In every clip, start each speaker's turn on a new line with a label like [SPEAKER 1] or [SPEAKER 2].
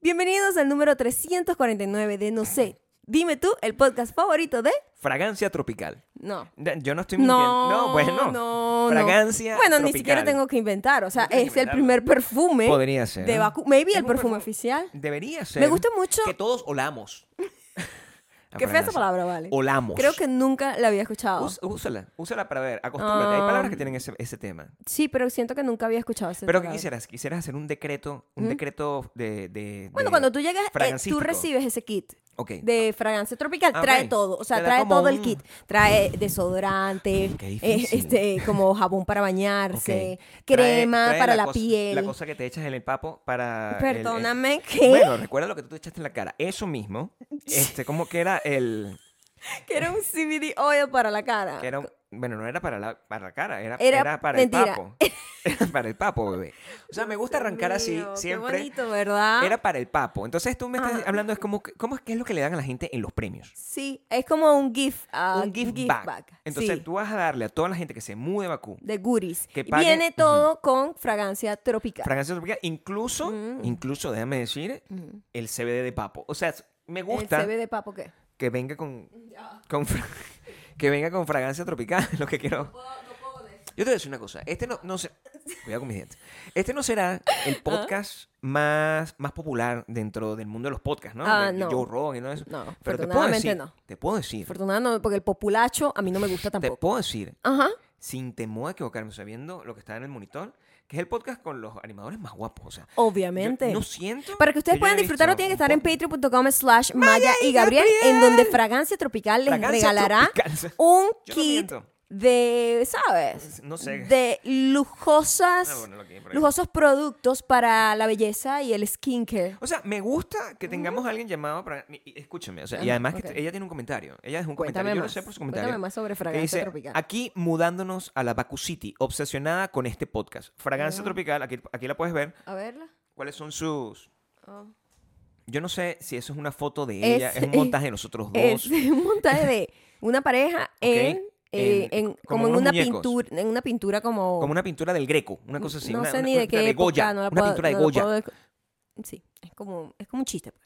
[SPEAKER 1] Bienvenidos al número 349 de No sé. Dime tú, el podcast favorito de.
[SPEAKER 2] Fragancia tropical.
[SPEAKER 1] No.
[SPEAKER 2] De- Yo no estoy mintiendo.
[SPEAKER 1] No, no,
[SPEAKER 2] bueno.
[SPEAKER 1] no.
[SPEAKER 2] Fragancia
[SPEAKER 1] Bueno, ni
[SPEAKER 2] tropical.
[SPEAKER 1] siquiera tengo que inventar. O sea,
[SPEAKER 2] No tienes que
[SPEAKER 1] es el primer
[SPEAKER 2] inventarlo.
[SPEAKER 1] perfume.
[SPEAKER 2] Podría ser.
[SPEAKER 1] De vacu- Maybe
[SPEAKER 2] Es
[SPEAKER 1] el
[SPEAKER 2] un
[SPEAKER 1] perfume
[SPEAKER 2] perfume.
[SPEAKER 1] oficial.
[SPEAKER 2] Debería ser.
[SPEAKER 1] Me gusta mucho-
[SPEAKER 2] Que todos olamos. La
[SPEAKER 1] Qué fea esa
[SPEAKER 2] fragancia.
[SPEAKER 1] palabra, vale.
[SPEAKER 2] Olamos.
[SPEAKER 1] Creo que nunca la había escuchado.
[SPEAKER 2] Ús- úsala, úsala para ver, acostúmbrate. Hay
[SPEAKER 1] Ah.
[SPEAKER 2] palabras que tienen ese, ese tema.
[SPEAKER 1] Sí, pero siento que nunca había escuchado ese
[SPEAKER 2] Pero ¿qué
[SPEAKER 1] palabra.
[SPEAKER 2] quisieras? ¿Quisieras hacer un decreto? Un decreto de, de-
[SPEAKER 1] ¿Mm? Bueno,
[SPEAKER 2] de-
[SPEAKER 1] cuando tú llegas, eh, tú
[SPEAKER 2] fragancístico?
[SPEAKER 1] recibes ese kit
[SPEAKER 2] Ok.
[SPEAKER 1] de fragancia tropical.
[SPEAKER 2] Ah,
[SPEAKER 1] Trae
[SPEAKER 2] ok.
[SPEAKER 1] todo, o sea,
[SPEAKER 2] Te da
[SPEAKER 1] trae
[SPEAKER 2] como
[SPEAKER 1] todo el
[SPEAKER 2] un-
[SPEAKER 1] kit. Trae desodorante,
[SPEAKER 2] Qué
[SPEAKER 1] eh,
[SPEAKER 2] difícil.
[SPEAKER 1] este, como jabón para bañarse,
[SPEAKER 2] Ok. Trae-
[SPEAKER 1] crema
[SPEAKER 2] trae
[SPEAKER 1] para la,
[SPEAKER 2] cosa-
[SPEAKER 1] piel.
[SPEAKER 2] La cosa que te echas en el papo para. el- el-
[SPEAKER 1] Perdóname, ¿qué?
[SPEAKER 2] Bueno, recuerda lo que tú te echaste en la cara. Eso mismo. Este, como que era el.
[SPEAKER 1] Que era un CBD oil para la cara.
[SPEAKER 2] que era un- bueno, no era para la, para la cara, era,
[SPEAKER 1] Ah, Era-
[SPEAKER 2] era para
[SPEAKER 1] mentira.
[SPEAKER 2] el papo. Era para el papo, bebé. O sea, me gusta arrancar así
[SPEAKER 1] Mío, Qué
[SPEAKER 2] siempre.
[SPEAKER 1] bonito, ¿verdad?
[SPEAKER 2] Era para el papo. Entonces tú me estás
[SPEAKER 1] Ajá.
[SPEAKER 2] hablando, es como, que- ¿cómo es que es lo que le dan a la gente en los premios?
[SPEAKER 1] Sí, es como un gift, ah,
[SPEAKER 2] un gift, bag.
[SPEAKER 1] back.
[SPEAKER 2] Entonces
[SPEAKER 1] sí,
[SPEAKER 2] tú vas a darle a toda la gente que se mude a Bakú
[SPEAKER 1] de goodies.
[SPEAKER 2] que
[SPEAKER 1] Y
[SPEAKER 2] pague-
[SPEAKER 1] Viene
[SPEAKER 2] Ujú.
[SPEAKER 1] todo con fragancia tropical.
[SPEAKER 2] fragancia tropical, incluso,
[SPEAKER 1] Mm.
[SPEAKER 2] incluso, déjame decir, el CBD de papo. O sea, me gusta
[SPEAKER 1] El CBD papo qué?
[SPEAKER 2] que venga con, con fra- que venga con fragancia tropical, lo que quiero. Yo te voy a decir una cosa, este no, no sé, cuidado con mis dientes. Este no será
[SPEAKER 1] ¿Ah?
[SPEAKER 2] el podcast más, más popular dentro del mundo de los podcasts, ¿no?
[SPEAKER 1] Ah,
[SPEAKER 2] De- de
[SPEAKER 1] no.
[SPEAKER 2] Joe Rogan y todo eso.
[SPEAKER 1] No,
[SPEAKER 2] Pero te puedo
[SPEAKER 1] afortunadamente
[SPEAKER 2] decir,
[SPEAKER 1] no.
[SPEAKER 2] te puedo decir,
[SPEAKER 1] Afortunadamente, porque el populacho a mí no me gusta
[SPEAKER 2] te
[SPEAKER 1] tampoco.
[SPEAKER 2] puedo decir,
[SPEAKER 1] Ajá.
[SPEAKER 2] sin temor a equivocarme, sabiendo lo que está en el monitor, que es el podcast con los animadores más guapos, o sea,
[SPEAKER 1] Obviamente.
[SPEAKER 2] Yo no siento
[SPEAKER 1] Para que ustedes
[SPEAKER 2] que yo
[SPEAKER 1] puedan
[SPEAKER 2] haya
[SPEAKER 1] disfrutarlo,
[SPEAKER 2] visto
[SPEAKER 1] tienen que
[SPEAKER 2] un
[SPEAKER 1] estar en
[SPEAKER 2] podcast.
[SPEAKER 1] patreon.com slash Maya y Gabriel, en donde Fragancia Tropical les
[SPEAKER 2] Fragancia
[SPEAKER 1] regalará
[SPEAKER 2] tropical.
[SPEAKER 1] un
[SPEAKER 2] Yo no
[SPEAKER 1] kit
[SPEAKER 2] miento.
[SPEAKER 1] de, ¿sabes?
[SPEAKER 2] No sé.
[SPEAKER 1] De lujosas,
[SPEAKER 2] Ah, bueno, lo que hay por ahí.
[SPEAKER 1] lujosos productos para la belleza y el skincare.
[SPEAKER 2] O sea, me gusta que tengamos a alguien llamado para... y- y- Escúchame, o sea, y
[SPEAKER 1] Ajá,
[SPEAKER 2] además que
[SPEAKER 1] ok.
[SPEAKER 2] t- ella tiene un comentario. Ella es un
[SPEAKER 1] Cuéntame
[SPEAKER 2] comentario. Yo
[SPEAKER 1] más.
[SPEAKER 2] lo sé por su
[SPEAKER 1] Cuéntame
[SPEAKER 2] comentario.
[SPEAKER 1] más sobre
[SPEAKER 2] que
[SPEAKER 1] Fragancia
[SPEAKER 2] dice,
[SPEAKER 1] Tropical.
[SPEAKER 2] Aquí mudándonos a la Baku City, obsesionada con este podcast.
[SPEAKER 1] Mm.
[SPEAKER 2] Fragancia Tropical, aquí, aquí la puedes ver.
[SPEAKER 1] A verla.
[SPEAKER 2] ¿Cuáles son sus...?
[SPEAKER 1] Oh.
[SPEAKER 2] Yo no sé si eso es una foto de ella,
[SPEAKER 1] Es-
[SPEAKER 2] es, un montaje de nosotros dos.
[SPEAKER 1] Es un montaje Eh, de una pareja en, eh,
[SPEAKER 2] en-
[SPEAKER 1] en-
[SPEAKER 2] como
[SPEAKER 1] como en
[SPEAKER 2] unos
[SPEAKER 1] una
[SPEAKER 2] muñecos.
[SPEAKER 1] pintura, en una pintura como,
[SPEAKER 2] Como una pintura del Greco, una cosa así.
[SPEAKER 1] no
[SPEAKER 2] una,
[SPEAKER 1] sé
[SPEAKER 2] una-
[SPEAKER 1] ni
[SPEAKER 2] una
[SPEAKER 1] de
[SPEAKER 2] pintura
[SPEAKER 1] qué
[SPEAKER 2] de
[SPEAKER 1] época,
[SPEAKER 2] Goya,
[SPEAKER 1] no la
[SPEAKER 2] una
[SPEAKER 1] puedo-
[SPEAKER 2] pintura de
[SPEAKER 1] no la
[SPEAKER 2] Goya.
[SPEAKER 1] puedo- Sí, es como, es como un chiste. pues.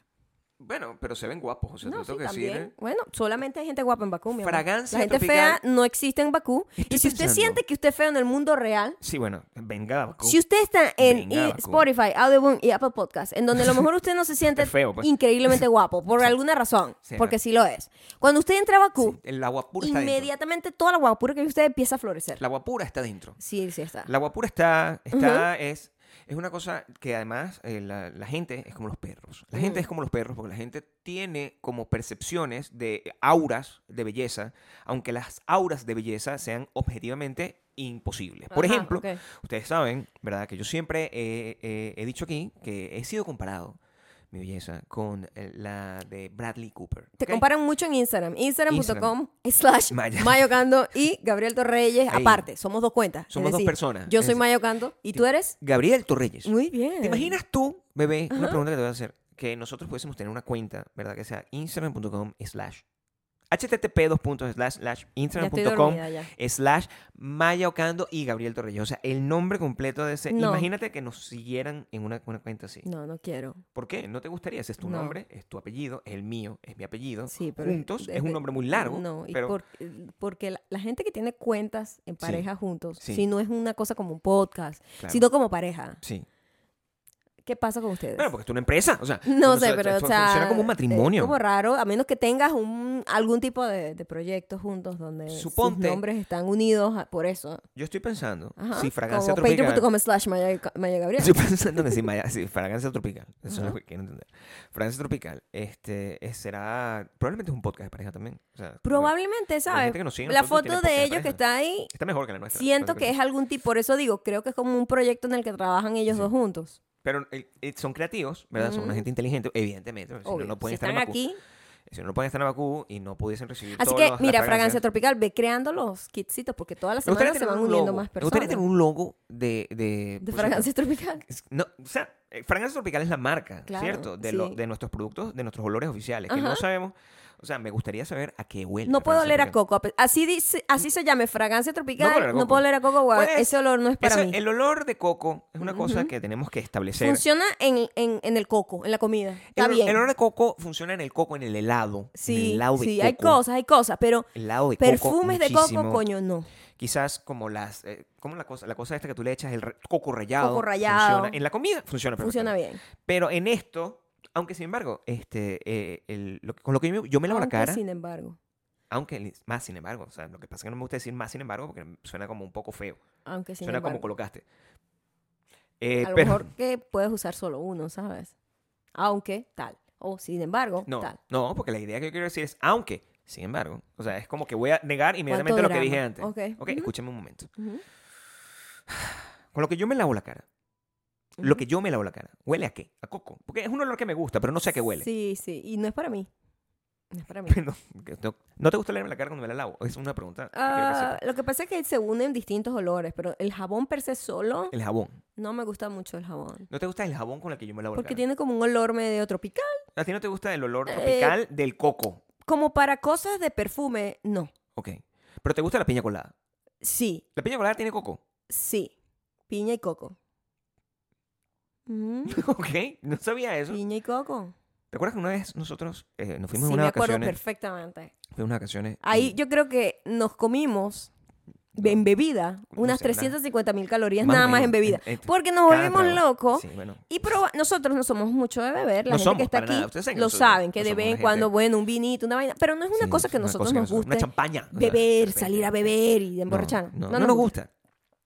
[SPEAKER 2] Bueno, pero se ven guapos, o sea,
[SPEAKER 1] No,
[SPEAKER 2] te tengo
[SPEAKER 1] sí,
[SPEAKER 2] que decir...
[SPEAKER 1] también.
[SPEAKER 2] ¿eh?
[SPEAKER 1] Bueno, solamente hay gente guapa en Bakú, mi amor.
[SPEAKER 2] Fragancia
[SPEAKER 1] La gente fea
[SPEAKER 2] tropical.
[SPEAKER 1] no existe en Bakú.
[SPEAKER 2] Estoy
[SPEAKER 1] y si usted
[SPEAKER 2] pensando.
[SPEAKER 1] siente que usted es feo en el mundo real,
[SPEAKER 2] Sí, bueno, venga, Bakú.
[SPEAKER 1] si usted está en
[SPEAKER 2] Venga,
[SPEAKER 1] i-
[SPEAKER 2] Bakú.
[SPEAKER 1] Spotify, Audioboom y Apple Podcast, en donde a lo mejor usted no se siente
[SPEAKER 2] Es feo, pues.
[SPEAKER 1] increíblemente guapo, por alguna razón,
[SPEAKER 2] Sí,
[SPEAKER 1] porque
[SPEAKER 2] ¿no?
[SPEAKER 1] sí lo es. Cuando usted entra a Bakú,
[SPEAKER 2] El agua pura está dentro.
[SPEAKER 1] inmediatamente toda la guapura que hay en usted empieza a florecer.
[SPEAKER 2] La guapura está dentro.
[SPEAKER 1] Sí, sí está.
[SPEAKER 2] La guapura está, está, es, es una cosa que además eh, la, la gente es como los perros. La gente es como los perros porque la gente tiene como percepciones de auras de belleza, aunque las auras de belleza sean objetivamente imposibles. Por
[SPEAKER 1] Ajá,
[SPEAKER 2] ejemplo,
[SPEAKER 1] ok.
[SPEAKER 2] ustedes saben, ¿verdad? Que yo siempre eh, eh, he dicho aquí que he sido comparado mi belleza con eh, la de Bradley Cooper.
[SPEAKER 1] Te
[SPEAKER 2] ¿ok?
[SPEAKER 1] comparan mucho en Instagram. Instagram.com
[SPEAKER 2] Instagram.
[SPEAKER 1] slash
[SPEAKER 2] Maya.
[SPEAKER 1] Mayocando y Gabriel Torreyes.
[SPEAKER 2] Ey.
[SPEAKER 1] Aparte, somos dos cuentas. Es
[SPEAKER 2] Somos dos
[SPEAKER 1] decir,
[SPEAKER 2] personas.
[SPEAKER 1] Yo
[SPEAKER 2] Es
[SPEAKER 1] soy
[SPEAKER 2] decir,
[SPEAKER 1] Mayocando y tú eres.
[SPEAKER 2] Gabriel Torreyes.
[SPEAKER 1] Muy bien.
[SPEAKER 2] ¿Te imaginas tú, bebé, una pregunta que te voy a hacer? Que nosotros pudiésemos tener una cuenta, ¿verdad? Que sea instagram.com slash http dos puntos slash slash
[SPEAKER 1] Ya estoy
[SPEAKER 2] instagram.com
[SPEAKER 1] dormida ya.
[SPEAKER 2] slash Maya Ocando y Gabriel Torreyes. O sea, el nombre completo de ese...
[SPEAKER 1] No.
[SPEAKER 2] Imagínate que nos siguieran en una, una cuenta así.
[SPEAKER 1] No, no quiero.
[SPEAKER 2] ¿Por qué? ¿No te gustaría? Ese es tu
[SPEAKER 1] No.
[SPEAKER 2] nombre, es tu apellido, es el mío, es mi apellido.
[SPEAKER 1] Sí, pero
[SPEAKER 2] juntos, es
[SPEAKER 1] desde-
[SPEAKER 2] un nombre muy largo.
[SPEAKER 1] No, y
[SPEAKER 2] pero
[SPEAKER 1] por- porque la, la gente que tiene cuentas en pareja juntos,
[SPEAKER 2] sí.
[SPEAKER 1] si no es una cosa como un podcast,
[SPEAKER 2] Claro.
[SPEAKER 1] sino como pareja,
[SPEAKER 2] Sí.
[SPEAKER 1] ¿qué pasa con ustedes?
[SPEAKER 2] Bueno, pues, porque es una empresa. O sea,
[SPEAKER 1] No sé,
[SPEAKER 2] esto-
[SPEAKER 1] pero
[SPEAKER 2] esto
[SPEAKER 1] o sea,
[SPEAKER 2] Funciona como un
[SPEAKER 1] es
[SPEAKER 2] matrimonio.
[SPEAKER 1] como raro, a menos que tengas un, algún tipo de, de proyecto juntos donde
[SPEAKER 2] Suponte.
[SPEAKER 1] sus nombres están unidos a- por eso.
[SPEAKER 2] Yo estoy pensando,
[SPEAKER 1] Ajá.
[SPEAKER 2] si fragancia
[SPEAKER 1] como
[SPEAKER 2] tropical...
[SPEAKER 1] patreon.com slash Maya Maya Gabriel.
[SPEAKER 2] Estoy pensando que sí, Maya- sí, fragancia tropical. Eso es lo que quiero entender. Fragancia tropical, este, es- será, probablemente es un podcast de pareja también. o sea,
[SPEAKER 1] Probablemente, ¿sabes?
[SPEAKER 2] gente que nos sigue en
[SPEAKER 1] La
[SPEAKER 2] nosotros
[SPEAKER 1] foto
[SPEAKER 2] tiene
[SPEAKER 1] de
[SPEAKER 2] podcast
[SPEAKER 1] ellos que
[SPEAKER 2] pareja.
[SPEAKER 1] está ahí,
[SPEAKER 2] Está mejor que la nuestra.
[SPEAKER 1] siento
[SPEAKER 2] por
[SPEAKER 1] que
[SPEAKER 2] supuesto.
[SPEAKER 1] es algún tipo, por eso digo, creo que es como un proyecto en el que trabajan ellos dos juntos.
[SPEAKER 2] Pero eh, eh, son creativos, ¿verdad? Son una gente inteligente, evidentemente. porque Pues Si
[SPEAKER 1] Obvio.
[SPEAKER 2] no, no pueden
[SPEAKER 1] Si
[SPEAKER 2] estar en
[SPEAKER 1] están
[SPEAKER 2] Bakú.
[SPEAKER 1] aquí.
[SPEAKER 2] Si no, no pueden estar en Bakú y no pudiesen recibir
[SPEAKER 1] Así
[SPEAKER 2] todos
[SPEAKER 1] que,
[SPEAKER 2] los- las
[SPEAKER 1] mira, fragancia
[SPEAKER 2] fragancias.
[SPEAKER 1] tropical, ve creando los kitsitos porque todas las
[SPEAKER 2] Me gustaría
[SPEAKER 1] semanas se
[SPEAKER 2] tener
[SPEAKER 1] van
[SPEAKER 2] un
[SPEAKER 1] uniendo
[SPEAKER 2] logo.
[SPEAKER 1] más
[SPEAKER 2] Me gustaría
[SPEAKER 1] personas.
[SPEAKER 2] tener un logo de... pues, De,
[SPEAKER 1] De
[SPEAKER 2] por
[SPEAKER 1] fragancia tropical.
[SPEAKER 2] Es- No, o sea, eh, Fragancia Tropical es la marca,
[SPEAKER 1] Claro,
[SPEAKER 2] ¿cierto? De, lo-
[SPEAKER 1] sí.
[SPEAKER 2] de nuestros productos, de nuestros olores oficiales, que no
[SPEAKER 1] Ajá.
[SPEAKER 2] sabemos. O sea, me gustaría saber a qué huele.
[SPEAKER 1] No
[SPEAKER 2] la
[SPEAKER 1] puedo
[SPEAKER 2] fragancia
[SPEAKER 1] oler a
[SPEAKER 2] tropical.
[SPEAKER 1] coco. a pe- Así, dice, así se llame, fragancia
[SPEAKER 2] No puedo
[SPEAKER 1] tropical.
[SPEAKER 2] oler a
[SPEAKER 1] No
[SPEAKER 2] coco.
[SPEAKER 1] puedo oler a coco, guau,
[SPEAKER 2] ¿Cuál es?
[SPEAKER 1] Ese olor no es para
[SPEAKER 2] Eso-
[SPEAKER 1] mí.
[SPEAKER 2] El olor de coco es una cosa que tenemos que establecer.
[SPEAKER 1] Funciona en, en- en el coco, en la comida. Está
[SPEAKER 2] el, ol-
[SPEAKER 1] bien.
[SPEAKER 2] el olor de coco funciona en el coco, en el helado. en el
[SPEAKER 1] sí,
[SPEAKER 2] helado de
[SPEAKER 1] sí,
[SPEAKER 2] coco.
[SPEAKER 1] hay cosas, hay cosas, pero
[SPEAKER 2] Helado de coco,
[SPEAKER 1] perfumes de coco,
[SPEAKER 2] muchísimo.
[SPEAKER 1] coño, no.
[SPEAKER 2] Quizás como las. eh, ¿Cómo la cosa? La cosa esta que tú le echas, el re- coco rallado.
[SPEAKER 1] Coco rallado.
[SPEAKER 2] funciona. En la comida funciona
[SPEAKER 1] Funciona
[SPEAKER 2] perfectamente.
[SPEAKER 1] bien.
[SPEAKER 2] Pero en esto, aunque sin embargo, este, eh, el- lo que- con lo que yo, me- yo me lavo
[SPEAKER 1] Aunque,
[SPEAKER 2] la cara,
[SPEAKER 1] Sin embargo,
[SPEAKER 2] aunque li- más sin embargo, o sea, lo que pasa es que no me gusta decir más sin embargo porque suena como un poco feo.
[SPEAKER 1] aunque sin
[SPEAKER 2] suena como
[SPEAKER 1] embargo.
[SPEAKER 2] colocaste. Eh,
[SPEAKER 1] a lo
[SPEAKER 2] pero-
[SPEAKER 1] mejor que puedes usar solo uno, ¿sabes? Aunque tal. O sin embargo,
[SPEAKER 2] No,
[SPEAKER 1] tal.
[SPEAKER 2] no, porque la idea que yo quiero decir es, aunque, sin embargo, o sea, es como que voy a negar inmediatamente
[SPEAKER 1] ¿Cuánto
[SPEAKER 2] lo que dije
[SPEAKER 1] drama?
[SPEAKER 2] antes.
[SPEAKER 1] Ok.
[SPEAKER 2] Ok,
[SPEAKER 1] Ujú.
[SPEAKER 2] escúchame un momento.
[SPEAKER 1] Ujú,
[SPEAKER 2] Con lo que yo me lavo la cara, lo
[SPEAKER 1] ujú.
[SPEAKER 2] que yo me lavo la cara, ¿huele a qué? A coco. Porque es un olor que me gusta, pero no sé a qué huele.
[SPEAKER 1] Sí, sí. Y no es para mí. No es para mí.
[SPEAKER 2] no, que no- ¿no te gusta leerme la cara cuando me la lavo? Es una pregunta. que quiero que
[SPEAKER 1] Ah,
[SPEAKER 2] sepas.
[SPEAKER 1] lo que pasa es que se unen distintos olores, pero el jabón per se solo,
[SPEAKER 2] el jabón.
[SPEAKER 1] no me gusta mucho el jabón.
[SPEAKER 2] ¿No te gusta el jabón con el que yo me lavo
[SPEAKER 1] Porque
[SPEAKER 2] la cara?
[SPEAKER 1] tiene Eh. como un olor medio tropical.
[SPEAKER 2] ¿A ti no te gusta el olor tropical del coco?
[SPEAKER 1] Como para cosas de perfume, no.
[SPEAKER 2] Ok. Pero te gusta la piña colada.
[SPEAKER 1] Sí,
[SPEAKER 2] La piña colada tiene coco.
[SPEAKER 1] sí. Piña y coco. Ujú,
[SPEAKER 2] ok. No sabía eso.
[SPEAKER 1] Piña y coco.
[SPEAKER 2] ¿Te acuerdas que una vez nosotros eh, nos
[SPEAKER 1] Sí,
[SPEAKER 2] fuimos a
[SPEAKER 1] me
[SPEAKER 2] unas
[SPEAKER 1] acuerdo
[SPEAKER 2] vacaciones?
[SPEAKER 1] perfectamente.
[SPEAKER 2] Fuimos a unas vacaciones.
[SPEAKER 1] Ahí
[SPEAKER 2] y-
[SPEAKER 1] yo creo que nos comimos
[SPEAKER 2] No.
[SPEAKER 1] en bebida
[SPEAKER 2] No
[SPEAKER 1] unas
[SPEAKER 2] sé, nada.
[SPEAKER 1] 350 mil calorías
[SPEAKER 2] Más o
[SPEAKER 1] nada más
[SPEAKER 2] menos,
[SPEAKER 1] en bebida.
[SPEAKER 2] en- en-
[SPEAKER 1] Porque nos
[SPEAKER 2] cada
[SPEAKER 1] volvimos
[SPEAKER 2] trago.
[SPEAKER 1] locos.
[SPEAKER 2] Sí, bueno.
[SPEAKER 1] Y proba- nosotros no somos mucho de beber, la
[SPEAKER 2] No
[SPEAKER 1] gente
[SPEAKER 2] somos,
[SPEAKER 1] que está
[SPEAKER 2] para nada.
[SPEAKER 1] aquí
[SPEAKER 2] Ustedes saben que
[SPEAKER 1] lo
[SPEAKER 2] nosotros
[SPEAKER 1] saben, que
[SPEAKER 2] no
[SPEAKER 1] de
[SPEAKER 2] somos
[SPEAKER 1] vez en
[SPEAKER 2] una
[SPEAKER 1] cuando,
[SPEAKER 2] gente-
[SPEAKER 1] bueno, un vinito, una vaina, pero no es una
[SPEAKER 2] Sí,
[SPEAKER 1] cosa que a
[SPEAKER 2] es una
[SPEAKER 1] nosotros
[SPEAKER 2] cosa que
[SPEAKER 1] nos
[SPEAKER 2] nosotros-
[SPEAKER 1] guste
[SPEAKER 2] Una champaña. o sea,
[SPEAKER 1] beber,
[SPEAKER 2] perfecto.
[SPEAKER 1] salir a beber y emborracharnos.
[SPEAKER 2] No, no, no nos gusta.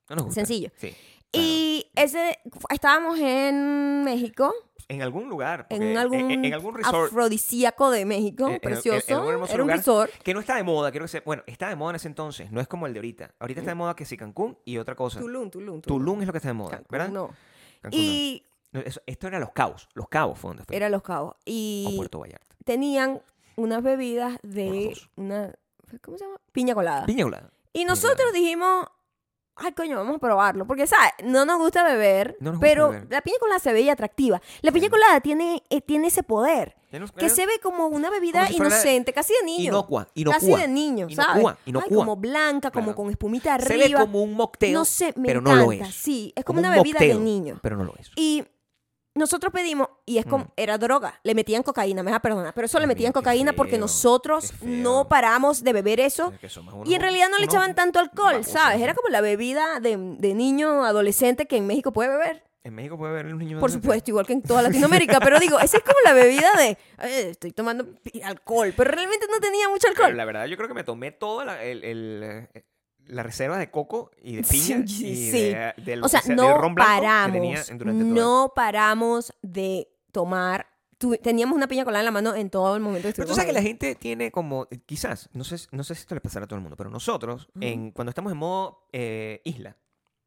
[SPEAKER 2] No nos gusta.
[SPEAKER 1] Sencillo.
[SPEAKER 2] Sí.
[SPEAKER 1] Y ese estábamos en México,
[SPEAKER 2] claro. En algún lugar. porque
[SPEAKER 1] en algún,
[SPEAKER 2] En, en algún resort.
[SPEAKER 1] afrodisíaco de México,
[SPEAKER 2] en- en- en
[SPEAKER 1] precioso,
[SPEAKER 2] algún hermoso
[SPEAKER 1] era un
[SPEAKER 2] lugar.
[SPEAKER 1] resort.
[SPEAKER 2] Que no está de moda, creo que se... Bueno, está de moda en ese entonces, no es como el de ahorita. Ahorita está de moda que sí Cancún y otra cosa.
[SPEAKER 1] Tulum, Tulum,
[SPEAKER 2] Tulum es lo que está de moda,
[SPEAKER 1] Cancún,
[SPEAKER 2] ¿verdad?
[SPEAKER 1] no.
[SPEAKER 2] Cancún no.
[SPEAKER 1] Y
[SPEAKER 2] No, eso- esto era Los Cabos, Los Cabos fue donde fue.
[SPEAKER 1] era Los Cabos.
[SPEAKER 2] o
[SPEAKER 1] Y
[SPEAKER 2] Puerto Vallarta.
[SPEAKER 1] tenían unas bebidas de
[SPEAKER 2] Horroroso.
[SPEAKER 1] una ¿cómo se llama? Piña colada.
[SPEAKER 2] Piña colada.
[SPEAKER 1] Y nosotros dijimos, ay, coño, vamos a probarlo. Porque, ¿sabes? No nos gusta beber,
[SPEAKER 2] No nos gusta
[SPEAKER 1] pero
[SPEAKER 2] beber.
[SPEAKER 1] la piña colada se veía atractiva. La piña
[SPEAKER 2] Sí.
[SPEAKER 1] colada tiene, eh, tiene ese poder,
[SPEAKER 2] Ya nos-
[SPEAKER 1] que se ve como una bebida
[SPEAKER 2] si fuera
[SPEAKER 1] inocente, casi de niño.
[SPEAKER 2] Inocua, inocua.
[SPEAKER 1] Casi de niño, ¿sabes?
[SPEAKER 2] Inocua,
[SPEAKER 1] Ay,
[SPEAKER 2] inocua.
[SPEAKER 1] como blanca, como
[SPEAKER 2] Claro.
[SPEAKER 1] con espumita
[SPEAKER 2] Se
[SPEAKER 1] arriba.
[SPEAKER 2] ve como un mocktail,
[SPEAKER 1] no sé, me
[SPEAKER 2] pero
[SPEAKER 1] encanta.
[SPEAKER 2] no lo es.
[SPEAKER 1] Sí, es como, una
[SPEAKER 2] un
[SPEAKER 1] bebida de
[SPEAKER 2] mocktail,
[SPEAKER 1] niño.
[SPEAKER 2] Pero no lo es.
[SPEAKER 1] Y nosotros pedimos, y es como,
[SPEAKER 2] Mm.
[SPEAKER 1] era droga, le metían cocaína, me vas a perdonar, pero eso le
[SPEAKER 2] Dios mío,
[SPEAKER 1] metían
[SPEAKER 2] qué
[SPEAKER 1] cocaína porque
[SPEAKER 2] feo,
[SPEAKER 1] nosotros
[SPEAKER 2] qué
[SPEAKER 1] no
[SPEAKER 2] feo.
[SPEAKER 1] paramos de beber eso.
[SPEAKER 2] Es que somos unos-
[SPEAKER 1] Y en realidad no le
[SPEAKER 2] unos
[SPEAKER 1] echaban tanto alcohol,
[SPEAKER 2] babosos,
[SPEAKER 1] ¿sabes?
[SPEAKER 2] ¿no?
[SPEAKER 1] Era como la bebida de, de niño adolescente que en México puede beber.
[SPEAKER 2] En México puede haber un
[SPEAKER 1] Por
[SPEAKER 2] niño adolescente?
[SPEAKER 1] supuesto, igual que en toda Latinoamérica. Pero digo, esa es como la bebida de, "Eh, estoy tomando pi- alcohol, pero realmente no tenía mucho
[SPEAKER 2] Pero
[SPEAKER 1] alcohol.
[SPEAKER 2] la verdad, yo creo que me tomé toda la, el, el, eh, la reserva de coco y de piña
[SPEAKER 1] Sí,
[SPEAKER 2] y
[SPEAKER 1] sí.
[SPEAKER 2] de- del-
[SPEAKER 1] o sea,
[SPEAKER 2] del
[SPEAKER 1] no
[SPEAKER 2] ron blanco que tenía
[SPEAKER 1] paramos.
[SPEAKER 2] durante todo eso.
[SPEAKER 1] No paramos de tomar. Tu- teníamos una piña colada en la mano en todo el momento. que
[SPEAKER 2] Pero tú
[SPEAKER 1] estuvimos
[SPEAKER 2] sabes que la
[SPEAKER 1] ahí.
[SPEAKER 2] gente tiene como, eh, quizás, no sé, si- no sé si esto le pasará a todo el mundo, pero nosotros,
[SPEAKER 1] Ujú.
[SPEAKER 2] en, cuando estamos en modo eh, isla,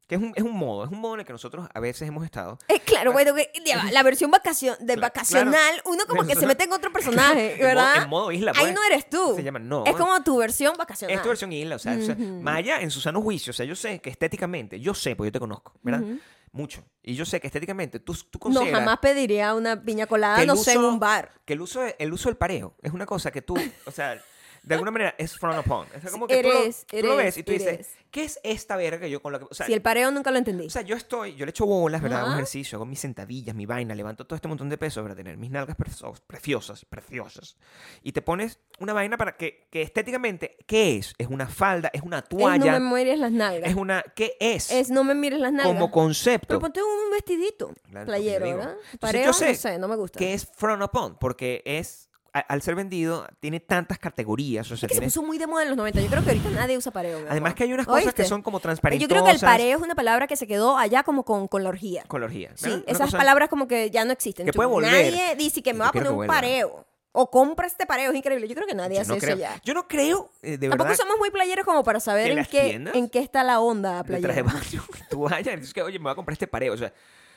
[SPEAKER 2] que es un, es un modo, es un modo en el que nosotros a veces hemos estado,
[SPEAKER 1] Eh, claro,
[SPEAKER 2] Ah.
[SPEAKER 1] bueno, que- ya va, la versión vacacion, de
[SPEAKER 2] Cla-
[SPEAKER 1] vacacional, uno como que se
[SPEAKER 2] Nosotros-
[SPEAKER 1] mete en otro personaje,
[SPEAKER 2] en mo-
[SPEAKER 1] ¿verdad?
[SPEAKER 2] En modo isla,
[SPEAKER 1] Ahí
[SPEAKER 2] pues,
[SPEAKER 1] no eres tú.
[SPEAKER 2] se llama, no.
[SPEAKER 1] Es como tu versión vacacional.
[SPEAKER 2] Es tu versión isla, o sea, o sea,
[SPEAKER 1] Ujú.
[SPEAKER 2] Maya en su sano juicio, o sea, yo sé que estéticamente, yo sé, porque yo te conozco, ¿verdad?
[SPEAKER 1] Ujú.
[SPEAKER 2] Mucho. Y yo sé que estéticamente tú, tú
[SPEAKER 1] No,
[SPEAKER 2] consideras...
[SPEAKER 1] jamás pediría una piña
[SPEAKER 2] que
[SPEAKER 1] colada,
[SPEAKER 2] el
[SPEAKER 1] no sé, en
[SPEAKER 2] uso-
[SPEAKER 1] un bar.
[SPEAKER 2] que el uso, de- el uso del pareo es una cosa que tú, o sea, de alguna manera es front upon. Es como que
[SPEAKER 1] It
[SPEAKER 2] tú, lo-
[SPEAKER 1] is,
[SPEAKER 2] tú
[SPEAKER 1] it
[SPEAKER 2] lo, ves
[SPEAKER 1] is,
[SPEAKER 2] y tú
[SPEAKER 1] it
[SPEAKER 2] dices,
[SPEAKER 1] is.
[SPEAKER 2] ¿qué es esta verga que yo con la que... O sea,
[SPEAKER 1] Si el pareo nunca lo entendí.
[SPEAKER 2] o sea, yo estoy, yo le echo bolas, ¿verdad? Hago
[SPEAKER 1] Ajá.
[SPEAKER 2] ejercicio, hago mis sentadillas, mi vaina, levanto todo este montón de peso para tener mis nalgas preso- preciosas, preciosas. Y te pones una vaina para que, que estéticamente, ¿qué es? ¿Es una falda? ¿Es una
[SPEAKER 1] es no
[SPEAKER 2] toalla?
[SPEAKER 1] me mires las nalgas.
[SPEAKER 2] es una... ¿Qué es?
[SPEAKER 1] Es no me mires las nalgas.
[SPEAKER 2] como concepto.
[SPEAKER 1] Pero ponte un vestidito
[SPEAKER 2] Claro,
[SPEAKER 1] playero,
[SPEAKER 2] lo que digo.
[SPEAKER 1] ¿verdad?
[SPEAKER 2] Entonces,
[SPEAKER 1] Pareo,
[SPEAKER 2] yo sé
[SPEAKER 1] no sé, no me gusta.
[SPEAKER 2] que es front upon, porque es, a- al ser vendido, tiene tantas categorías. O sea,
[SPEAKER 1] Es que se
[SPEAKER 2] tiene-
[SPEAKER 1] puso muy de moda en los 90. Yo creo que ahorita nadie usa pareo. mi
[SPEAKER 2] además
[SPEAKER 1] amor.
[SPEAKER 2] que hay unas cosas que
[SPEAKER 1] ¿Oíste?
[SPEAKER 2] son como
[SPEAKER 1] Yo
[SPEAKER 2] transparentes.
[SPEAKER 1] creo que el pareo es una palabra que se quedó allá como con, con la orgía.
[SPEAKER 2] Con la orgía.
[SPEAKER 1] Sí,
[SPEAKER 2] ¿verdad? Una
[SPEAKER 1] esas
[SPEAKER 2] cosa-
[SPEAKER 1] palabras como que ya no existen.
[SPEAKER 2] que
[SPEAKER 1] Tú,
[SPEAKER 2] puede volver.
[SPEAKER 1] Nadie dice que me
[SPEAKER 2] Yo
[SPEAKER 1] va a
[SPEAKER 2] quiero
[SPEAKER 1] poner
[SPEAKER 2] que
[SPEAKER 1] un
[SPEAKER 2] vuelva.
[SPEAKER 1] pareo. O compra este pareo, es increíble. Yo creo que nadie
[SPEAKER 2] Yo
[SPEAKER 1] hace
[SPEAKER 2] no
[SPEAKER 1] eso
[SPEAKER 2] creo,
[SPEAKER 1] ya.
[SPEAKER 2] yo no creo, eh, de
[SPEAKER 1] Tampoco
[SPEAKER 2] verdad,
[SPEAKER 1] somos muy playeros como para saber
[SPEAKER 2] ¿En
[SPEAKER 1] en
[SPEAKER 2] las
[SPEAKER 1] qué,
[SPEAKER 2] tiendas?
[SPEAKER 1] en qué está la onda
[SPEAKER 2] de traje
[SPEAKER 1] playera.
[SPEAKER 2] de baño, toalla, y dices que, oye, me voy a comprar este pareo. O sea,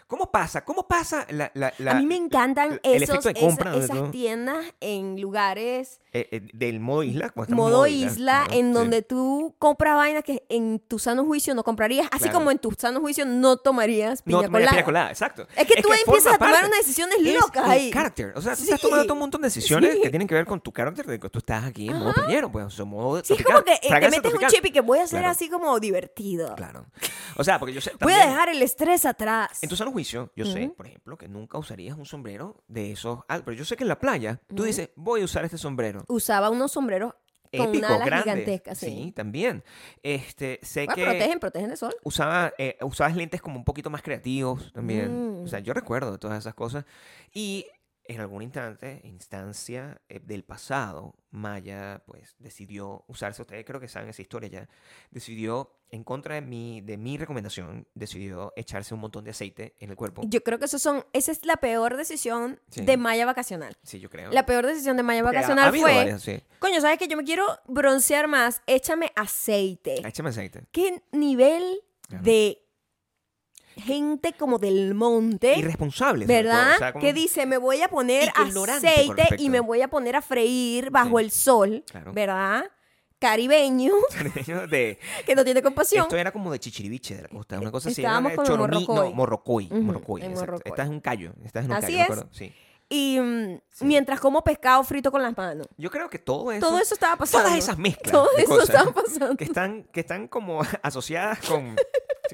[SPEAKER 2] ¿cómo pasa? ¿Cómo pasa la... la- la-
[SPEAKER 1] a mí me encantan
[SPEAKER 2] el
[SPEAKER 1] esos,
[SPEAKER 2] efecto de
[SPEAKER 1] esa-
[SPEAKER 2] compra, sobre
[SPEAKER 1] esas
[SPEAKER 2] todo.
[SPEAKER 1] tiendas en lugares
[SPEAKER 2] eh, eh, del modo isla. cuando estamos en
[SPEAKER 1] Modo isla
[SPEAKER 2] claro,
[SPEAKER 1] en
[SPEAKER 2] sí.
[SPEAKER 1] donde tú compras vainas que en tu sano juicio no comprarías, así
[SPEAKER 2] Claro.
[SPEAKER 1] como en tu sano juicio no tomarías piña
[SPEAKER 2] no tomaría
[SPEAKER 1] colada.
[SPEAKER 2] piña colada, exacto.
[SPEAKER 1] Es que tú empiezas
[SPEAKER 2] forma
[SPEAKER 1] a tomar
[SPEAKER 2] parte.
[SPEAKER 1] unas decisiones
[SPEAKER 2] Es
[SPEAKER 1] locas
[SPEAKER 2] un
[SPEAKER 1] ahí.
[SPEAKER 2] carácter. O sea, tú
[SPEAKER 1] Sí.
[SPEAKER 2] estás tomando todo un montón de decisiones
[SPEAKER 1] Sí.
[SPEAKER 2] que tienen que ver con tu carácter de que tú estás aquí en modo piñero, pues, o sea, modo
[SPEAKER 1] Sí, es
[SPEAKER 2] tropical,
[SPEAKER 1] como que eh, te
[SPEAKER 2] fragancia
[SPEAKER 1] metes un
[SPEAKER 2] tropical.
[SPEAKER 1] chip y que voy a ser
[SPEAKER 2] Claro.
[SPEAKER 1] así como divertido.
[SPEAKER 2] Claro. O sea, porque yo sé.
[SPEAKER 1] Voy a
[SPEAKER 2] también-
[SPEAKER 1] dejar el estrés atrás.
[SPEAKER 2] En tu sano juicio, yo sé, por ejemplo, que nunca usarías un sombrero de esos. al- Pero yo sé que en la playa tú dices, voy a usar este sombrero.
[SPEAKER 1] Usaba unos sombreros con
[SPEAKER 2] Épico,
[SPEAKER 1] alas
[SPEAKER 2] grande.
[SPEAKER 1] gigantescas. Sí.
[SPEAKER 2] también. Este, sé
[SPEAKER 1] Bueno,
[SPEAKER 2] que
[SPEAKER 1] protegen, protegen de sol.
[SPEAKER 2] usaba, eh, usabas lentes como un poquito más creativos también.
[SPEAKER 1] Mm.
[SPEAKER 2] O sea, yo recuerdo todas esas cosas. Y en algún instante, instancia eh, del pasado, Maya, pues, decidió usarse, ustedes creo que saben esa historia ya, decidió, en contra de mi, de mi recomendación, decidió echarse un montón de aceite en el cuerpo.
[SPEAKER 1] Yo creo que eso son, esa es la peor decisión
[SPEAKER 2] Oh. Sí.
[SPEAKER 1] de Maya Vacacional.
[SPEAKER 2] Sí, yo creo.
[SPEAKER 1] La peor decisión de Maya
[SPEAKER 2] Porque ha- ha
[SPEAKER 1] Vacacional
[SPEAKER 2] habido
[SPEAKER 1] fue, eh,
[SPEAKER 2] varias, sí.
[SPEAKER 1] coño, ¿sabes que Yo me quiero broncear más, échame aceite.
[SPEAKER 2] Échame aceite.
[SPEAKER 1] ¿Qué nivel
[SPEAKER 2] Claro.
[SPEAKER 1] de gente como del monte,
[SPEAKER 2] Irresponsable. sobre todo,
[SPEAKER 1] ¿eh? verdad?
[SPEAKER 2] o sea, como-
[SPEAKER 1] que dice, me voy a poner
[SPEAKER 2] Ignorante con
[SPEAKER 1] aceite y
[SPEAKER 2] respecto.
[SPEAKER 1] me voy a poner a freír bajo
[SPEAKER 2] Sí.
[SPEAKER 1] el sol,
[SPEAKER 2] Claro.
[SPEAKER 1] ¿verdad? Caribeño,
[SPEAKER 2] de,
[SPEAKER 1] que no tiene compasión.
[SPEAKER 2] Esto era como de Chichiriviche de la costa, una cosa así.
[SPEAKER 1] Estábamos
[SPEAKER 2] era
[SPEAKER 1] con
[SPEAKER 2] de
[SPEAKER 1] el
[SPEAKER 2] Choroní,
[SPEAKER 1] morrocoy.
[SPEAKER 2] no, Morrocoy.
[SPEAKER 1] Ujú,
[SPEAKER 2] morrocoy,
[SPEAKER 1] el
[SPEAKER 2] exacto.
[SPEAKER 1] morrocoy.
[SPEAKER 2] Estás en un callo, estás en un
[SPEAKER 1] Así
[SPEAKER 2] callo,
[SPEAKER 1] es.
[SPEAKER 2] me acuerdo, sí.
[SPEAKER 1] Y mm,
[SPEAKER 2] Sí.
[SPEAKER 1] mientras como pescado frito con las manos.
[SPEAKER 2] Yo creo que todo eso,
[SPEAKER 1] Todo eso estaba pasando.
[SPEAKER 2] todas esas mezclas
[SPEAKER 1] Todo
[SPEAKER 2] de
[SPEAKER 1] eso
[SPEAKER 2] cosas
[SPEAKER 1] estaba pasando.
[SPEAKER 2] que están, que están como asociadas con,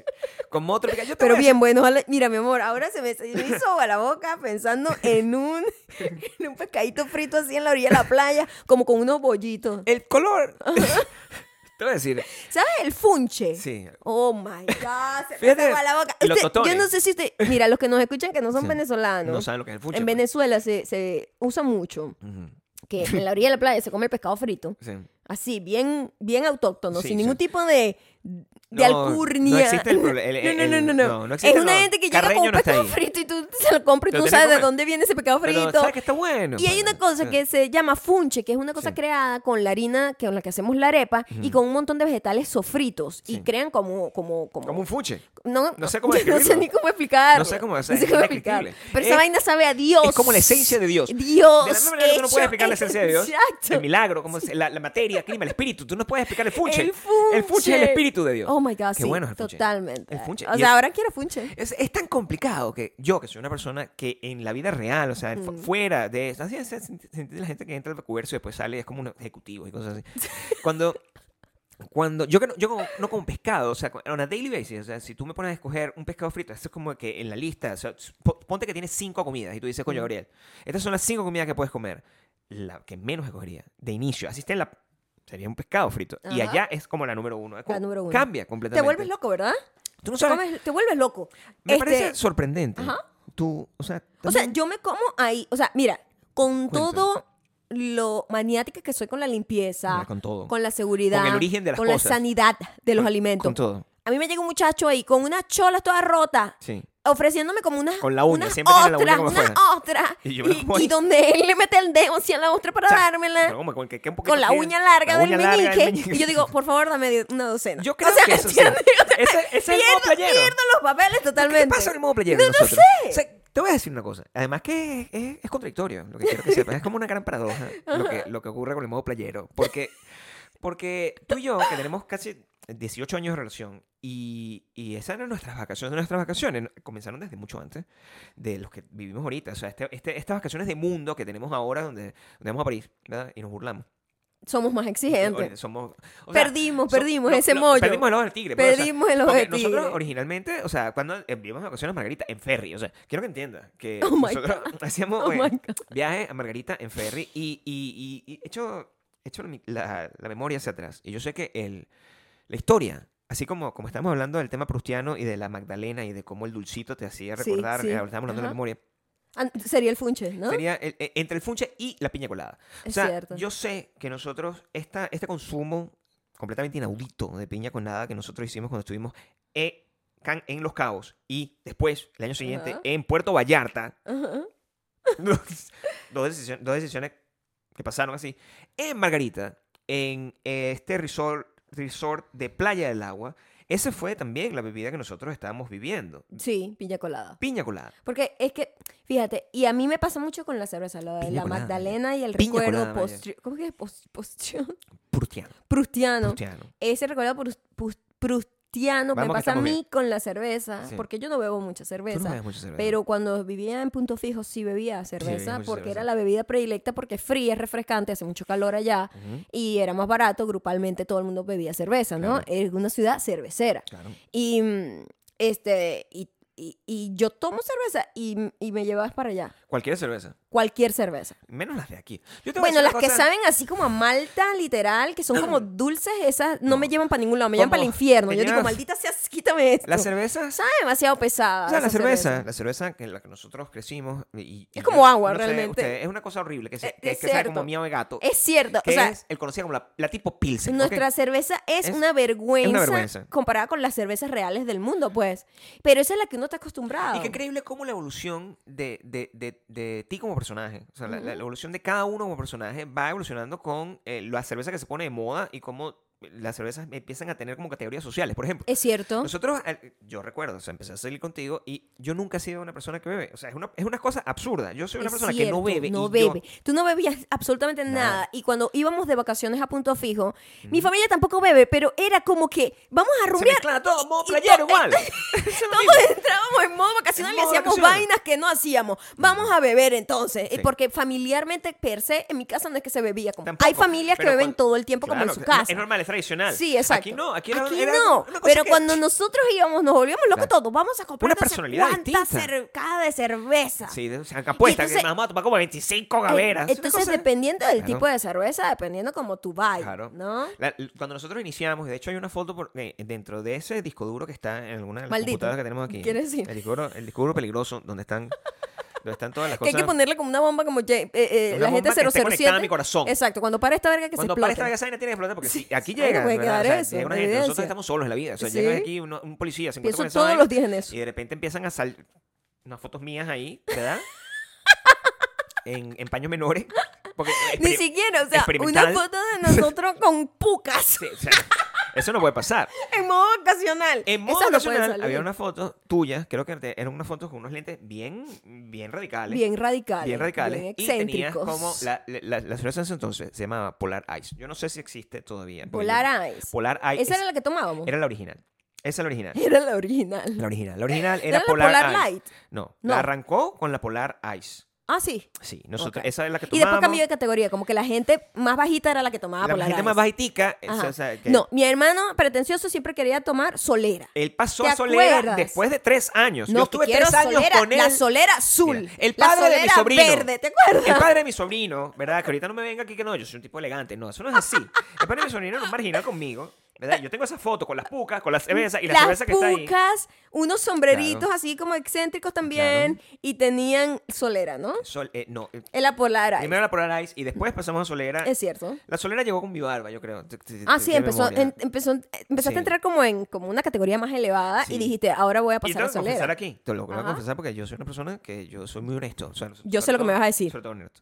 [SPEAKER 2] con modo tropical. Yo te
[SPEAKER 1] Pero
[SPEAKER 2] voy a
[SPEAKER 1] bien, bueno, ojalá- mira, mi amor, ahora se me, se me hizo agua la boca pensando en un, en un pescadito frito así en la orilla de la playa, como con unos bollitos.
[SPEAKER 2] decir, el color. te voy a decir,
[SPEAKER 1] ¿Sabes el funche?
[SPEAKER 2] sí.
[SPEAKER 1] Oh my God, se me
[SPEAKER 2] Fíjate,
[SPEAKER 1] hace agua la boca.
[SPEAKER 2] y los
[SPEAKER 1] Usted- yo
[SPEAKER 2] totones.
[SPEAKER 1] no sé si usted. Mira, los que nos escuchan que Ah, no son
[SPEAKER 2] Sí.
[SPEAKER 1] venezolanos.
[SPEAKER 2] No saben pues. lo que es el fucho.
[SPEAKER 1] en Venezuela se, se usa mucho
[SPEAKER 2] Ujú,
[SPEAKER 1] que en la orilla de la playa se come el pescado frito.
[SPEAKER 2] sí.
[SPEAKER 1] Así, bien, bien autóctono,
[SPEAKER 2] Sí,
[SPEAKER 1] sin
[SPEAKER 2] sí.
[SPEAKER 1] ningún tipo de, de
[SPEAKER 2] No,
[SPEAKER 1] alcurnia.
[SPEAKER 2] No existe el problema.
[SPEAKER 1] no, no, no, no, no.
[SPEAKER 2] existe,
[SPEAKER 1] es una
[SPEAKER 2] no.
[SPEAKER 1] gente que llega
[SPEAKER 2] Carreño
[SPEAKER 1] con un
[SPEAKER 2] no está
[SPEAKER 1] pescado
[SPEAKER 2] ahí.
[SPEAKER 1] frito y tú se lo compras y
[SPEAKER 2] Lo
[SPEAKER 1] tú
[SPEAKER 2] tenés
[SPEAKER 1] sabes de
[SPEAKER 2] que comer.
[SPEAKER 1] dónde viene ese pescado
[SPEAKER 2] Pero
[SPEAKER 1] frito.
[SPEAKER 2] sabes que está bueno.
[SPEAKER 1] Y hay una
[SPEAKER 2] mano.
[SPEAKER 1] cosa
[SPEAKER 2] Sí.
[SPEAKER 1] que se llama funche, que es una cosa
[SPEAKER 2] Sí.
[SPEAKER 1] creada con la harina que- con la que hacemos la arepa y con un montón de vegetales sofritos y
[SPEAKER 2] Sí.
[SPEAKER 1] crean como como como,
[SPEAKER 2] Como un fuche.
[SPEAKER 1] no,
[SPEAKER 2] no sé cómo
[SPEAKER 1] no sé
[SPEAKER 2] describirlo.
[SPEAKER 1] ni cómo explicarlo.
[SPEAKER 2] No sé cómo- o sea,
[SPEAKER 1] No sé
[SPEAKER 2] es
[SPEAKER 1] cómo
[SPEAKER 2] indescriptible.
[SPEAKER 1] explicarlo. Pero esa
[SPEAKER 2] Es-
[SPEAKER 1] vaina sabe a Dios.
[SPEAKER 2] Es como la esencia de Dios.
[SPEAKER 1] Dios.
[SPEAKER 2] De la misma manera que tú no puedes
[SPEAKER 1] hecho-
[SPEAKER 2] explicar la esencia de Dios,
[SPEAKER 1] Exacto.
[SPEAKER 2] el milagro, como es la, la materia, el clima, el espíritu, tú no puedes explicar el funche.
[SPEAKER 1] El funche.
[SPEAKER 2] El funche es el espíritu de Dios.
[SPEAKER 1] Oh my God, sí,
[SPEAKER 2] Qué bueno es el funche.
[SPEAKER 1] totalmente.
[SPEAKER 2] El funche.
[SPEAKER 1] O
[SPEAKER 2] Y
[SPEAKER 1] sea,
[SPEAKER 2] es-
[SPEAKER 1] ahora quiero funche.
[SPEAKER 2] Es, es tan complicado que yo, que soy una persona que en la vida real, o sea, fu- fuera de eso, así es, es- es- la gente que entra al comercio y después sale es como un ejecutivo y cosas así. Cuando, cuando yo, que no, yo como- no como pescado, o sea, con- on a daily basis, o sea, si tú me pones a escoger un pescado frito, esto es como que en la lista, o sea, s- po- ponte que tienes cinco comidas y tú dices, coño, Gabriel, estas son las cinco comidas que puedes comer, la que menos escogería, de inicio, así está en la... Sería un pescado frito. Y
[SPEAKER 1] Ajá.
[SPEAKER 2] allá es como la número uno. Es
[SPEAKER 1] La
[SPEAKER 2] como-
[SPEAKER 1] número uno.
[SPEAKER 2] Cambia
[SPEAKER 1] Te
[SPEAKER 2] completamente.
[SPEAKER 1] vuelves loco, ¿verdad?
[SPEAKER 2] Tú no
[SPEAKER 1] Te,
[SPEAKER 2] sabes
[SPEAKER 1] comes- te vuelves loco.
[SPEAKER 2] me
[SPEAKER 1] Este,
[SPEAKER 2] parece sorprendente.
[SPEAKER 1] ajá.
[SPEAKER 2] Tú, o sea,
[SPEAKER 1] O sea,
[SPEAKER 2] también-
[SPEAKER 1] yo me como ahí, o sea, mira, con
[SPEAKER 2] Cuéntame.
[SPEAKER 1] todo lo maniática que soy con la limpieza,
[SPEAKER 2] Mira, con todo.
[SPEAKER 1] con la seguridad,
[SPEAKER 2] Con el origen de las
[SPEAKER 1] con
[SPEAKER 2] cosas.
[SPEAKER 1] la sanidad de los
[SPEAKER 2] Con-
[SPEAKER 1] alimentos.
[SPEAKER 2] con todo.
[SPEAKER 1] A mí me llega un muchacho ahí con unas cholas todas rotas,
[SPEAKER 2] Sí.
[SPEAKER 1] ofreciéndome como unas
[SPEAKER 2] Con la uña,
[SPEAKER 1] unas
[SPEAKER 2] siempre tiene la uña
[SPEAKER 1] ostras,
[SPEAKER 2] como
[SPEAKER 1] unas
[SPEAKER 2] afuera.
[SPEAKER 1] ostras.
[SPEAKER 2] Y yo me la como
[SPEAKER 1] y
[SPEAKER 2] ahí.
[SPEAKER 1] donde él le mete el dedo así a la ostra para
[SPEAKER 2] O sea,
[SPEAKER 1] dármela.
[SPEAKER 2] pero como con, que- que un poquito
[SPEAKER 1] Con la
[SPEAKER 2] tiene-
[SPEAKER 1] uña larga,
[SPEAKER 2] la uña
[SPEAKER 1] del,
[SPEAKER 2] larga del
[SPEAKER 1] meñique,
[SPEAKER 2] meñique.
[SPEAKER 1] Y yo digo, por favor, dame di- una docena.
[SPEAKER 2] Yo
[SPEAKER 1] O
[SPEAKER 2] creo
[SPEAKER 1] sea,
[SPEAKER 2] que eso sí.
[SPEAKER 1] ¿entiendes?
[SPEAKER 2] Ese, ese es el modo
[SPEAKER 1] pierdo,
[SPEAKER 2] playero.
[SPEAKER 1] pierdo los papeles totalmente.
[SPEAKER 2] ¿Qué pasa en el modo playero?
[SPEAKER 1] No, no
[SPEAKER 2] nosotros?
[SPEAKER 1] sé.
[SPEAKER 2] O sea, te voy a decir una cosa. Además que es, es- es contradictorio lo que quiero que sepas. Es como una gran paradoja lo que, lo que ocurre con el modo playero. Porque, porque tú y yo, que tenemos casi 18 años de relación, y, y esas eran nuestras vacaciones. Nuestras vacaciones comenzaron desde mucho antes de los que vivimos ahorita. O sea, este- este- estas vacaciones de mundo que tenemos ahora donde, donde vamos a París, ¿verdad? Y nos burlamos.
[SPEAKER 1] Somos más exigentes.
[SPEAKER 2] Ahorita Somos, o sea,
[SPEAKER 1] perdimos,
[SPEAKER 2] so-
[SPEAKER 1] perdimos
[SPEAKER 2] no,
[SPEAKER 1] ese
[SPEAKER 2] no,
[SPEAKER 1] mollo.
[SPEAKER 2] Perdimos el ojo del tigre. pues, o sea,
[SPEAKER 1] Perdimos el ojo
[SPEAKER 2] porque
[SPEAKER 1] del tigre.
[SPEAKER 2] Nosotros originalmente, o sea, cuando eh, vivimos de vacaciones a Margarita en ferry, o sea, quiero que entienda que
[SPEAKER 1] Oh my
[SPEAKER 2] nosotros hacíamos
[SPEAKER 1] Oh
[SPEAKER 2] eh,
[SPEAKER 1] my God.
[SPEAKER 2] viaje a Margarita en ferry y, y, y, y hecho, hecho la, la- la memoria hacia atrás. Y yo sé que el, la historia, así como, como estamos hablando del tema prustiano y de la Magdalena y de cómo el dulcito te hacía
[SPEAKER 1] Sí,
[SPEAKER 2] recordar,
[SPEAKER 1] sí.
[SPEAKER 2] eh, estamos hablando de
[SPEAKER 1] Ajá.
[SPEAKER 2] la memoria,
[SPEAKER 1] Ah, Sería el funche, ¿no?
[SPEAKER 2] Sería el- e- entre el funche y la piña colada. O
[SPEAKER 1] Es
[SPEAKER 2] sea,
[SPEAKER 1] cierto.
[SPEAKER 2] yo sé que nosotros, esta, este consumo completamente inaudito de piña colada que nosotros hicimos cuando estuvimos e- can- en Los Cabos y después, el año siguiente,
[SPEAKER 1] Ajá.
[SPEAKER 2] en Puerto Vallarta,
[SPEAKER 1] Ajá.
[SPEAKER 2] dos, dos decision- dos decisiones que pasaron así, en Margarita, en eh, este resort, resort de Playa del Agua, esa fue también la bebida que nosotros estábamos viviendo.
[SPEAKER 1] Sí, piña colada.
[SPEAKER 2] Piña colada.
[SPEAKER 1] Porque es que Fíjate, y a mí me pasa mucho con la cerveza, la, de
[SPEAKER 2] Piña
[SPEAKER 1] la
[SPEAKER 2] colada,
[SPEAKER 1] Magdalena y el
[SPEAKER 2] Piña
[SPEAKER 1] recuerdo
[SPEAKER 2] colada, Maya.
[SPEAKER 1] postri- ¿Cómo que es? Pos- postrio-
[SPEAKER 2] Prustiano.
[SPEAKER 1] prustiano.
[SPEAKER 2] Prustiano.
[SPEAKER 1] Ese recuerdo prus- pus- prustiano me
[SPEAKER 2] Vamos, que
[SPEAKER 1] pasa a
[SPEAKER 2] estamos
[SPEAKER 1] mí
[SPEAKER 2] bien.
[SPEAKER 1] con la cerveza,
[SPEAKER 2] Sí.
[SPEAKER 1] porque yo no bebo mucha
[SPEAKER 2] Tú no
[SPEAKER 1] cerveza.
[SPEAKER 2] bebes mucha cerveza.
[SPEAKER 1] Pero cuando vivía en Punto Fijo sí bebía cerveza
[SPEAKER 2] mucha
[SPEAKER 1] porque
[SPEAKER 2] cerveza.
[SPEAKER 1] era la bebida predilecta porque es fría, es refrescante, hace mucho calor allá
[SPEAKER 2] Ujú,
[SPEAKER 1] y era más barato, grupalmente todo el mundo bebía cerveza, ¿no?
[SPEAKER 2] Claro.
[SPEAKER 1] Es una ciudad cervecera.
[SPEAKER 2] Claro.
[SPEAKER 1] Y mm, este y, y- y yo tomo cerveza y, y me llevas para allá,
[SPEAKER 2] Cualquier cerveza.
[SPEAKER 1] cualquier cerveza.
[SPEAKER 2] Menos las de aquí. Yo te voy a
[SPEAKER 1] Bueno,
[SPEAKER 2] decir
[SPEAKER 1] las
[SPEAKER 2] una
[SPEAKER 1] que
[SPEAKER 2] cosa-
[SPEAKER 1] saben así como a malta, literal, que son como dulces, esas no,
[SPEAKER 2] No.
[SPEAKER 1] me llevan para ningún lado, me llevan
[SPEAKER 2] Como-
[SPEAKER 1] para el infierno.
[SPEAKER 2] te
[SPEAKER 1] Yo digo,
[SPEAKER 2] llevas-
[SPEAKER 1] maldita sea, quítame esto.
[SPEAKER 2] Las cervezas
[SPEAKER 1] Sabe demasiado pesada.
[SPEAKER 2] O sea, la
[SPEAKER 1] Ah, esa
[SPEAKER 2] cerveza, la cerveza que la que nosotros crecimos y, y-
[SPEAKER 1] Es
[SPEAKER 2] y
[SPEAKER 1] como agua,
[SPEAKER 2] sé,
[SPEAKER 1] realmente.
[SPEAKER 2] ustedes, es una cosa horrible que, se,
[SPEAKER 1] Eh,
[SPEAKER 2] que,
[SPEAKER 1] es
[SPEAKER 2] que sabe
[SPEAKER 1] cierto.
[SPEAKER 2] como miau de gato.
[SPEAKER 1] Es cierto,
[SPEAKER 2] que
[SPEAKER 1] o sea,
[SPEAKER 2] es el conocido como la, la tipo pilsen. ¿ok?
[SPEAKER 1] Nuestra cerveza es,
[SPEAKER 2] Es-
[SPEAKER 1] una vergüenza
[SPEAKER 2] vergüenza.
[SPEAKER 1] comparada con las cervezas reales del mundo, pues. Pero esa es la que uno está acostumbrado.
[SPEAKER 2] Y qué increíble cómo la evolución de, de, de, de ti como personaje, o sea, la, la evolución de cada uno como personaje va evolucionando con eh, la cerveza que se pone de moda y cómo las cervezas empiezan a tener como categorías sociales. Por ejemplo,
[SPEAKER 1] Es cierto.
[SPEAKER 2] Nosotros, al- yo recuerdo, o sea, empecé a salir contigo y yo nunca he sido una persona que bebe. O sea, es una, es una cosa absurda. Yo soy una
[SPEAKER 1] es
[SPEAKER 2] persona que no
[SPEAKER 1] cierto,
[SPEAKER 2] bebe.
[SPEAKER 1] No
[SPEAKER 2] y
[SPEAKER 1] bebe.
[SPEAKER 2] yo-
[SPEAKER 1] Tú no bebías absolutamente nada.
[SPEAKER 2] Nada.
[SPEAKER 1] Y cuando íbamos de vacaciones a punto fijo, mi familia tampoco bebe, pero era como que vamos a
[SPEAKER 2] Se
[SPEAKER 1] rumbear.
[SPEAKER 2] mezclaba todo, modo
[SPEAKER 1] y
[SPEAKER 2] playero
[SPEAKER 1] to-
[SPEAKER 2] igual. Eso es lo mismo.
[SPEAKER 1] Todos entrábamos en modo vacacional
[SPEAKER 2] En
[SPEAKER 1] y
[SPEAKER 2] modo
[SPEAKER 1] hacíamos
[SPEAKER 2] vacacional.
[SPEAKER 1] vainas que no hacíamos. Vamos a beber entonces. Y
[SPEAKER 2] Sí.
[SPEAKER 1] Porque familiarmente, per se, en mi casa no es que se bebía. Como...
[SPEAKER 2] Tampoco,
[SPEAKER 1] Hay familias que
[SPEAKER 2] pero
[SPEAKER 1] beben
[SPEAKER 2] cuando-
[SPEAKER 1] todo el tiempo como
[SPEAKER 2] Claro,
[SPEAKER 1] en su
[SPEAKER 2] es-
[SPEAKER 1] casa.
[SPEAKER 2] Es normal, es tradicional.
[SPEAKER 1] Sí, exacto.
[SPEAKER 2] Aquí no, aquí, era-
[SPEAKER 1] Aquí
[SPEAKER 2] era
[SPEAKER 1] no,
[SPEAKER 2] una cosa
[SPEAKER 1] pero
[SPEAKER 2] que-
[SPEAKER 1] cuando nosotros íbamos, nos volvíamos locos
[SPEAKER 2] Claro.
[SPEAKER 1] todos. Vamos a comprar
[SPEAKER 2] Una
[SPEAKER 1] no sé
[SPEAKER 2] personalidad
[SPEAKER 1] cuántas
[SPEAKER 2] distinta.
[SPEAKER 1] cercadas de cerveza.
[SPEAKER 2] Sí, de- o sea, que apuesta que
[SPEAKER 1] entonces-
[SPEAKER 2] mamá toma como 25
[SPEAKER 1] Eh,
[SPEAKER 2] gaveras. Es una
[SPEAKER 1] Entonces,
[SPEAKER 2] cosa-
[SPEAKER 1] dependiendo del
[SPEAKER 2] Claro.
[SPEAKER 1] tipo de cerveza, dependiendo como tu vibe,
[SPEAKER 2] Claro.
[SPEAKER 1] ¿no?
[SPEAKER 2] La- cuando nosotros iniciamos, de hecho hay una foto por- eh, dentro de ese disco duro que está en alguna de las
[SPEAKER 1] Maldito.
[SPEAKER 2] computadoras que tenemos aquí.
[SPEAKER 1] ¿Quiere decir?
[SPEAKER 2] El disco duro, el disco duro peligroso donde están, donde están todas las
[SPEAKER 1] Que hay
[SPEAKER 2] cosas.
[SPEAKER 1] que ponerle como una bomba como J- eh, eh, la gente
[SPEAKER 2] Una bomba que esté
[SPEAKER 1] 007.
[SPEAKER 2] conectada a mi corazón.
[SPEAKER 1] Exacto, cuando para esta verga que
[SPEAKER 2] Cuando
[SPEAKER 1] se
[SPEAKER 2] para
[SPEAKER 1] explote.
[SPEAKER 2] esta vaina tiene que explotar porque si aquí
[SPEAKER 1] Ahí no
[SPEAKER 2] llega,
[SPEAKER 1] puede
[SPEAKER 2] ¿verdad?
[SPEAKER 1] quedar
[SPEAKER 2] O sea,
[SPEAKER 1] eso,
[SPEAKER 2] llega una
[SPEAKER 1] en
[SPEAKER 2] gente,
[SPEAKER 1] evidencia.
[SPEAKER 2] nosotros estamos solos en la vida. O sea,
[SPEAKER 1] Sí.
[SPEAKER 2] llega aquí uno- un policía, se
[SPEAKER 1] Pienso
[SPEAKER 2] encuentra con esa
[SPEAKER 1] todos
[SPEAKER 2] vaina
[SPEAKER 1] los días en eso.
[SPEAKER 2] y de repente empiezan a salir unas fotos mías ahí, ¿verdad? en, en paños menores. Porque, eh,
[SPEAKER 1] Ni
[SPEAKER 2] exper-
[SPEAKER 1] siquiera, o sea, una
[SPEAKER 2] experimental.
[SPEAKER 1] foto de nosotros con pucas
[SPEAKER 2] Sí, o sea, eso no puede pasar.
[SPEAKER 1] en modo vacacional.
[SPEAKER 2] En modo
[SPEAKER 1] Esas no pueden
[SPEAKER 2] nacional
[SPEAKER 1] salir.
[SPEAKER 2] había una foto tuya, creo que te- eran unas fotos con unos lentes bien, bien radicales.
[SPEAKER 1] bien radicales.
[SPEAKER 2] bien radicales.
[SPEAKER 1] Bien
[SPEAKER 2] y tenías
[SPEAKER 1] excéntricos.
[SPEAKER 2] como la, la, la, la cerveza en ese entonces se llamaba Polar Ice. Yo no sé si existe todavía. porque yo-
[SPEAKER 1] Polar Ice.
[SPEAKER 2] Polar Ice.
[SPEAKER 1] Esa era la que tomábamos.
[SPEAKER 2] era la original. Esa es la original.
[SPEAKER 1] Era la original.
[SPEAKER 2] La original. La original
[SPEAKER 1] Era
[SPEAKER 2] era,
[SPEAKER 1] la
[SPEAKER 2] Polar,
[SPEAKER 1] Polar
[SPEAKER 2] Ice.
[SPEAKER 1] Light.
[SPEAKER 2] No,
[SPEAKER 1] No.
[SPEAKER 2] la arrancó con la Polar Ice.
[SPEAKER 1] Ah, sí.
[SPEAKER 2] Sí, nosotros,
[SPEAKER 1] Ok.
[SPEAKER 2] esa es la que
[SPEAKER 1] Y
[SPEAKER 2] tomábamos.
[SPEAKER 1] después cambió de categoría, como que la gente más bajita era la que tomaba
[SPEAKER 2] La
[SPEAKER 1] Polar
[SPEAKER 2] gente
[SPEAKER 1] Ice.
[SPEAKER 2] más bajitica. o sea,
[SPEAKER 1] Ajá.
[SPEAKER 2] o sea, que
[SPEAKER 1] No, mi hermano pretencioso siempre quería tomar solera.
[SPEAKER 2] Él pasó
[SPEAKER 1] ¿Te
[SPEAKER 2] a Solera
[SPEAKER 1] acuerdas?
[SPEAKER 2] después de tres años.
[SPEAKER 1] No,
[SPEAKER 2] Yo
[SPEAKER 1] que
[SPEAKER 2] estuve
[SPEAKER 1] quiero
[SPEAKER 2] tres años
[SPEAKER 1] solera,
[SPEAKER 2] con él.
[SPEAKER 1] la solera azul,
[SPEAKER 2] Mira, el
[SPEAKER 1] la
[SPEAKER 2] padre de mi
[SPEAKER 1] solera
[SPEAKER 2] sobrino.
[SPEAKER 1] verde, ¿te acuerdas?
[SPEAKER 2] El padre de mi sobrino, ¿verdad? Que ahorita no me venga aquí que no, yo soy un tipo elegante. No, eso no es así. El padre de mi sobrino no marginal conmigo, ¿verdad? Yo tengo esa foto con las pucas, con las cervezas y la
[SPEAKER 1] Las
[SPEAKER 2] cerveza que está ahí.
[SPEAKER 1] pucas, unos sombreritos
[SPEAKER 2] Claro.
[SPEAKER 1] así como excéntricos también y tenían solera, ¿no?
[SPEAKER 2] Sol- eh, no, eh,
[SPEAKER 1] En la Polar Ice.
[SPEAKER 2] primero ah, la Polar Ice y después pasamos a Solera.
[SPEAKER 1] Es cierto.
[SPEAKER 2] La Solera llegó con mi barba, yo creo. T- t-
[SPEAKER 1] Ah,
[SPEAKER 2] t-
[SPEAKER 1] sí,
[SPEAKER 2] tiene
[SPEAKER 1] empezó,
[SPEAKER 2] memoria.
[SPEAKER 1] en- empezó, empezaste
[SPEAKER 2] Sí.
[SPEAKER 1] a entrar como en como una categoría más elevada y
[SPEAKER 2] Sí.
[SPEAKER 1] dijiste, ahora voy a
[SPEAKER 2] Y
[SPEAKER 1] pasar
[SPEAKER 2] tengo
[SPEAKER 1] a
[SPEAKER 2] que confesar
[SPEAKER 1] solera.
[SPEAKER 2] aquí, te lo voy a
[SPEAKER 1] Ajá.
[SPEAKER 2] confesar porque yo soy una persona que yo soy muy honesto. o sea, no-
[SPEAKER 1] Yo sé
[SPEAKER 2] sobre
[SPEAKER 1] lo que me
[SPEAKER 2] todo-
[SPEAKER 1] vas a decir.
[SPEAKER 2] Sobre todo honesto.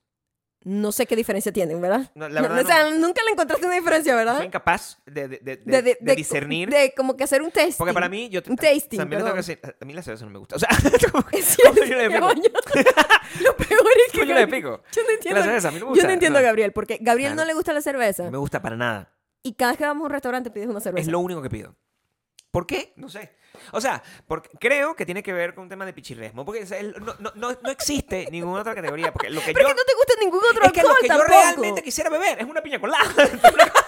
[SPEAKER 1] No sé qué diferencia tienen, ¿verdad?
[SPEAKER 2] No, la
[SPEAKER 1] No,
[SPEAKER 2] verdad
[SPEAKER 1] o sea,
[SPEAKER 2] no.
[SPEAKER 1] nunca le encontraste una diferencia,
[SPEAKER 2] Soy
[SPEAKER 1] ¿verdad?
[SPEAKER 2] incapaz de, de-
[SPEAKER 1] De,
[SPEAKER 2] de-
[SPEAKER 1] de-
[SPEAKER 2] de- de
[SPEAKER 1] de-
[SPEAKER 2] discernir.
[SPEAKER 1] De como que hacer un test.
[SPEAKER 2] porque para mí, yo.
[SPEAKER 1] Un
[SPEAKER 2] también
[SPEAKER 1] tasting,
[SPEAKER 2] le tengo que
[SPEAKER 1] perdón.
[SPEAKER 2] decir, a mí la cerveza no me gusta. O sea, ¿cómo-
[SPEAKER 1] Es
[SPEAKER 2] cómo
[SPEAKER 1] cierto,
[SPEAKER 2] yo le explico?
[SPEAKER 1] coño. Lo peor es que.
[SPEAKER 2] ¿Cómo yo le
[SPEAKER 1] Gabriel-
[SPEAKER 2] explico?
[SPEAKER 1] Yo no entiendo.
[SPEAKER 2] La cerveza, a mí no me
[SPEAKER 1] Yo
[SPEAKER 2] gusta,
[SPEAKER 1] no entiendo a
[SPEAKER 2] no.
[SPEAKER 1] Gabriel, porque Gabriel no
[SPEAKER 2] Claro.
[SPEAKER 1] le gusta la cerveza.
[SPEAKER 2] No me gusta para nada.
[SPEAKER 1] Y cada vez que vamos a un restaurante pides una cerveza.
[SPEAKER 2] Es lo único que pido. ¿Por qué? No sé. O sea, porque creo que tiene que ver con un tema de pichirresmo. Porque o sea, el- no, no- no- no existe ninguna otra categoría. Porque lo que
[SPEAKER 1] Pero
[SPEAKER 2] yo.
[SPEAKER 1] es que no te gusta ningún otro
[SPEAKER 2] es que lo
[SPEAKER 1] alcohol
[SPEAKER 2] que yo
[SPEAKER 1] tampoco.
[SPEAKER 2] realmente quisiera beber es una piña colada.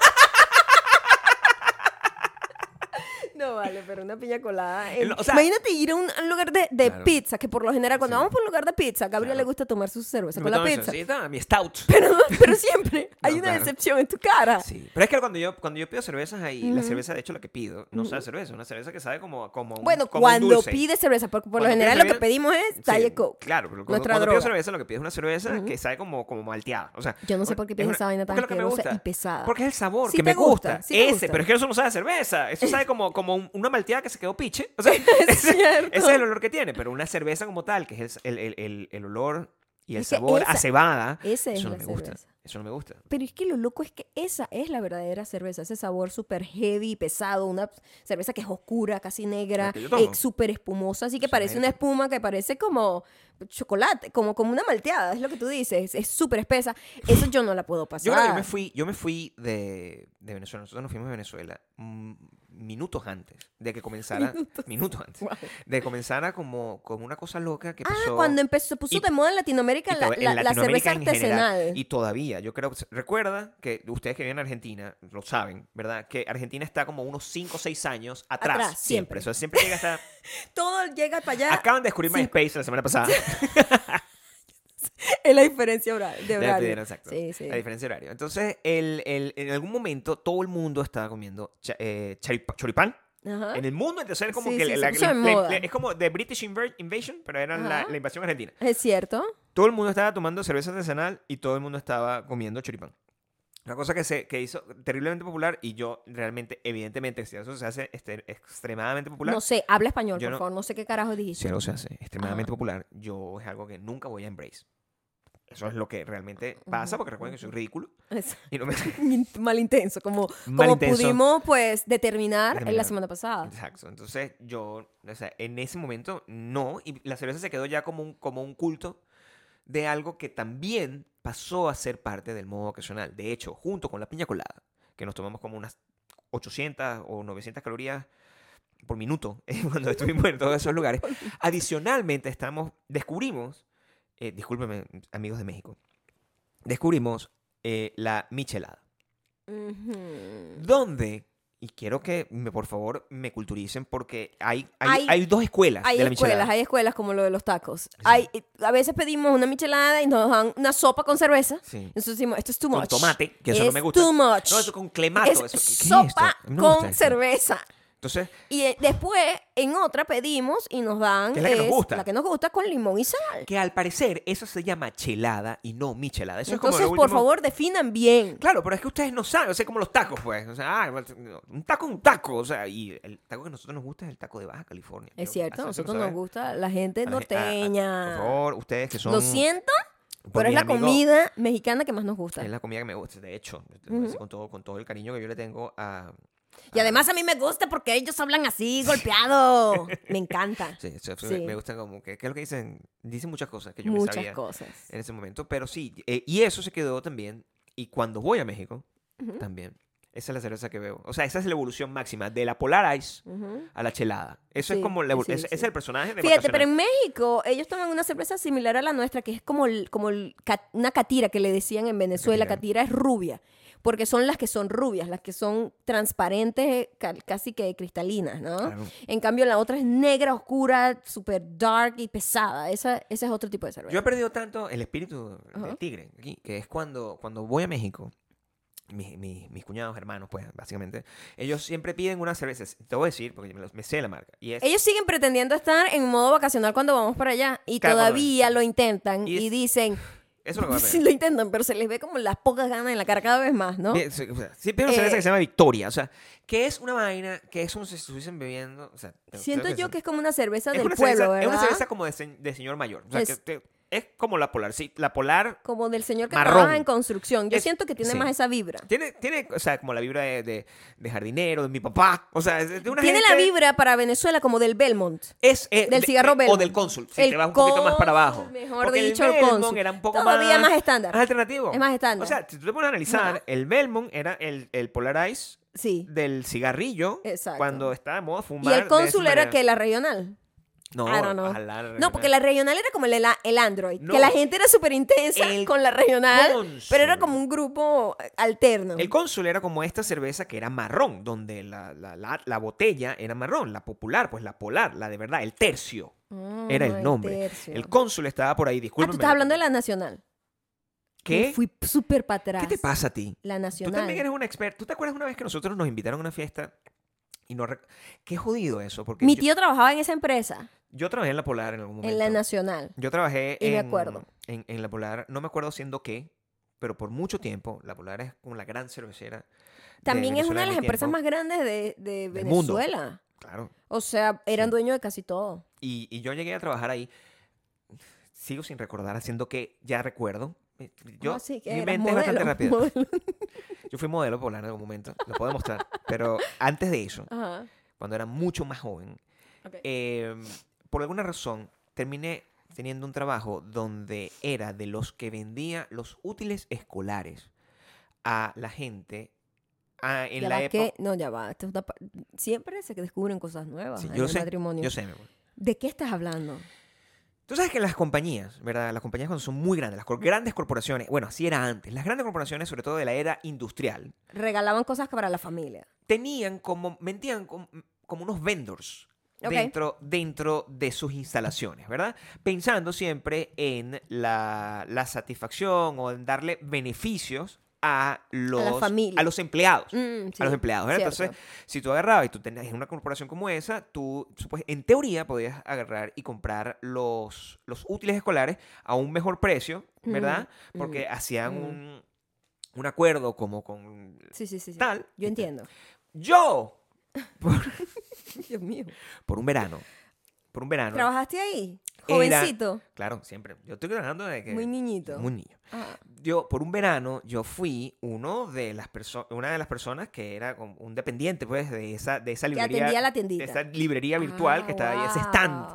[SPEAKER 1] No vale, pero una piña colada. eh.
[SPEAKER 2] No, o sea-
[SPEAKER 1] Imagínate ir a un a un lugar de, de
[SPEAKER 2] Claro.
[SPEAKER 1] pizza, que por lo general, cuando
[SPEAKER 2] Sí.
[SPEAKER 1] vamos por un lugar de pizza, a Gabriel
[SPEAKER 2] Claro.
[SPEAKER 1] le gusta tomar su cerveza
[SPEAKER 2] Me
[SPEAKER 1] con la
[SPEAKER 2] tomo eso,
[SPEAKER 1] pizza.
[SPEAKER 2] sí, está, mi stout.
[SPEAKER 1] Pero, pero siempre hay
[SPEAKER 2] No,
[SPEAKER 1] una
[SPEAKER 2] claro.
[SPEAKER 1] decepción en tu cara.
[SPEAKER 2] Sí, pero es que cuando yo, cuando yo pido cervezas ahí, la cerveza, de hecho, la que pido, no sabe a cerveza, una cerveza que sabe como, como un,
[SPEAKER 1] Bueno,
[SPEAKER 2] como un
[SPEAKER 1] cuando
[SPEAKER 2] dulce.
[SPEAKER 1] pides cerveza, porque por lo
[SPEAKER 2] Cuando pides
[SPEAKER 1] general lo que
[SPEAKER 2] cerveza-
[SPEAKER 1] pedimos es
[SPEAKER 2] Sí,
[SPEAKER 1] Diet Coke.
[SPEAKER 2] Claro, pero cuando,
[SPEAKER 1] nuestra
[SPEAKER 2] cuando pido
[SPEAKER 1] droga.
[SPEAKER 2] cerveza, lo que pido es una cerveza que sabe como, como malteada. O sea,
[SPEAKER 1] Yo no sé por qué
[SPEAKER 2] es
[SPEAKER 1] pides
[SPEAKER 2] una-
[SPEAKER 1] esa vaina tan
[SPEAKER 2] porque es lo que me
[SPEAKER 1] asquerosa
[SPEAKER 2] gusta.
[SPEAKER 1] y pesada.
[SPEAKER 2] Porque es el sabor
[SPEAKER 1] Sí
[SPEAKER 2] que
[SPEAKER 1] te
[SPEAKER 2] me gusta.
[SPEAKER 1] gusta, sí te
[SPEAKER 2] Ese,
[SPEAKER 1] gusta.
[SPEAKER 2] pero es que eso no sabe a cerveza. Eso sabe como, como un- una malteada que se quedó piche. O sea,
[SPEAKER 1] Es
[SPEAKER 2] ese,
[SPEAKER 1] cierto.
[SPEAKER 2] ese es el olor que tiene. Pero una cerveza como tal, que es el, el, el, el- el olor y el
[SPEAKER 1] Es que
[SPEAKER 2] sabor
[SPEAKER 1] esa-
[SPEAKER 2] a cebada,
[SPEAKER 1] Esa es
[SPEAKER 2] eso
[SPEAKER 1] la
[SPEAKER 2] no me gusta.
[SPEAKER 1] cerveza.
[SPEAKER 2] Eso no me gusta.
[SPEAKER 1] Pero es que lo loco es que esa es la verdadera cerveza, ese sabor súper heavy, pesado, una cerveza que es oscura, casi negra,
[SPEAKER 2] La que yo tomo.
[SPEAKER 1] eh, súper espumosa, así que
[SPEAKER 2] Esa
[SPEAKER 1] parece una
[SPEAKER 2] mierda.
[SPEAKER 1] espuma que parece como chocolate, como, como una malteada, es lo que tú dices, es súper espesa. Eso yo no la puedo pasar.
[SPEAKER 2] Yo creo que yo me fui, yo me fui de, de Venezuela. Nosotros nos fuimos de Venezuela mm, minutos antes de que comenzara. Minutos, antes.
[SPEAKER 1] Wow.
[SPEAKER 2] De que comenzara como, como una cosa loca que
[SPEAKER 1] Ah,
[SPEAKER 2] pasó.
[SPEAKER 1] cuando empezó, se puso
[SPEAKER 2] y-
[SPEAKER 1] de moda en Latinoamérica
[SPEAKER 2] y
[SPEAKER 1] la,
[SPEAKER 2] todo- en
[SPEAKER 1] la- la cerveza
[SPEAKER 2] Latinoamérica en general.
[SPEAKER 1] artesanal.
[SPEAKER 2] y todavía, yo creo. Recuerda que ustedes que viven en Argentina lo saben, ¿verdad? Que Argentina está como unos 5 o 6 años atrás.
[SPEAKER 1] Atrás, siempre.
[SPEAKER 2] siempre. O sea, siempre llega hasta.
[SPEAKER 1] Todo llega para allá,
[SPEAKER 2] Acaban de descubrir MySpace la semana pasada.
[SPEAKER 1] es la diferencia hora- de
[SPEAKER 2] La
[SPEAKER 1] horario.
[SPEAKER 2] diferencia, exacto.
[SPEAKER 1] Sí, sí.
[SPEAKER 2] La diferencia de horario. Entonces, el, el- en algún momento todo el mundo estaba comiendo cha- eh, charipa- choripán.
[SPEAKER 1] Ajá.
[SPEAKER 2] En el mundo, entonces es como
[SPEAKER 1] Sí,
[SPEAKER 2] que
[SPEAKER 1] sí,
[SPEAKER 2] la-
[SPEAKER 1] se
[SPEAKER 2] la-
[SPEAKER 1] puso de
[SPEAKER 2] la- la-
[SPEAKER 1] moda.
[SPEAKER 2] es como The British Inver- Invasion, pero era la,
[SPEAKER 1] Ajá.
[SPEAKER 2] la invasión argentina.
[SPEAKER 1] Es cierto.
[SPEAKER 2] Todo el mundo estaba tomando cerveza artesanal y todo el mundo estaba comiendo choripán. Una cosa que se que hizo terriblemente popular y yo realmente, evidentemente, si eso se hace este, extremadamente popular,
[SPEAKER 1] No sé, habla español,
[SPEAKER 2] Yo
[SPEAKER 1] por
[SPEAKER 2] no-
[SPEAKER 1] favor, no sé qué carajo dijiste.
[SPEAKER 2] si algo se hace extremadamente
[SPEAKER 1] Ah.
[SPEAKER 2] popular, yo es algo que nunca voy a embrace. Eso es lo que realmente pasa, porque recuerden que soy ridículo
[SPEAKER 1] Es-
[SPEAKER 2] y no me...
[SPEAKER 1] mal intenso, como,
[SPEAKER 2] Mal
[SPEAKER 1] como
[SPEAKER 2] intenso.
[SPEAKER 1] pudimos pues determinar en la
[SPEAKER 2] Determinar.
[SPEAKER 1] semana pasada.
[SPEAKER 2] Exacto. Entonces yo, o sea, en ese momento no. Y la cerveza se quedó ya como un, como un culto de algo que también pasó a ser parte del modo ocasional. De hecho, junto con la piña colada, que nos tomamos como unas 800 o 900 calorías por minuto eh, cuando estuvimos en todos esos lugares. Adicionalmente, estamos, descubrimos, eh, discúlpenme, amigos de México, descubrimos eh, la michelada
[SPEAKER 1] Ujú.
[SPEAKER 2] donde y quiero que me por favor me culturicen porque hay hay,
[SPEAKER 1] Hay-
[SPEAKER 2] hay dos escuelas
[SPEAKER 1] Hay
[SPEAKER 2] de la
[SPEAKER 1] escuelas,
[SPEAKER 2] michelada.
[SPEAKER 1] hay escuelas como lo de los tacos. Hay, a veces pedimos una michelada y nos dan una sopa con cerveza.
[SPEAKER 2] Sí.
[SPEAKER 1] Nosotros decimos, esto es too much.
[SPEAKER 2] Con tomate, que eso no
[SPEAKER 1] Es
[SPEAKER 2] me gusta.
[SPEAKER 1] too much.
[SPEAKER 2] No, eso con clemato,
[SPEAKER 1] Es
[SPEAKER 2] eso, ¿qué- qué es
[SPEAKER 1] sopa
[SPEAKER 2] esto? No me gusta
[SPEAKER 1] con
[SPEAKER 2] esto.
[SPEAKER 1] cerveza.
[SPEAKER 2] Entonces,
[SPEAKER 1] Y eh, después, en otra pedimos y nos dan
[SPEAKER 2] Que es la que nos gusta.
[SPEAKER 1] la que nos gusta con limón y sal.
[SPEAKER 2] que al parecer eso se llama chelada y no michelada. Eso
[SPEAKER 1] Entonces,
[SPEAKER 2] es como lo
[SPEAKER 1] por
[SPEAKER 2] último-
[SPEAKER 1] favor, definan bien.
[SPEAKER 2] Claro, pero es que ustedes no saben, o sea, como los tacos, pues. O sea, ah, un taco es un taco, o sea, y el taco que a nosotros nos gusta es el taco de Baja California.
[SPEAKER 1] Es
[SPEAKER 2] Yo-
[SPEAKER 1] cierto,
[SPEAKER 2] así-
[SPEAKER 1] a
[SPEAKER 2] así lo
[SPEAKER 1] nosotros nos
[SPEAKER 2] saben.
[SPEAKER 1] gusta la gente
[SPEAKER 2] A la gente- a- a-
[SPEAKER 1] norteña.
[SPEAKER 2] por favor, ustedes que son
[SPEAKER 1] Lo siento,
[SPEAKER 2] pues,
[SPEAKER 1] pero es
[SPEAKER 2] mis
[SPEAKER 1] la
[SPEAKER 2] amigos-
[SPEAKER 1] comida mexicana que más nos gusta.
[SPEAKER 2] Es la comida que me gusta, de hecho, con, todo, con todo el cariño que yo le tengo a...
[SPEAKER 1] Y además a mí me gusta porque ellos hablan así, golpeado. me encanta.
[SPEAKER 2] Sí, o sea,
[SPEAKER 1] Sí.
[SPEAKER 2] me gusta como que, ¿qué es lo que dicen? Dicen muchas cosas que yo me
[SPEAKER 1] Muchas
[SPEAKER 2] sabía Eh,
[SPEAKER 1] cosas.
[SPEAKER 2] en ese momento, pero sí, eh, y eso se quedó también, y cuando voy a México, también, esa es la cerveza que veo. O sea, esa es la evolución máxima, de la Polar Ice
[SPEAKER 1] Ujú.
[SPEAKER 2] a la chelada. Eso
[SPEAKER 1] Sí,
[SPEAKER 2] es como, la evol-
[SPEAKER 1] sí,
[SPEAKER 2] es,
[SPEAKER 1] sí.
[SPEAKER 2] es el personaje de
[SPEAKER 1] Fíjate, pero
[SPEAKER 2] Vacaciones.
[SPEAKER 1] en México ellos toman una cerveza similar a la nuestra, que es como, el- como el ca- una catira que le decían en Venezuela. Catira.
[SPEAKER 2] Catira.
[SPEAKER 1] es rubia, porque son las que son rubias, las que son transparentes, ca- casi que cristalinas, ¿no?
[SPEAKER 2] Claro.
[SPEAKER 1] En cambio, la otra es negra, oscura, super dark y pesada. Esa, ese es otro tipo de cerveza.
[SPEAKER 2] Yo he perdido tanto el espíritu
[SPEAKER 1] Ajá.
[SPEAKER 2] del tigre aquí, que es cuando, cuando voy a México, mis, mis- mis cuñados, hermanos, pues, básicamente, ellos siempre piden unas cervezas. Te voy a decir, porque me, lo- me sé la marca. Y es,
[SPEAKER 1] Ellos siguen pretendiendo estar en modo vacacional cuando vamos para allá y
[SPEAKER 2] Claro, cuando
[SPEAKER 1] todavía
[SPEAKER 2] ven.
[SPEAKER 1] lo intentan y,
[SPEAKER 2] Y es-
[SPEAKER 1] dicen,
[SPEAKER 2] eso es lo que va a
[SPEAKER 1] sí
[SPEAKER 2] pedir.
[SPEAKER 1] lo intentan, pero se les ve como las pocas ganas en la cara cada vez más, ¿no?
[SPEAKER 2] Bien, sí, o sea, sí, piden una cerveza
[SPEAKER 1] Eh,
[SPEAKER 2] que se llama Victoria. O sea, que es una vaina que es como si estuviesen bebiendo. O sea, te- te
[SPEAKER 1] Siento
[SPEAKER 2] voy a
[SPEAKER 1] yo
[SPEAKER 2] decir.
[SPEAKER 1] que es como una cerveza
[SPEAKER 2] es
[SPEAKER 1] del
[SPEAKER 2] una
[SPEAKER 1] pueblo,
[SPEAKER 2] cerveza,
[SPEAKER 1] ¿verdad?
[SPEAKER 2] Es una cerveza como de, se- de señor mayor. O sea,
[SPEAKER 1] Es-
[SPEAKER 2] que te- es como la polar. Sí, la polar
[SPEAKER 1] Como del señor que
[SPEAKER 2] marrón.
[SPEAKER 1] trabaja en construcción. Yo
[SPEAKER 2] Es-
[SPEAKER 1] siento que tiene
[SPEAKER 2] sí.
[SPEAKER 1] más esa vibra.
[SPEAKER 2] tiene, tiene, o sea, como la vibra de, de- de jardinero, de mi papá. O sea, es de una
[SPEAKER 1] Tiene la
[SPEAKER 2] gente-
[SPEAKER 1] vibra para Venezuela como del Belmont.
[SPEAKER 2] Es, eh,
[SPEAKER 1] Del
[SPEAKER 2] de-
[SPEAKER 1] cigarro
[SPEAKER 2] eh, O
[SPEAKER 1] Belmont.
[SPEAKER 2] del cónsul. Si
[SPEAKER 1] El
[SPEAKER 2] te vas un poquito más para abajo.
[SPEAKER 1] cónsul, mejor
[SPEAKER 2] Porque
[SPEAKER 1] dicho, el
[SPEAKER 2] el Belmont
[SPEAKER 1] cónsul.
[SPEAKER 2] era un poco
[SPEAKER 1] Todavía más
[SPEAKER 2] más
[SPEAKER 1] estándar.
[SPEAKER 2] más alternativo.
[SPEAKER 1] Es más estándar.
[SPEAKER 2] O sea, si tú te pones a analizar, el Belmont era el, el Polarize
[SPEAKER 1] Sí.
[SPEAKER 2] del cigarrillo
[SPEAKER 1] Exacto.
[SPEAKER 2] cuando estaba de moda fumar.
[SPEAKER 1] Y el
[SPEAKER 2] de
[SPEAKER 1] cónsul
[SPEAKER 2] esa
[SPEAKER 1] era
[SPEAKER 2] manera.
[SPEAKER 1] que la regional.
[SPEAKER 2] No,
[SPEAKER 1] I don't know.
[SPEAKER 2] ojalá,
[SPEAKER 1] No,
[SPEAKER 2] Reina.
[SPEAKER 1] porque la regional era como el, el- el Android.
[SPEAKER 2] No.
[SPEAKER 1] Que la gente era súper intensa
[SPEAKER 2] El
[SPEAKER 1] con la regional.
[SPEAKER 2] cónsul.
[SPEAKER 1] Pero era como un grupo eh, alterno.
[SPEAKER 2] El cónsul era como esta cerveza que era marrón, donde la, la- la- la botella era marrón, la popular, pues la polar, la de verdad, el tercio.
[SPEAKER 1] Ah,
[SPEAKER 2] Era el nombre.
[SPEAKER 1] tercio.
[SPEAKER 2] El cónsul estaba por ahí,
[SPEAKER 1] Ah,
[SPEAKER 2] discúlpame.
[SPEAKER 1] tú estás hablando de la nacional.
[SPEAKER 2] ¿Qué?
[SPEAKER 1] Fui súper para atrás.
[SPEAKER 2] ¿Qué te pasa a ti?
[SPEAKER 1] La
[SPEAKER 2] Tú
[SPEAKER 1] nacional.
[SPEAKER 2] también eres una experta. ¿Tú te acuerdas una vez que nosotros nos invitaron a una fiesta? Y no... rec- Qué jodido eso, porque
[SPEAKER 1] Mi
[SPEAKER 2] yo-
[SPEAKER 1] tío trabajaba en esa empresa,
[SPEAKER 2] yo, trabajé en La Polar en algún momento.
[SPEAKER 1] en la nacional.
[SPEAKER 2] Yo trabajé
[SPEAKER 1] Y
[SPEAKER 2] en,
[SPEAKER 1] me acuerdo.
[SPEAKER 2] En, en La Polar, no me acuerdo siendo qué, pero por mucho tiempo La Polar es como la gran cervecera. de
[SPEAKER 1] También es
[SPEAKER 2] Venezuela
[SPEAKER 1] una de
[SPEAKER 2] mi
[SPEAKER 1] las empresas
[SPEAKER 2] tiempo.
[SPEAKER 1] más grandes de, de
[SPEAKER 2] Del mundo.
[SPEAKER 1] Venezuela.
[SPEAKER 2] Claro.
[SPEAKER 1] O sea, eran dueños de casi todo.
[SPEAKER 2] Y, y yo llegué a trabajar ahí, sigo sin recordar, haciendo que ya recuerdo, eh, yo,
[SPEAKER 1] Ah, sí, que
[SPEAKER 2] mi
[SPEAKER 1] eras
[SPEAKER 2] mente es bastante
[SPEAKER 1] modelo,
[SPEAKER 2] rápida.
[SPEAKER 1] modelo.
[SPEAKER 2] Yo fui modelo polar en algún momento, lo puedo demostrar. pero antes de eso,
[SPEAKER 1] Ajá.
[SPEAKER 2] cuando era mucho más joven,
[SPEAKER 1] ok.
[SPEAKER 2] eh, por alguna razón terminé teniendo un trabajo donde era de los que vendía los útiles escolares a la gente ah, en
[SPEAKER 1] ya
[SPEAKER 2] la
[SPEAKER 1] va que,
[SPEAKER 2] época.
[SPEAKER 1] no, ya va. esto es una pa- siempre se descubren cosas nuevas
[SPEAKER 2] Sí,
[SPEAKER 1] en
[SPEAKER 2] yo
[SPEAKER 1] el
[SPEAKER 2] sé,
[SPEAKER 1] matrimonio.
[SPEAKER 2] Yo sé, mi amor.
[SPEAKER 1] ¿De qué estás hablando?
[SPEAKER 2] Tú sabes que las compañías, ¿verdad? Las compañías cuando son muy grandes, las cor- grandes corporaciones, bueno, así era antes, las grandes corporaciones, sobre todo de la era industrial,
[SPEAKER 1] Regalaban cosas para la familia.
[SPEAKER 2] tenían como, mentían com- como, unos vendors
[SPEAKER 1] Ok.
[SPEAKER 2] dentro, dentro de sus instalaciones, ¿verdad? Pensando siempre en la, la satisfacción o en darle beneficios a los,
[SPEAKER 1] familia.
[SPEAKER 2] los empleados.
[SPEAKER 1] Mm, sí,
[SPEAKER 2] a los empleados, ¿verdad?
[SPEAKER 1] cierto.
[SPEAKER 2] Entonces, si tú agarrabas y tú tenías una corporación como esa, tú, pues, en teoría, podías agarrar y comprar los, los útiles escolares a un mejor precio, ¿verdad?
[SPEAKER 1] Mm,
[SPEAKER 2] Porque hacían
[SPEAKER 1] mm.
[SPEAKER 2] un, un acuerdo como con
[SPEAKER 1] Sí, sí, sí. sí.
[SPEAKER 2] tal.
[SPEAKER 1] Yo entiendo.
[SPEAKER 2] Yo
[SPEAKER 1] Dios mío.
[SPEAKER 2] Por un verano. Por un verano.
[SPEAKER 1] ¿Trabajaste ahí?
[SPEAKER 2] Era-
[SPEAKER 1] Jovencito.
[SPEAKER 2] Claro, siempre. Yo estoy trabajando desde que...
[SPEAKER 1] Muy niñito.
[SPEAKER 2] Muy niño.
[SPEAKER 1] Ah,
[SPEAKER 2] Yo, por un verano, yo fui uno de las perso- una de las personas que era como un dependiente, pues, de esa, de esa
[SPEAKER 1] que
[SPEAKER 2] librería...
[SPEAKER 1] atendía la Ah,
[SPEAKER 2] de
[SPEAKER 1] tiendita. Ah,
[SPEAKER 2] esa librería virtual que estaba ahí, ese stand.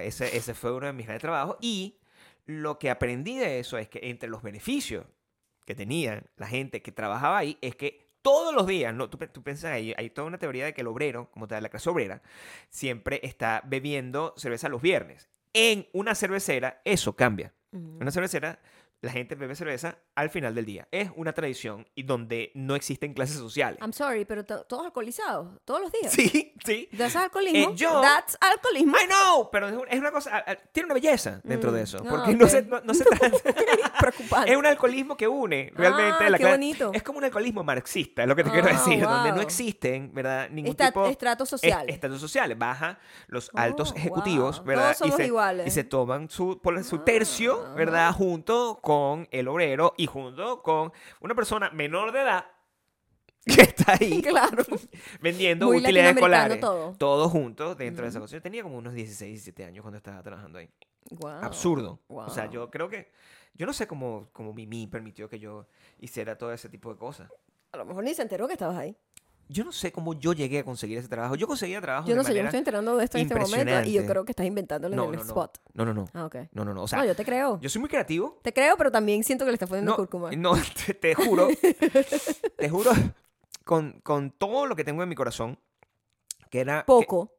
[SPEAKER 1] stand.
[SPEAKER 2] ese, ese fue uno de mis grandes trabajos. Y lo que aprendí de eso es que entre los beneficios que tenían la gente que trabajaba ahí es que todos los días, no, tú, pe- tú piensas ahí, hay toda una teoría de que el obrero, como tal, la clase obrera, siempre está bebiendo cerveza los viernes. En una cervecera, eso cambia.
[SPEAKER 1] Mm.
[SPEAKER 2] En una cervecera, la gente bebe cerveza al final del día. Es una tradición y donde no existen clases sociales.
[SPEAKER 1] I'm sorry, pero to- todos alcoholizados, todos los días.
[SPEAKER 2] Sí, sí.
[SPEAKER 1] That's alcoholismo.
[SPEAKER 2] Eh, yo-
[SPEAKER 1] That's alcoholismo.
[SPEAKER 2] I know, pero es un- es una cosa, a- a- tiene una belleza dentro
[SPEAKER 1] Mm,
[SPEAKER 2] de eso,
[SPEAKER 1] ah,
[SPEAKER 2] porque no,
[SPEAKER 1] ok.
[SPEAKER 2] se, no, no se trata,
[SPEAKER 1] Preocupante.
[SPEAKER 2] es un alcoholismo que une realmente
[SPEAKER 1] Ah,
[SPEAKER 2] la
[SPEAKER 1] qué
[SPEAKER 2] clase-
[SPEAKER 1] bonito.
[SPEAKER 2] Es como un alcoholismo marxista, es lo que te
[SPEAKER 1] Ah,
[SPEAKER 2] quiero decir, donde no
[SPEAKER 1] wow.
[SPEAKER 2] existen, ¿verdad? Ningún
[SPEAKER 1] Esta-
[SPEAKER 2] tipo
[SPEAKER 1] estratos
[SPEAKER 2] es-
[SPEAKER 1] sociales.
[SPEAKER 2] estatus social, baja los altos
[SPEAKER 1] Oh,
[SPEAKER 2] ejecutivos,
[SPEAKER 1] wow.
[SPEAKER 2] ¿verdad?
[SPEAKER 1] Todos somos
[SPEAKER 2] y se,
[SPEAKER 1] iguales. Ah,
[SPEAKER 2] Y se toman su, por su tercio, ¿verdad? Junto con el obrero y junto con una persona menor de edad que está ahí
[SPEAKER 1] claro.
[SPEAKER 2] vendiendo
[SPEAKER 1] Muy
[SPEAKER 2] útiles
[SPEAKER 1] latinoamericano
[SPEAKER 2] escolares.
[SPEAKER 1] todo.
[SPEAKER 2] Todos juntos dentro de esa cosa. Yo tenía como unos 16, 17 años cuando estaba trabajando ahí.
[SPEAKER 1] Guau.
[SPEAKER 2] Absurdo. O sea,
[SPEAKER 1] Oh, Wow.
[SPEAKER 2] yo creo que. Yo no sé cómo, cómo Mimi permitió que yo hiciera todo ese tipo de cosas.
[SPEAKER 1] A lo mejor ni se enteró que estabas ahí.
[SPEAKER 2] Yo no sé cómo yo llegué a conseguir ese trabajo. Yo conseguía trabajo.
[SPEAKER 1] Yo
[SPEAKER 2] de
[SPEAKER 1] no sé, yo me
[SPEAKER 2] manera-
[SPEAKER 1] estoy enterando de esto en este momento y yo
[SPEAKER 2] impresionante.
[SPEAKER 1] creo que estás inventándolo
[SPEAKER 2] No,
[SPEAKER 1] en el
[SPEAKER 2] no, no.
[SPEAKER 1] spot.
[SPEAKER 2] No, no, no.
[SPEAKER 1] Ah, ok.
[SPEAKER 2] No, no, no. O sea,
[SPEAKER 1] no,
[SPEAKER 2] yo...
[SPEAKER 1] yo te creo.
[SPEAKER 2] soy muy creativo.
[SPEAKER 1] Te creo, pero también siento que le estás poniendo
[SPEAKER 2] No,
[SPEAKER 1] cúrcuma.
[SPEAKER 2] no te, te juro. te juro. Con, con todo lo que tengo en mi corazón. Que era. que-
[SPEAKER 1] Poco.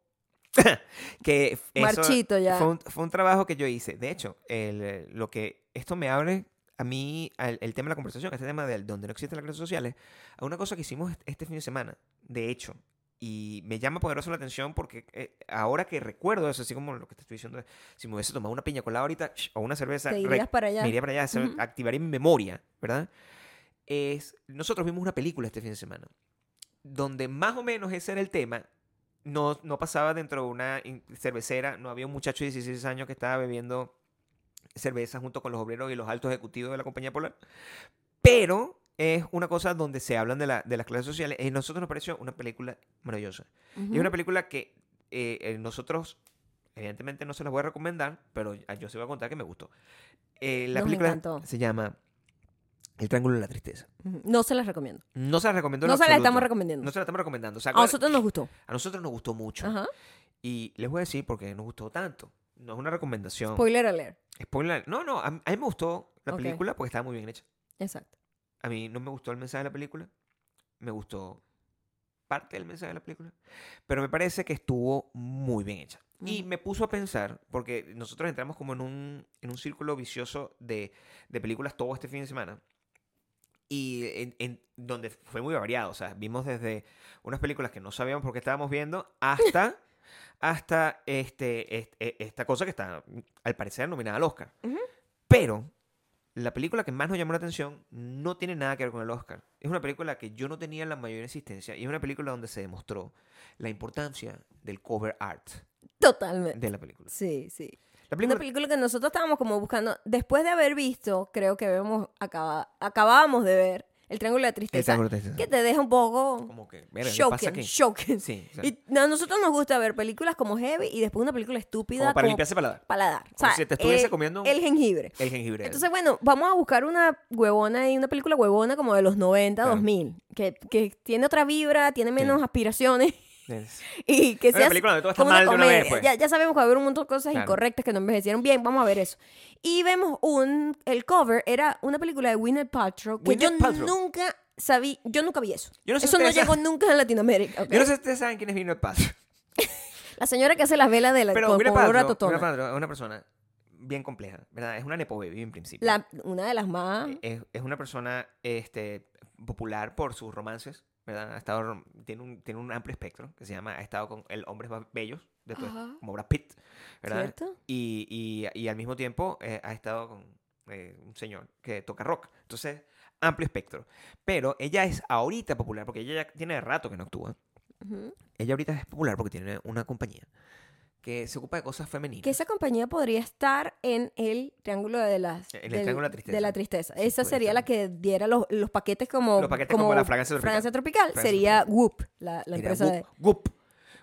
[SPEAKER 2] que f- eso
[SPEAKER 1] Marchito ya.
[SPEAKER 2] Fue un, fue un trabajo que yo hice. De hecho, el, eh, lo que esto me abre a mí, al- el tema de la conversación, este tema del donde no existen las redes sociales, a una cosa que hicimos est- este fin de semana, de hecho. Y me llama poderoso la atención porque eh, ahora que recuerdo eso, así como lo que te estoy diciendo, si me hubiese tomado una piña colada ahorita sh, o una cerveza,
[SPEAKER 1] te
[SPEAKER 2] re-
[SPEAKER 1] irías para allá.
[SPEAKER 2] me iría para allá, se-
[SPEAKER 1] Ujú.
[SPEAKER 2] activaría mi memoria, ¿verdad? Es, nosotros vimos una película este fin de semana, donde más o menos ese era el tema. No, no pasaba dentro de una in- cervecera, no había un muchacho de 16 años que estaba bebiendo cerveza junto con los obreros y los altos ejecutivos de la compañía polar. Pero es una cosa donde se hablan de, la- de las clases sociales. Y a nosotros nos pareció una película maravillosa.
[SPEAKER 1] Ujú.
[SPEAKER 2] Y es una película que eh, eh, nosotros, evidentemente no se las voy a recomendar, pero a- yo se voy a contar que me gustó. Eh, la
[SPEAKER 1] Nos
[SPEAKER 2] película
[SPEAKER 1] encantó.
[SPEAKER 2] se llama El Triángulo de la Tristeza.
[SPEAKER 1] Ujú. No se las recomiendo.
[SPEAKER 2] No se la recomiendo. en
[SPEAKER 1] No se la
[SPEAKER 2] absoluto.
[SPEAKER 1] estamos recomendando.
[SPEAKER 2] No se la estamos recomendando. O sea,
[SPEAKER 1] A nosotros nos gustó.
[SPEAKER 2] a nosotros nos gustó mucho.
[SPEAKER 1] Ajá.
[SPEAKER 2] Y les voy a decir por qué nos gustó tanto. No es una recomendación.
[SPEAKER 1] Spoiler alert.
[SPEAKER 2] Spoiler. No, no, a, mí- a mí me gustó la
[SPEAKER 1] Ok.
[SPEAKER 2] película porque estaba muy bien hecha.
[SPEAKER 1] Exacto.
[SPEAKER 2] A mí no me gustó el mensaje de la película. Me gustó parte del mensaje de la película. Pero me parece que estuvo muy bien hecha. Y
[SPEAKER 1] Ujú.
[SPEAKER 2] me puso a pensar, porque nosotros entramos como en un, en un círculo vicioso de, de películas todo este fin de semana. Y en, en- donde fue muy variado. O sea, vimos desde unas películas que no sabíamos por qué estábamos viendo hasta, hasta este, est- e- esta cosa que está, al parecer, nominada al Oscar.
[SPEAKER 1] Ujú.
[SPEAKER 2] Pero la película que más nos llamó la atención no tiene nada que ver con el Oscar. Es una película que yo no tenía la mayor insistencia y es una película donde se demostró la importancia del cover art
[SPEAKER 1] Totalmente.
[SPEAKER 2] de la película.
[SPEAKER 1] Sí, sí. Una
[SPEAKER 2] La película,
[SPEAKER 1] película que nosotros estábamos como buscando, después de haber visto, creo que vemos, acaba, acabábamos de ver El triángulo de la tristeza.
[SPEAKER 2] El triángulo de la tristeza.
[SPEAKER 1] Que te deja un poco
[SPEAKER 2] Como que, verga, ¿qué pasa
[SPEAKER 1] shocking,
[SPEAKER 2] aquí?
[SPEAKER 1] shocking.
[SPEAKER 2] Sí, o sea,
[SPEAKER 1] Y a nosotros nos gusta ver películas como Heavy y después una película estúpida
[SPEAKER 2] como para limpiarse paladar.
[SPEAKER 1] paladar. O
[SPEAKER 2] Como
[SPEAKER 1] sea,
[SPEAKER 2] si te estuviese
[SPEAKER 1] el-
[SPEAKER 2] comiendo un-
[SPEAKER 1] el jengibre.
[SPEAKER 2] El jengibre.
[SPEAKER 1] Entonces, bueno, vamos a buscar una huevona y una película huevona como de los 90,
[SPEAKER 2] Claro.
[SPEAKER 1] 2000, que, que tiene otra vibra, tiene menos aspiraciones
[SPEAKER 2] Es-
[SPEAKER 1] y que
[SPEAKER 2] Una
[SPEAKER 1] sea
[SPEAKER 2] película donde todo está
[SPEAKER 1] como una
[SPEAKER 2] mal de una
[SPEAKER 1] comedia.
[SPEAKER 2] vez, pues.
[SPEAKER 1] ya, ya sabemos que va a haber un montón de cosas
[SPEAKER 2] Claro.
[SPEAKER 1] incorrectas que no envejecieron bien, vamos a ver eso. Y vemos un, el cover era una película de Winnet Paltrow que
[SPEAKER 2] Gwyneth
[SPEAKER 1] yo
[SPEAKER 2] Paltrow.
[SPEAKER 1] nunca sabí, yo nunca vi eso.
[SPEAKER 2] Yo no sé
[SPEAKER 1] eso no
[SPEAKER 2] ustedes-
[SPEAKER 1] llegó nunca a Latinoamérica. ¿ok?
[SPEAKER 2] Yo no sé si ustedes saben quién es Winnet Paltrow.
[SPEAKER 1] La señora que hace las velas de la
[SPEAKER 2] Pero
[SPEAKER 1] con-
[SPEAKER 2] Winnet
[SPEAKER 1] con olor a
[SPEAKER 2] Paltrow,
[SPEAKER 1] totona.
[SPEAKER 2] Gwyneth Paltrow es una persona bien compleja, ¿verdad? Es una nepo baby en principio.
[SPEAKER 1] La- una de las más
[SPEAKER 2] es, es una persona este, popular por sus romances, ¿verdad? Ha estado, rom- tiene, un, tiene un amplio espectro que se llama, ha estado con el hombres más bellos, de todo esto,
[SPEAKER 1] Ajá.
[SPEAKER 2] como Brad Pitt, ¿verdad?
[SPEAKER 1] ¿Cierto?
[SPEAKER 2] Y, y- y al mismo tiempo eh, ha estado con eh, un señor que toca rock. Entonces, amplio espectro. Pero ella es ahorita popular, porque ella ya tiene rato que no actúa.
[SPEAKER 1] Ujú.
[SPEAKER 2] Ella ahorita es popular porque tiene una compañía que se ocupa de cosas femeninas.
[SPEAKER 1] Que esa compañía podría estar en el triángulo de las
[SPEAKER 2] En el
[SPEAKER 1] del-
[SPEAKER 2] triángulo de la tristeza.
[SPEAKER 1] de la tristeza.
[SPEAKER 2] Sí,
[SPEAKER 1] esa
[SPEAKER 2] puede
[SPEAKER 1] sería
[SPEAKER 2] ser.
[SPEAKER 1] la que diera los, los paquetes como
[SPEAKER 2] Los paquetes como la fragancia tropical.
[SPEAKER 1] Fragancia tropical.
[SPEAKER 2] Fragancia
[SPEAKER 1] sería Whoop, la, la
[SPEAKER 2] Mira,
[SPEAKER 1] empresa de
[SPEAKER 2] Goop, Goop,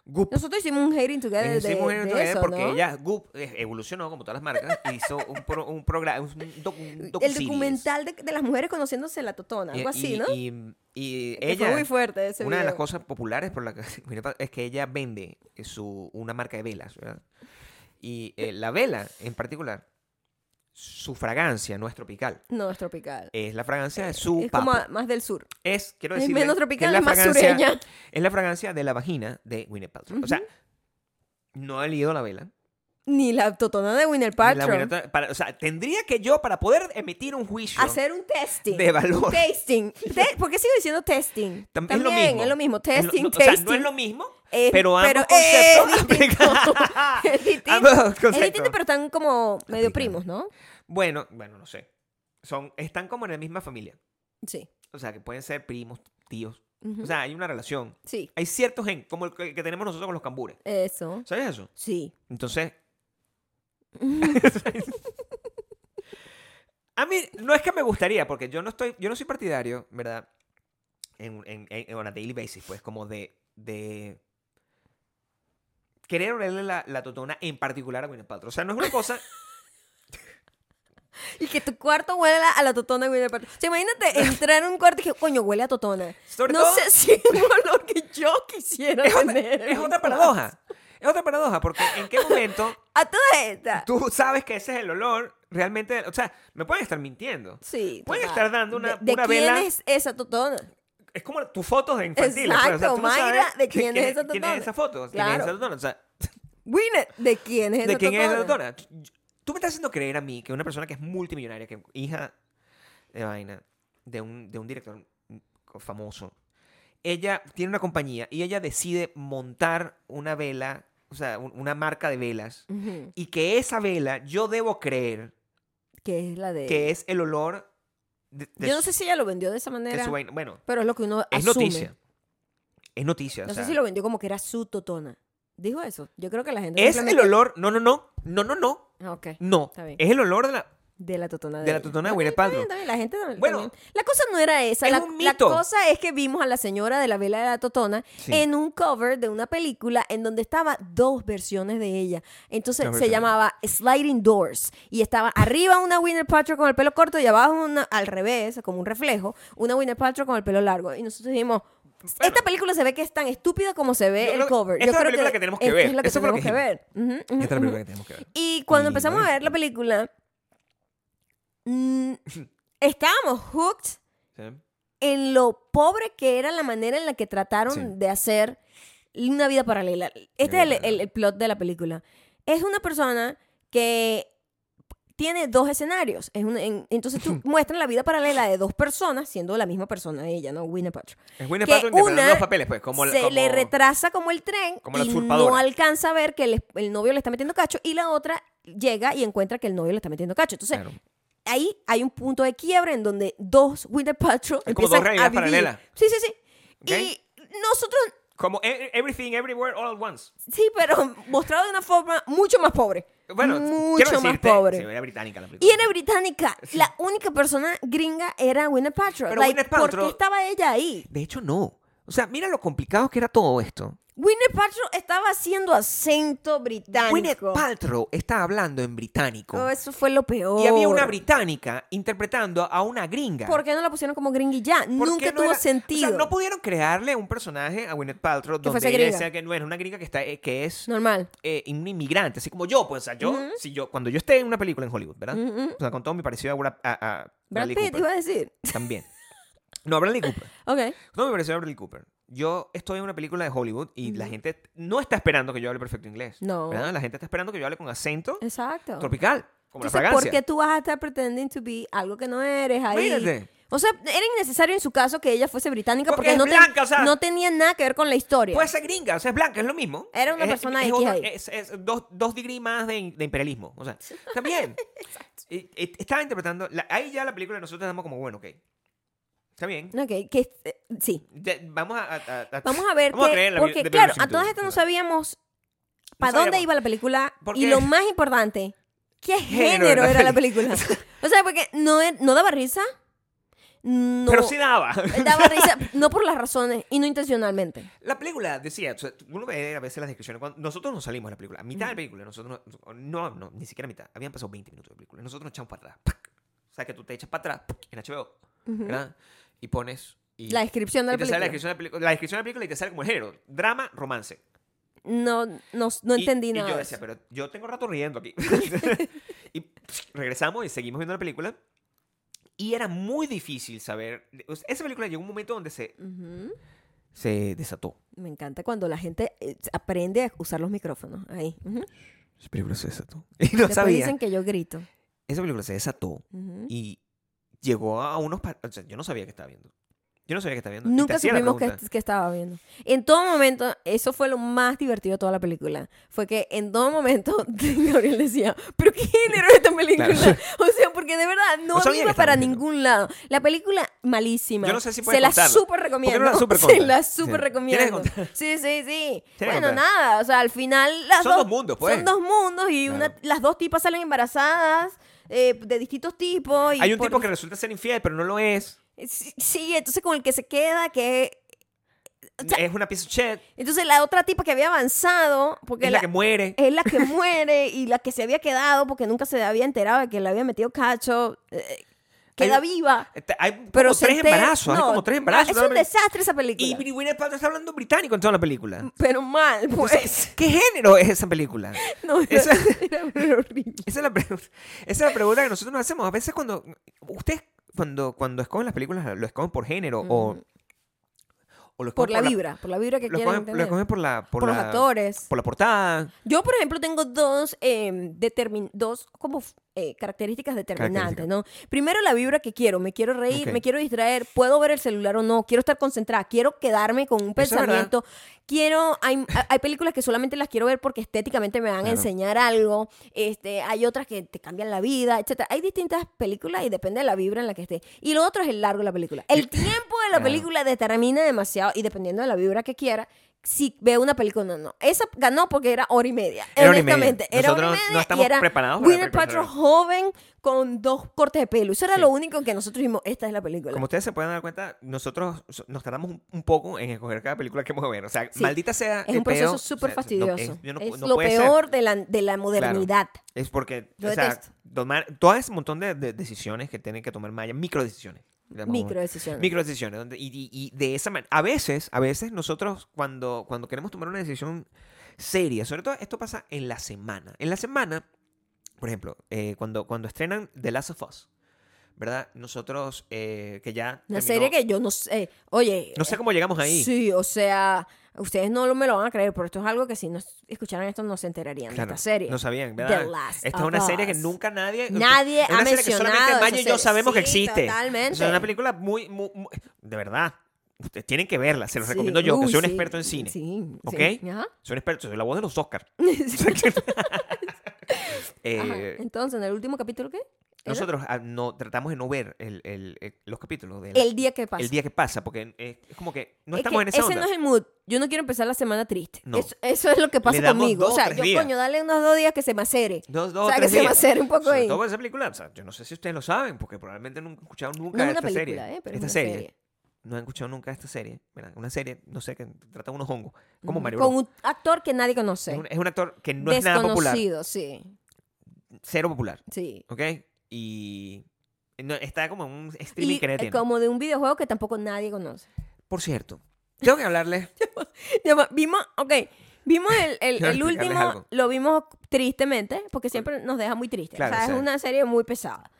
[SPEAKER 2] Goop.
[SPEAKER 1] Nosotros hicimos un hating together de,
[SPEAKER 2] Les hicimos un
[SPEAKER 1] de
[SPEAKER 2] evento que-
[SPEAKER 1] eso,
[SPEAKER 2] porque
[SPEAKER 1] ¿no?
[SPEAKER 2] ella Goop eh, evolucionó como todas las marcas y hizo un, pro- un programa un, docu- un
[SPEAKER 1] el
[SPEAKER 2] docuseries.
[SPEAKER 1] documental de, de las mujeres conociéndose la totona,
[SPEAKER 2] Y-
[SPEAKER 1] algo así,
[SPEAKER 2] y-
[SPEAKER 1] ¿no?
[SPEAKER 2] y, y
[SPEAKER 1] Que
[SPEAKER 2] ella
[SPEAKER 1] fue muy fuerte ese
[SPEAKER 2] una de las
[SPEAKER 1] video.
[SPEAKER 2] cosas populares por la que mira, pa- es que ella vende eh, su una marca de velas ¿verdad? y eh, la vela en particular su fragancia no es tropical
[SPEAKER 1] No, es tropical.
[SPEAKER 2] es la fragancia de su
[SPEAKER 1] Eh, es como
[SPEAKER 2] papa.
[SPEAKER 1] a- más del sur.
[SPEAKER 2] es quiero
[SPEAKER 1] Es
[SPEAKER 2] decir
[SPEAKER 1] menos tropical, es más sureña.
[SPEAKER 2] es la fragancia de la vagina de Gwyneth Paltrow o sea no he leído la vela
[SPEAKER 1] Ni la totona de Winner
[SPEAKER 2] Ni la
[SPEAKER 1] Paltrow.
[SPEAKER 2] Winnet- para- o sea, tendría que yo, para poder emitir un juicio
[SPEAKER 1] Hacer un testing.
[SPEAKER 2] de valor.
[SPEAKER 1] Tasting. Te- ¿Por qué sigo diciendo testing?
[SPEAKER 2] tam-
[SPEAKER 1] También, es lo mismo.
[SPEAKER 2] Es lo-
[SPEAKER 1] Testing,
[SPEAKER 2] no- o sea,
[SPEAKER 1] tasting.
[SPEAKER 2] no es lo mismo,
[SPEAKER 1] Eh,
[SPEAKER 2] pero ambos
[SPEAKER 1] es
[SPEAKER 2] conceptos
[SPEAKER 1] distinto.
[SPEAKER 2] aplican-
[SPEAKER 1] Es distinto.
[SPEAKER 2] Ambos
[SPEAKER 1] Es distinto,
[SPEAKER 2] conceptos.
[SPEAKER 1] pero están como medio
[SPEAKER 2] Aplican.
[SPEAKER 1] primos, ¿no?
[SPEAKER 2] Bueno, bueno, no sé. Son, están como en la misma familia.
[SPEAKER 1] Sí.
[SPEAKER 2] O sea, que pueden ser primos, tíos.
[SPEAKER 1] Ujú.
[SPEAKER 2] O sea, hay una relación.
[SPEAKER 1] sí.
[SPEAKER 2] Hay ciertos gen, como el que que tenemos nosotros con los cambures.
[SPEAKER 1] Eso.
[SPEAKER 2] ¿Sabes eso?
[SPEAKER 1] Sí.
[SPEAKER 2] Entonces. a mí no es que me gustaría, porque yo no estoy, yo no soy partidario, ¿verdad? En, en, en- en on a daily basis, pues, como de. de querer olerle la, la totona en particular a Gwyneth Paltrow. O sea, no es una cosa.
[SPEAKER 1] Y que tu cuarto huela a la totona de Winnie Paltrow. O sea, imagínate entrar en un cuarto y que, coño, huele a totona.
[SPEAKER 2] Sobre
[SPEAKER 1] no
[SPEAKER 2] todo-
[SPEAKER 1] sé si es un olor que yo quisiera
[SPEAKER 2] Es otra,
[SPEAKER 1] tener.
[SPEAKER 2] es otra paradoja. Es otra paradoja, porque en qué momento
[SPEAKER 1] A todas estas.
[SPEAKER 2] tú sabes que ese es el olor realmente. O sea, me pueden estar mintiendo.
[SPEAKER 1] Sí.
[SPEAKER 2] Pueden
[SPEAKER 1] total.
[SPEAKER 2] estar dando una-
[SPEAKER 1] ¿De, de
[SPEAKER 2] una
[SPEAKER 1] quién
[SPEAKER 2] vela-
[SPEAKER 1] es esa totona?
[SPEAKER 2] Es como tus fotos de infantiles. pues, o sea,
[SPEAKER 1] Exacto,
[SPEAKER 2] tú no
[SPEAKER 1] Mayra,
[SPEAKER 2] sabes
[SPEAKER 1] ¿de
[SPEAKER 2] qué-
[SPEAKER 1] quién es esa
[SPEAKER 2] ¿Quién es
[SPEAKER 1] totona?
[SPEAKER 2] esa foto? ¿Quién es
[SPEAKER 1] Claro.
[SPEAKER 2] esa totona? O sea,
[SPEAKER 1] Winner, ¿de quién es esa
[SPEAKER 2] ¿De quién es
[SPEAKER 1] totona?
[SPEAKER 2] la doctora? Tú me estás haciendo creer a mí que una persona que es multimillonaria, que es hija de vaina, de un, de un director famoso, ella tiene una compañía y ella decide montar una vela, o sea, un- una marca de velas,
[SPEAKER 1] Ujú.
[SPEAKER 2] y que esa vela yo debo creer
[SPEAKER 1] Que es la de...
[SPEAKER 2] que es el olor de, de
[SPEAKER 1] Yo no
[SPEAKER 2] su-
[SPEAKER 1] sé si ella lo vendió de esa
[SPEAKER 2] de
[SPEAKER 1] manera,
[SPEAKER 2] su vaina. Bueno,
[SPEAKER 1] pero es lo que uno
[SPEAKER 2] es
[SPEAKER 1] asume.
[SPEAKER 2] noticia. Es noticia. o
[SPEAKER 1] No
[SPEAKER 2] sea,
[SPEAKER 1] sé si lo vendió como que era su totona. Dijo eso. Yo creo que la gente
[SPEAKER 2] Es el
[SPEAKER 1] simplemente-
[SPEAKER 2] olor. No, no, no. No, no, no.
[SPEAKER 1] Ah, ok.
[SPEAKER 2] No.
[SPEAKER 1] Está bien.
[SPEAKER 2] Es el olor de la.
[SPEAKER 1] De la totona de
[SPEAKER 2] De la
[SPEAKER 1] ella.
[SPEAKER 2] totona de
[SPEAKER 1] Ok,
[SPEAKER 2] Gwyneth
[SPEAKER 1] está bien,
[SPEAKER 2] Paltrow.
[SPEAKER 1] está bien, La gente también-
[SPEAKER 2] Bueno.
[SPEAKER 1] también. La cosa no era esa.
[SPEAKER 2] Es
[SPEAKER 1] la,
[SPEAKER 2] un
[SPEAKER 1] la
[SPEAKER 2] mito.
[SPEAKER 1] cosa es que vimos a la señora de la vela de la totona
[SPEAKER 2] Sí.
[SPEAKER 1] en un cover de una película en donde estaba dos versiones de ella. Entonces
[SPEAKER 2] Dos
[SPEAKER 1] se
[SPEAKER 2] versiones.
[SPEAKER 1] llamaba Sliding Doors y estaba arriba una Winner Paltrow con el pelo corto y abajo una al revés, como un reflejo, una Winner Paltrow con el pelo largo. Y nosotros dijimos, esta película se ve que es tan estúpida como se
[SPEAKER 2] Yo
[SPEAKER 1] ve
[SPEAKER 2] creo
[SPEAKER 1] el
[SPEAKER 2] que
[SPEAKER 1] cover.
[SPEAKER 2] esta
[SPEAKER 1] Yo
[SPEAKER 2] es la
[SPEAKER 1] creo
[SPEAKER 2] película que tenemos que
[SPEAKER 1] esta
[SPEAKER 2] ver.
[SPEAKER 1] Es la que
[SPEAKER 2] Eso fue lo
[SPEAKER 1] tenemos que,
[SPEAKER 2] que
[SPEAKER 1] ver. Ujú, ujú,
[SPEAKER 2] Esta es la
[SPEAKER 1] ujú.
[SPEAKER 2] película que tenemos que ver.
[SPEAKER 1] Y cuando
[SPEAKER 2] Y
[SPEAKER 1] empezamos a
[SPEAKER 2] bueno.
[SPEAKER 1] ver la película, mm, estábamos hooked
[SPEAKER 2] ¿sí?
[SPEAKER 1] en lo pobre que era la manera en la que trataron
[SPEAKER 2] Sí.
[SPEAKER 1] de hacer una vida paralela. Este
[SPEAKER 2] vida
[SPEAKER 1] es el, el-
[SPEAKER 2] paralela.
[SPEAKER 1] el plot de la película. Es una persona que tiene dos escenarios. Es un- en- entonces tú muestran la vida paralela de dos personas, siendo la misma persona ella, ¿no? Winnie Paltrow.
[SPEAKER 2] Es Gwyneth
[SPEAKER 1] que
[SPEAKER 2] Paltrow interpretando
[SPEAKER 1] una
[SPEAKER 2] los papeles, pues, como
[SPEAKER 1] se le
[SPEAKER 2] como-
[SPEAKER 1] retrasa como el tren
[SPEAKER 2] como la
[SPEAKER 1] y no
[SPEAKER 2] usurpadora.
[SPEAKER 1] alcanza a ver que el, el novio le está metiendo cacho y la otra llega y encuentra que el novio le está metiendo cacho. Entonces,
[SPEAKER 2] Claro.
[SPEAKER 1] ahí hay un punto de quiebre en donde dos Winter Patrol
[SPEAKER 2] Es como
[SPEAKER 1] empiezan
[SPEAKER 2] dos
[SPEAKER 1] a
[SPEAKER 2] realidades
[SPEAKER 1] vivir.
[SPEAKER 2] paralelas.
[SPEAKER 1] Sí, sí, sí.
[SPEAKER 2] ¿Ok?
[SPEAKER 1] Y nosotros
[SPEAKER 2] Como e- Everything, Everywhere, All at Once.
[SPEAKER 1] Sí, pero mostrado de una forma mucho más pobre.
[SPEAKER 2] Bueno,
[SPEAKER 1] mucho
[SPEAKER 2] quiero
[SPEAKER 1] más
[SPEAKER 2] decirte,
[SPEAKER 1] pobre.
[SPEAKER 2] sí, era británica la
[SPEAKER 1] Y
[SPEAKER 2] película.
[SPEAKER 1] era británica. La única persona gringa era Gwyneth Paltrow.
[SPEAKER 2] Pero
[SPEAKER 1] Like,
[SPEAKER 2] Gwyneth
[SPEAKER 1] ¿Por
[SPEAKER 2] Paltrow-
[SPEAKER 1] qué estaba ella ahí?
[SPEAKER 2] De hecho, no. O sea, mira lo complicado que era todo esto.
[SPEAKER 1] Gwyneth Paltrow estaba haciendo acento británico.
[SPEAKER 2] Gwyneth Paltrow está hablando en británico.
[SPEAKER 1] Oh, eso fue lo peor.
[SPEAKER 2] Y había una británica interpretando a una gringa.
[SPEAKER 1] ¿Por qué no la pusieron como gringa y ya?
[SPEAKER 2] ¿Por
[SPEAKER 1] Nunca
[SPEAKER 2] qué no
[SPEAKER 1] tuvo
[SPEAKER 2] era-
[SPEAKER 1] sentido.
[SPEAKER 2] O sea, no pudieron crearle un personaje a Gwyneth Paltrow donde
[SPEAKER 1] fuese
[SPEAKER 2] ella
[SPEAKER 1] gringa.
[SPEAKER 2] sea que no es una gringa que, está, eh, que es
[SPEAKER 1] Normal.
[SPEAKER 2] eh, un inmigrante, así como yo. Pues, o sea, yo, si yo, cuando yo esté en una película en Hollywood, ¿verdad? O sea, con todo mi parecido a, Bra- a- a
[SPEAKER 1] Brad
[SPEAKER 2] Bradley
[SPEAKER 1] Pitt
[SPEAKER 2] Cooper.
[SPEAKER 1] iba a decir.
[SPEAKER 2] También. No, a Bradley Cooper.
[SPEAKER 1] Ok.
[SPEAKER 2] No me pareció a Bradley Cooper. Yo estoy en una película de Hollywood y la gente no está esperando que yo hable perfecto inglés.
[SPEAKER 1] No.
[SPEAKER 2] ¿verdad? La gente está esperando que yo hable con acento
[SPEAKER 1] Exacto.
[SPEAKER 2] tropical, como
[SPEAKER 1] Entonces,
[SPEAKER 2] la
[SPEAKER 1] ¿por
[SPEAKER 2] fragancia.
[SPEAKER 1] qué tú vas a estar pretending to be algo que no eres ahí?
[SPEAKER 2] Mírate.
[SPEAKER 1] O sea, era innecesario en su caso que ella fuese británica porque,
[SPEAKER 2] Porque es
[SPEAKER 1] no, te-
[SPEAKER 2] blanca, o sea. Pues
[SPEAKER 1] no tenía nada que ver con la historia.
[SPEAKER 2] Puede ser gringa, o sea, es blanca, es lo mismo.
[SPEAKER 1] Era una
[SPEAKER 2] Es-
[SPEAKER 1] persona
[SPEAKER 2] es
[SPEAKER 1] X
[SPEAKER 2] otra-
[SPEAKER 1] ahí.
[SPEAKER 2] es- es dos, dos degree más de, de imperialismo. O sea, también. Estaba interpretando. la- ahí ya la película nosotros damos como, bueno, ok. Está bien.
[SPEAKER 1] Ok, que, eh, sí.
[SPEAKER 2] Ya, vamos a, a- a-
[SPEAKER 1] Vamos a ver.
[SPEAKER 2] Vamos a
[SPEAKER 1] que-
[SPEAKER 2] creer en la
[SPEAKER 1] porque,
[SPEAKER 2] vi- de
[SPEAKER 1] claro, a
[SPEAKER 2] verosimilitud.
[SPEAKER 1] todas estas no sabíamos
[SPEAKER 2] No
[SPEAKER 1] para dónde
[SPEAKER 2] sabíamos.
[SPEAKER 1] iba la película y
[SPEAKER 2] Porque-
[SPEAKER 1] lo más importante, qué género,
[SPEAKER 2] Género era la
[SPEAKER 1] era la película. o sea, porque no, er- no daba risa. No Eh,
[SPEAKER 2] Pero sí daba.
[SPEAKER 1] daba risa, no por las razones y no intencionalmente.
[SPEAKER 2] La película decía, o sea, uno ve a veces las descripciones. Cuando nosotros nos salimos de la película, a mitad de la película, nosotros no, no, no, ni siquiera a mitad, habían pasado 20 minutos de película. Nosotros nos echamos para atrás. ¡pac! O sea, que tú te echas para atrás ¡pac! en HBO, ¿verdad? Y pones. Y,
[SPEAKER 1] La descripción de
[SPEAKER 2] y
[SPEAKER 1] la
[SPEAKER 2] te sale la
[SPEAKER 1] película.
[SPEAKER 2] descripción de la película. La descripción de la película y te sale como el género: drama, romance.
[SPEAKER 1] No, no, no
[SPEAKER 2] Y-
[SPEAKER 1] entendí
[SPEAKER 2] y
[SPEAKER 1] nada.
[SPEAKER 2] yo
[SPEAKER 1] de
[SPEAKER 2] decía,
[SPEAKER 1] eso.
[SPEAKER 2] pero yo tengo rato riendo aquí. y regresamos y seguimos viendo la película. Y era muy difícil saber. o sea, esa película llegó un momento donde se,
[SPEAKER 1] Ujú.
[SPEAKER 2] se desató.
[SPEAKER 1] Me encanta cuando la gente eh, aprende a usar los micrófonos. Ahí. Ujú.
[SPEAKER 2] Esa película se desató. Y no
[SPEAKER 1] Después
[SPEAKER 2] sabía.
[SPEAKER 1] dicen que yo grito.
[SPEAKER 2] Esa película se desató
[SPEAKER 1] Ujú.
[SPEAKER 2] y llegó a unos... pa- O sea, yo no sabía que estaba viendo. Yo no sabía que estaba viendo. Y te
[SPEAKER 1] Nunca
[SPEAKER 2] hacía la
[SPEAKER 1] supimos que,
[SPEAKER 2] pregunta.
[SPEAKER 1] que estaba viendo. En todo momento, eso fue lo más divertido de toda la película. Fue que en todo momento Gabriel decía, pero qué género es esta película.
[SPEAKER 2] Claro.
[SPEAKER 1] O sea, porque de verdad
[SPEAKER 2] No
[SPEAKER 1] no,
[SPEAKER 2] sabía que
[SPEAKER 1] iba
[SPEAKER 2] estaba
[SPEAKER 1] para
[SPEAKER 2] viendo.
[SPEAKER 1] ningún lado. La película malísima.
[SPEAKER 2] Yo no sé si puedes
[SPEAKER 1] Se la
[SPEAKER 2] contarla.
[SPEAKER 1] súper recomiendo.
[SPEAKER 2] no la súper
[SPEAKER 1] Se
[SPEAKER 2] cuentas?
[SPEAKER 1] la
[SPEAKER 2] Sí.
[SPEAKER 1] súper
[SPEAKER 2] Tienes que
[SPEAKER 1] recomiendo.
[SPEAKER 2] contar.
[SPEAKER 1] Sí, sí, sí.
[SPEAKER 2] que
[SPEAKER 1] Bueno,
[SPEAKER 2] contar.
[SPEAKER 1] nada. O sea, al final las
[SPEAKER 2] Son dos mundos, pues.
[SPEAKER 1] Son dos mundos y
[SPEAKER 2] Claro.
[SPEAKER 1] una, las dos tipas salen embarazadas. eh, de distintos tipos. y
[SPEAKER 2] Hay un
[SPEAKER 1] por-
[SPEAKER 2] tipo que resulta ser infiel, pero no lo es.
[SPEAKER 1] Sí, sí, entonces con el que se queda, que O sea-
[SPEAKER 2] es una piece of shit.
[SPEAKER 1] Entonces la otra tipa que había avanzado, porque eh,
[SPEAKER 2] Es la que muere.
[SPEAKER 1] es la que muere y la que se había quedado porque nunca se había enterado de que le había metido cacho, eh, queda
[SPEAKER 2] Hay-
[SPEAKER 1] viva.
[SPEAKER 2] Este, Hay como
[SPEAKER 1] Pero se
[SPEAKER 2] tres
[SPEAKER 1] entera-
[SPEAKER 2] embarazos. hay
[SPEAKER 1] no,
[SPEAKER 2] como tres embarazos.
[SPEAKER 1] Es
[SPEAKER 2] toda
[SPEAKER 1] un
[SPEAKER 2] la peli-
[SPEAKER 1] desastre esa
[SPEAKER 2] y
[SPEAKER 1] película.
[SPEAKER 2] Gwyneth Paltrow está hablando en británico en toda la película.
[SPEAKER 1] Pero mal, pues.
[SPEAKER 2] ¿Qué género es esa película?
[SPEAKER 1] No, era,
[SPEAKER 2] esa-
[SPEAKER 1] era- era horrible.
[SPEAKER 2] Esa es la pregunta, esa es la pregunta que nosotros nos hacemos. A veces cuando ustedes cuando, cuando escogen las películas lo escogen por género o, o lo escogen
[SPEAKER 1] Por la vibra, por la vibra que
[SPEAKER 2] Lo
[SPEAKER 1] quieren
[SPEAKER 2] escogen, lo
[SPEAKER 1] tener.
[SPEAKER 2] escogen por la por,
[SPEAKER 1] Por los
[SPEAKER 2] la-
[SPEAKER 1] actores.
[SPEAKER 2] por la portada.
[SPEAKER 1] Yo, por ejemplo, tengo dos, em, determin- dos como f- eh, características determinantes,
[SPEAKER 2] Características.
[SPEAKER 1] ¿no? Primero, la vibra que quiero. Me quiero reír,
[SPEAKER 2] Ok.
[SPEAKER 1] me quiero distraer, puedo ver el celular o no, quiero estar concentrada, quiero quedarme con un
[SPEAKER 2] Eso es verdad.
[SPEAKER 1] pensamiento. Quiero, hay, hay películas que solamente las quiero ver porque estéticamente me van a
[SPEAKER 2] Claro.
[SPEAKER 1] enseñar algo. Este, hay otras que te cambian la vida, etcétera. Hay distintas películas y depende de la vibra en la que esté. Y lo otro es el largo de la película. El tiempo de la
[SPEAKER 2] Claro.
[SPEAKER 1] película determina demasiado y dependiendo de la vibra que quiera, si veo una película o no, no. Esa ganó porque era hora y media.
[SPEAKER 2] Era hora y media.
[SPEAKER 1] honestamente, era hora y
[SPEAKER 2] Nosotros
[SPEAKER 1] media
[SPEAKER 2] no estamos
[SPEAKER 1] y era
[SPEAKER 2] preparados para
[SPEAKER 1] Gwyneth
[SPEAKER 2] ver películas
[SPEAKER 1] Paltrow joven con dos cortes de pelo. Eso era
[SPEAKER 2] Sí.
[SPEAKER 1] lo único que nosotros vimos. Esta es la película.
[SPEAKER 2] Como ustedes se pueden dar cuenta, nosotros so- nos tardamos un, un poco en escoger cada película que vamos a ver. O sea,
[SPEAKER 1] Sí.
[SPEAKER 2] maldita sea.
[SPEAKER 1] es
[SPEAKER 2] el
[SPEAKER 1] un
[SPEAKER 2] pedo,
[SPEAKER 1] proceso
[SPEAKER 2] o sea,
[SPEAKER 1] súper
[SPEAKER 2] no-
[SPEAKER 1] fastidioso.
[SPEAKER 2] es- yo no pu-
[SPEAKER 1] es
[SPEAKER 2] no
[SPEAKER 1] lo
[SPEAKER 2] puede ser.
[SPEAKER 1] peor de la, de la modernidad.
[SPEAKER 2] Es porque,
[SPEAKER 1] Lo
[SPEAKER 2] o sea,
[SPEAKER 1] detesto.
[SPEAKER 2] tomar, todo ese montón de, de decisiones que tienen que tomar Maya, micro decisiones.
[SPEAKER 1] Micro decisiones.
[SPEAKER 2] Micro decisiones. donde- y, y- y de esa manera, a veces, a veces nosotros cuando, cuando queremos tomar una decisión seria, sobre todo esto pasa en la semana. En la semana, por ejemplo, eh, cuando, cuando estrenan The Last of Us, ¿verdad? Nosotros, eh, que ya...
[SPEAKER 1] Una
[SPEAKER 2] terminó-
[SPEAKER 1] serie que yo no sé. Oye.
[SPEAKER 2] No sé cómo llegamos ahí.
[SPEAKER 1] Sí, o sea, ustedes no lo- me lo van a creer, pero esto es algo que si no escucharan esto no se enterarían
[SPEAKER 2] Claro,
[SPEAKER 1] de esta serie.
[SPEAKER 2] No sabían, ¿verdad?
[SPEAKER 1] Last
[SPEAKER 2] Esta es
[SPEAKER 1] of
[SPEAKER 2] una serie que
[SPEAKER 1] Us.
[SPEAKER 2] nunca nadie.
[SPEAKER 1] Nadie
[SPEAKER 2] es una
[SPEAKER 1] ha
[SPEAKER 2] serie que solamente
[SPEAKER 1] mencionado
[SPEAKER 2] Maya y
[SPEAKER 1] esa serie.
[SPEAKER 2] yo sabemos que
[SPEAKER 1] Sí,
[SPEAKER 2] existe.
[SPEAKER 1] totalmente.
[SPEAKER 2] O sea, Es una película muy, muy, muy- De verdad. Ustedes tienen que verla. Se los
[SPEAKER 1] Sí.
[SPEAKER 2] recomiendo yo, que
[SPEAKER 1] Uy,
[SPEAKER 2] soy un
[SPEAKER 1] sí,
[SPEAKER 2] experto en cine.
[SPEAKER 1] Sí. sí.
[SPEAKER 2] ¿Ok?
[SPEAKER 1] Ajá.
[SPEAKER 2] Soy un experto, soy la voz de los Oscars. eh,
[SPEAKER 1] Ajá. Entonces, en el último capítulo, ¿qué? ¿Era?
[SPEAKER 2] Nosotros ah, no, tratamos de no ver el- el- el- los capítulos del
[SPEAKER 1] El día que pasa.
[SPEAKER 2] el día que pasa, porque es, es como que no
[SPEAKER 1] Es
[SPEAKER 2] estamos
[SPEAKER 1] que
[SPEAKER 2] en esa
[SPEAKER 1] ese
[SPEAKER 2] onda.
[SPEAKER 1] no es el mood. Yo no quiero empezar la semana triste.
[SPEAKER 2] No.
[SPEAKER 1] Eso, eso es lo que pasa
[SPEAKER 2] Le damos
[SPEAKER 1] conmigo.
[SPEAKER 2] dos,
[SPEAKER 1] o sea,
[SPEAKER 2] tres
[SPEAKER 1] yo,
[SPEAKER 2] días.
[SPEAKER 1] coño, dale unos dos días que se me acere.
[SPEAKER 2] Dos,
[SPEAKER 1] o
[SPEAKER 2] dos,
[SPEAKER 1] sea, que
[SPEAKER 2] tres
[SPEAKER 1] se me
[SPEAKER 2] días.
[SPEAKER 1] acere un poco
[SPEAKER 2] Sobre
[SPEAKER 1] ahí.
[SPEAKER 2] todo
[SPEAKER 1] No
[SPEAKER 2] por esa película. O sea, yo no sé si ustedes lo saben, porque probablemente nunca han escuchado nunca
[SPEAKER 1] es una
[SPEAKER 2] esta
[SPEAKER 1] película,
[SPEAKER 2] serie.
[SPEAKER 1] ¿eh? Pero es
[SPEAKER 2] esta
[SPEAKER 1] una
[SPEAKER 2] serie.
[SPEAKER 1] serie.
[SPEAKER 2] No han escuchado nunca esta serie. Mira, una serie, no sé, que trata de unos hongos. Como
[SPEAKER 1] Ujú.
[SPEAKER 2] Mario
[SPEAKER 1] Con
[SPEAKER 2] Bros.
[SPEAKER 1] un actor que nadie conoce.
[SPEAKER 2] Es, un, es un actor que no es nada popular.
[SPEAKER 1] Desconocido, sí.
[SPEAKER 2] Cero popular.
[SPEAKER 1] Sí.
[SPEAKER 2] ¿Ok? Y no, está como en un streaming
[SPEAKER 1] Y,
[SPEAKER 2] que nadie
[SPEAKER 1] eh,
[SPEAKER 2] tiene.
[SPEAKER 1] como de un videojuego que tampoco nadie conoce.
[SPEAKER 2] Por cierto, tengo que hablarles.
[SPEAKER 1] Ya va, Vimos, ok, vimos el, el-
[SPEAKER 2] Quiero
[SPEAKER 1] el
[SPEAKER 2] explicarles
[SPEAKER 1] último,
[SPEAKER 2] algo.
[SPEAKER 1] lo vimos tristemente, porque siempre nos deja muy tristes.
[SPEAKER 2] Claro,
[SPEAKER 1] o sea,
[SPEAKER 2] sí.
[SPEAKER 1] es una serie muy pesada.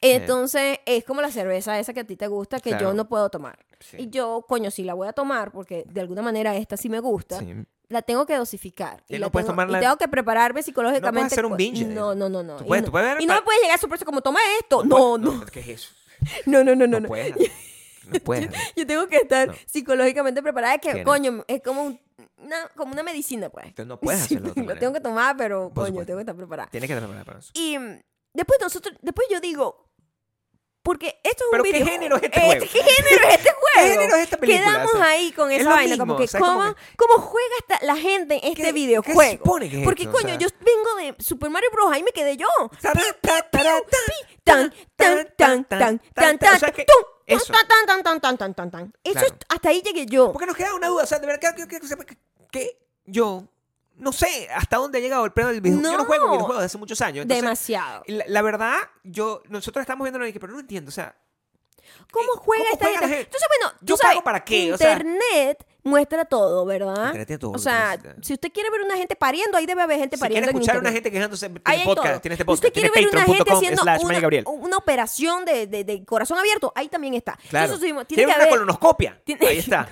[SPEAKER 1] Entonces, es como la cerveza esa que a ti te gusta, que yo
[SPEAKER 2] Claro.
[SPEAKER 1] no puedo tomar.
[SPEAKER 2] Sí.
[SPEAKER 1] Y yo, coño, sí la voy a tomar, porque de alguna manera esta sí me gusta.
[SPEAKER 2] Sí.
[SPEAKER 1] La tengo que dosificar. Y,
[SPEAKER 2] Sí,
[SPEAKER 1] la
[SPEAKER 2] no puedes
[SPEAKER 1] tengo,
[SPEAKER 2] tomarla-
[SPEAKER 1] y tengo que prepararme psicológicamente.
[SPEAKER 2] hacer un
[SPEAKER 1] cu-
[SPEAKER 2] binge de
[SPEAKER 1] No,
[SPEAKER 2] eso.
[SPEAKER 1] no, no, no.
[SPEAKER 2] Tú
[SPEAKER 1] Y
[SPEAKER 2] puedes-
[SPEAKER 1] no,
[SPEAKER 2] tú puedes ver
[SPEAKER 1] y no
[SPEAKER 2] pa-
[SPEAKER 1] me puedes llegar a sorpresa como, toma esto. No, no,
[SPEAKER 2] ¿Qué es eso?
[SPEAKER 1] no, no, no, no.
[SPEAKER 2] No
[SPEAKER 1] no.
[SPEAKER 2] puedes. No puedes.
[SPEAKER 1] Yo tengo que estar
[SPEAKER 2] No.
[SPEAKER 1] psicológicamente preparada, que
[SPEAKER 2] Tienes.
[SPEAKER 1] coño, es como, un- una, como una medicina, pues.
[SPEAKER 2] Tú no puedes hacerlo de otra
[SPEAKER 1] lo
[SPEAKER 2] manera.
[SPEAKER 1] tengo que tomar, pero
[SPEAKER 2] Por
[SPEAKER 1] coño,
[SPEAKER 2] supuesto.
[SPEAKER 1] tengo que estar preparada.
[SPEAKER 2] Tienes que trabajar para eso.
[SPEAKER 1] Y mm, después nosotros, después yo digo, porque esto es
[SPEAKER 2] ¿Pero
[SPEAKER 1] un
[SPEAKER 2] qué
[SPEAKER 1] video.
[SPEAKER 2] género es este juego?
[SPEAKER 1] ¿Qué género es este
[SPEAKER 2] ¿Qué
[SPEAKER 1] juego?
[SPEAKER 2] género es esta película?
[SPEAKER 1] Quedamos
[SPEAKER 2] O sea,
[SPEAKER 1] ahí con
[SPEAKER 2] es
[SPEAKER 1] esa
[SPEAKER 2] lo
[SPEAKER 1] vaina,
[SPEAKER 2] mismo,
[SPEAKER 1] como que,
[SPEAKER 2] o sea, es
[SPEAKER 1] ¿cómo,
[SPEAKER 2] como
[SPEAKER 1] cómo juega esta- la gente en este
[SPEAKER 2] ¿Qué-
[SPEAKER 1] videojuego?
[SPEAKER 2] qué se supone que es
[SPEAKER 1] porque
[SPEAKER 2] esto? O
[SPEAKER 1] coño,
[SPEAKER 2] sea-
[SPEAKER 1] yo vengo de Super Mario Bros. Ahí me quedé yo.
[SPEAKER 2] Tará, tá, tará, tá.
[SPEAKER 1] Tan, tan, tan, tan, tan,
[SPEAKER 2] O
[SPEAKER 1] tan,
[SPEAKER 2] sea que-
[SPEAKER 1] tum, tum,
[SPEAKER 2] eso.
[SPEAKER 1] tan, tan, tan, tan, tan, tan, tan. Eso
[SPEAKER 2] Claro.
[SPEAKER 1] es- hasta ahí llegué yo.
[SPEAKER 2] Porque nos queda una duda, o sea, de verdad que, que- que- que- que yo no sé hasta dónde ha llegado el premio del videojuego. Yo no juego
[SPEAKER 1] No.
[SPEAKER 2] videojuegos desde hace muchos años. entonces,
[SPEAKER 1] Demasiado.
[SPEAKER 2] la, la verdad, yo, nosotros estamos viendo y que, pero no entiendo, o sea,
[SPEAKER 1] ¿Cómo juega
[SPEAKER 2] Eh, ¿cómo
[SPEAKER 1] esta
[SPEAKER 2] juega la
[SPEAKER 1] gente?
[SPEAKER 2] gente?
[SPEAKER 1] Entonces, bueno, tú
[SPEAKER 2] ¿Yo
[SPEAKER 1] sabes,
[SPEAKER 2] pago para qué? O sea-
[SPEAKER 1] Internet muestra todo, ¿verdad?
[SPEAKER 2] Internet tiene todo
[SPEAKER 1] O
[SPEAKER 2] lo que
[SPEAKER 1] sea,
[SPEAKER 2] necesita.
[SPEAKER 1] si usted quiere ver una gente pariendo, ahí debe haber gente
[SPEAKER 2] si
[SPEAKER 1] pariendo
[SPEAKER 2] quieres
[SPEAKER 1] en
[SPEAKER 2] escuchar a una
[SPEAKER 1] Internet.
[SPEAKER 2] gente quejándose, tiene
[SPEAKER 1] Ahí hay
[SPEAKER 2] podcast,
[SPEAKER 1] todo.
[SPEAKER 2] tienes este
[SPEAKER 1] Si usted
[SPEAKER 2] podcast,
[SPEAKER 1] quiere
[SPEAKER 2] tienes
[SPEAKER 1] ver una gente
[SPEAKER 2] patreon.com
[SPEAKER 1] haciendo
[SPEAKER 2] slash Maya
[SPEAKER 1] una,
[SPEAKER 2] Gabriel.
[SPEAKER 1] una operación de, de- de corazón abierto, ahí también está.
[SPEAKER 2] Claro.
[SPEAKER 1] Entonces, subimos, tiene
[SPEAKER 2] Tiene
[SPEAKER 1] que
[SPEAKER 2] una
[SPEAKER 1] haber...
[SPEAKER 2] colonoscopia.
[SPEAKER 1] Tiene-
[SPEAKER 2] Ahí está.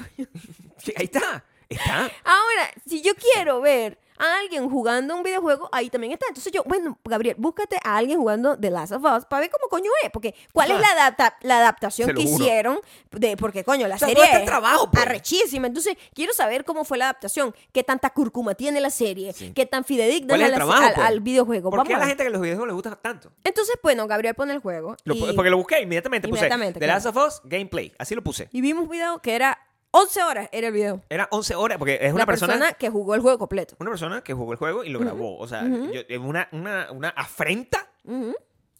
[SPEAKER 2] Sí, Ahí está. Está.
[SPEAKER 1] Ahora, si yo quiero ver a alguien jugando un videojuego, ahí también está. Entonces yo, bueno, Gabriel, búscate a alguien jugando The Last of Us para ver cómo coño es. Porque, ¿cuál es la, adapta- la adaptación
[SPEAKER 2] Se lo
[SPEAKER 1] que
[SPEAKER 2] juro.
[SPEAKER 1] hicieron? De, porque, coño, la
[SPEAKER 2] O sea,
[SPEAKER 1] serie
[SPEAKER 2] todo este
[SPEAKER 1] es
[SPEAKER 2] trabajo, pues.
[SPEAKER 1] arrechísima. Entonces, quiero saber cómo fue la adaptación. ¿Qué tanta cúrcuma tiene la serie?
[SPEAKER 2] Sí.
[SPEAKER 1] ¿Qué tan fidedigna
[SPEAKER 2] ¿Cuál
[SPEAKER 1] es
[SPEAKER 2] es el
[SPEAKER 1] la-
[SPEAKER 2] trabajo?
[SPEAKER 1] al,
[SPEAKER 2] pues?
[SPEAKER 1] al videojuego?
[SPEAKER 2] ¿Por qué a
[SPEAKER 1] Vamos
[SPEAKER 2] la
[SPEAKER 1] a-
[SPEAKER 2] gente que los videojuegos les gustan tanto?
[SPEAKER 1] Entonces, bueno, Gabriel pone el juego.
[SPEAKER 2] Lo pu-
[SPEAKER 1] y,
[SPEAKER 2] porque lo busqué inmediatamente. Puse
[SPEAKER 1] Inmediatamente,
[SPEAKER 2] The
[SPEAKER 1] claro.
[SPEAKER 2] Last of Us Gameplay. Así lo puse.
[SPEAKER 1] y vimos un video que era 11 horas, era el video.
[SPEAKER 2] Era 11 horas, porque es una
[SPEAKER 1] la persona,
[SPEAKER 2] persona,
[SPEAKER 1] que jugó el juego completo.
[SPEAKER 2] una persona que jugó el juego y lo grabó. O sea, yo- es una, una, una afrenta
[SPEAKER 1] Ujú,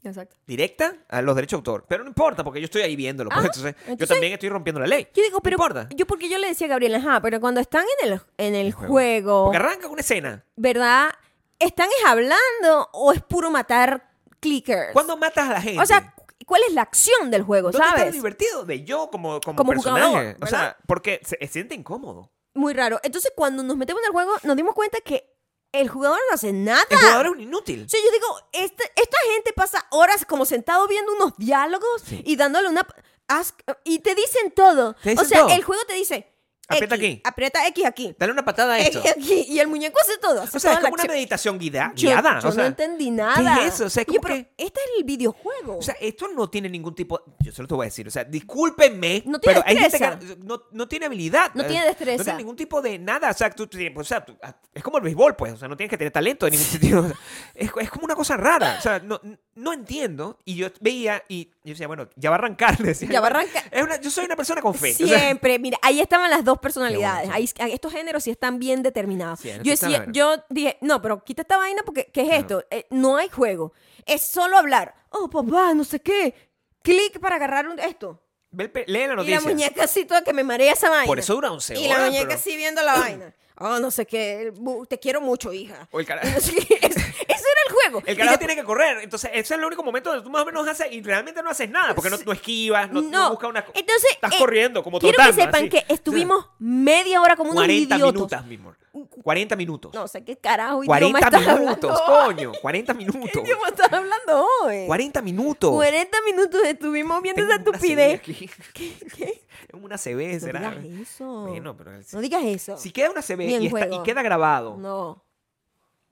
[SPEAKER 1] Exacto.
[SPEAKER 2] directa a los derechos de autor. Pero no importa, porque yo estoy ahí viéndolo. pues,
[SPEAKER 1] Ajá,
[SPEAKER 2] entonces, yo
[SPEAKER 1] Ah, entonces-
[SPEAKER 2] también estoy rompiendo la ley.
[SPEAKER 1] Yo digo, pero
[SPEAKER 2] No importa.
[SPEAKER 1] yo porque yo le decía a Gabriel, ajá, pero cuando están en el, en el
[SPEAKER 2] juego.
[SPEAKER 1] juego,
[SPEAKER 2] Porque arranca con una escena.
[SPEAKER 1] ¿verdad? ¿Están es hablando o es puro matar clickers?
[SPEAKER 2] ¿Cuándo matas a la gente?
[SPEAKER 1] o sea, cu- ¿cuál es la acción del juego,
[SPEAKER 2] ¿dónde está lo
[SPEAKER 1] sabes?
[SPEAKER 2] divertido de yo como, como,
[SPEAKER 1] Como
[SPEAKER 2] personaje?
[SPEAKER 1] jugador,
[SPEAKER 2] o
[SPEAKER 1] ¿verdad?
[SPEAKER 2] sea, porque se, se siente incómodo.
[SPEAKER 1] Muy raro. Entonces, cuando nos metemos en el juego, nos dimos cuenta que el jugador no hace nada.
[SPEAKER 2] El jugador es un inútil.
[SPEAKER 1] O sea, yo digo, este- esta gente pasa horas como sentado viendo unos diálogos
[SPEAKER 2] Sí.
[SPEAKER 1] y dándole una... haz- y te dicen todo.
[SPEAKER 2] Te
[SPEAKER 1] o
[SPEAKER 2] dicen
[SPEAKER 1] sea,
[SPEAKER 2] todo.
[SPEAKER 1] el juego te dice...
[SPEAKER 2] Aprieta
[SPEAKER 1] X,
[SPEAKER 2] aquí.
[SPEAKER 1] Aprieta X aquí.
[SPEAKER 2] Dale una patada a esto.
[SPEAKER 1] X aquí. Y el muñeco hace todo. hace
[SPEAKER 2] O sea,
[SPEAKER 1] toda
[SPEAKER 2] es
[SPEAKER 1] la
[SPEAKER 2] como una
[SPEAKER 1] acción.
[SPEAKER 2] meditación guida-
[SPEAKER 1] Yo,
[SPEAKER 2] guiada.
[SPEAKER 1] yo
[SPEAKER 2] o sea,
[SPEAKER 1] no entendí nada.
[SPEAKER 2] ¿qué es eso? O sea,
[SPEAKER 1] Oye,
[SPEAKER 2] como
[SPEAKER 1] pero
[SPEAKER 2] que-
[SPEAKER 1] este es el videojuego.
[SPEAKER 2] O sea, esto no tiene ningún tipo. Yo se lo te voy a decir. O sea, discúlpenme.
[SPEAKER 1] No tiene
[SPEAKER 2] pero hay gente
[SPEAKER 1] destreza.
[SPEAKER 2] que no, no tiene habilidad.
[SPEAKER 1] No
[SPEAKER 2] eh,
[SPEAKER 1] tiene destreza.
[SPEAKER 2] No tiene ningún tipo de nada. O sea, tú, tú- o sea, tú- es como el béisbol, pues. O sea, no tienes que tener talento en ningún sentido. O sea, es, es como una cosa rara. O sea, no, no entiendo. Y yo veía y yo decía, bueno, ya va a arrancar. decía.
[SPEAKER 1] Ya va a arrancar.
[SPEAKER 2] Es una- yo soy una persona con fe. O sea,
[SPEAKER 1] Siempre, mira, ahí estaban las dos personalidades.
[SPEAKER 2] Qué bueno,
[SPEAKER 1] Ahí, estos géneros sí están bien determinados.
[SPEAKER 2] Sí,
[SPEAKER 1] yo,
[SPEAKER 2] está
[SPEAKER 1] decía-
[SPEAKER 2] bueno.
[SPEAKER 1] yo dije, no, pero quita esta vaina porque, ¿qué es esto? Eh, no hay juego. Es solo hablar. Oh, papá, no sé qué. Clic para agarrar un- esto.
[SPEAKER 2] ve el pe- lee la
[SPEAKER 1] Y
[SPEAKER 2] noticia.
[SPEAKER 1] la muñeca así toda que me marea esa vaina.
[SPEAKER 2] Por eso dura 11
[SPEAKER 1] Y
[SPEAKER 2] horas.
[SPEAKER 1] la muñeca
[SPEAKER 2] pero-
[SPEAKER 1] así viendo la vaina. Oh, no sé qué. bu- Te quiero mucho, hija.
[SPEAKER 2] O el cara-
[SPEAKER 1] No sé qué. Es- Ese era el juego.
[SPEAKER 2] El
[SPEAKER 1] Y
[SPEAKER 2] carajo
[SPEAKER 1] después-
[SPEAKER 2] tiene que correr. Entonces, ese es el único momento donde tú más o menos haces y realmente no haces nada. Porque no, no esquivas, no, no buscas una co-
[SPEAKER 1] Entonces,
[SPEAKER 2] Estás
[SPEAKER 1] eh,
[SPEAKER 2] corriendo como
[SPEAKER 1] Quiero
[SPEAKER 2] trotando,
[SPEAKER 1] que sepan
[SPEAKER 2] así.
[SPEAKER 1] que estuvimos media hora como unos
[SPEAKER 2] 40
[SPEAKER 1] idiotos.
[SPEAKER 2] minutos, mi amor. 40 minutos.
[SPEAKER 1] No sé qué carajo idioma
[SPEAKER 2] 40
[SPEAKER 1] estás
[SPEAKER 2] minutos,
[SPEAKER 1] hablando.
[SPEAKER 2] coño. 40
[SPEAKER 1] ¿Qué
[SPEAKER 2] minutos.
[SPEAKER 1] idioma estás hablando hoy?
[SPEAKER 2] 40 minutos.
[SPEAKER 1] 40 minutos estuvimos viendo
[SPEAKER 2] Tengo
[SPEAKER 1] esa
[SPEAKER 2] una CB
[SPEAKER 1] estupidez.
[SPEAKER 2] aquí.
[SPEAKER 1] ¿Qué? ¿Qué?
[SPEAKER 2] Tengo una CB,
[SPEAKER 1] No
[SPEAKER 2] será.
[SPEAKER 1] digas eso.
[SPEAKER 2] Bueno, pero el-
[SPEAKER 1] No digas eso.
[SPEAKER 2] si queda una CB
[SPEAKER 1] Ni en
[SPEAKER 2] y, está-
[SPEAKER 1] juego.
[SPEAKER 2] y queda grabado,
[SPEAKER 1] No.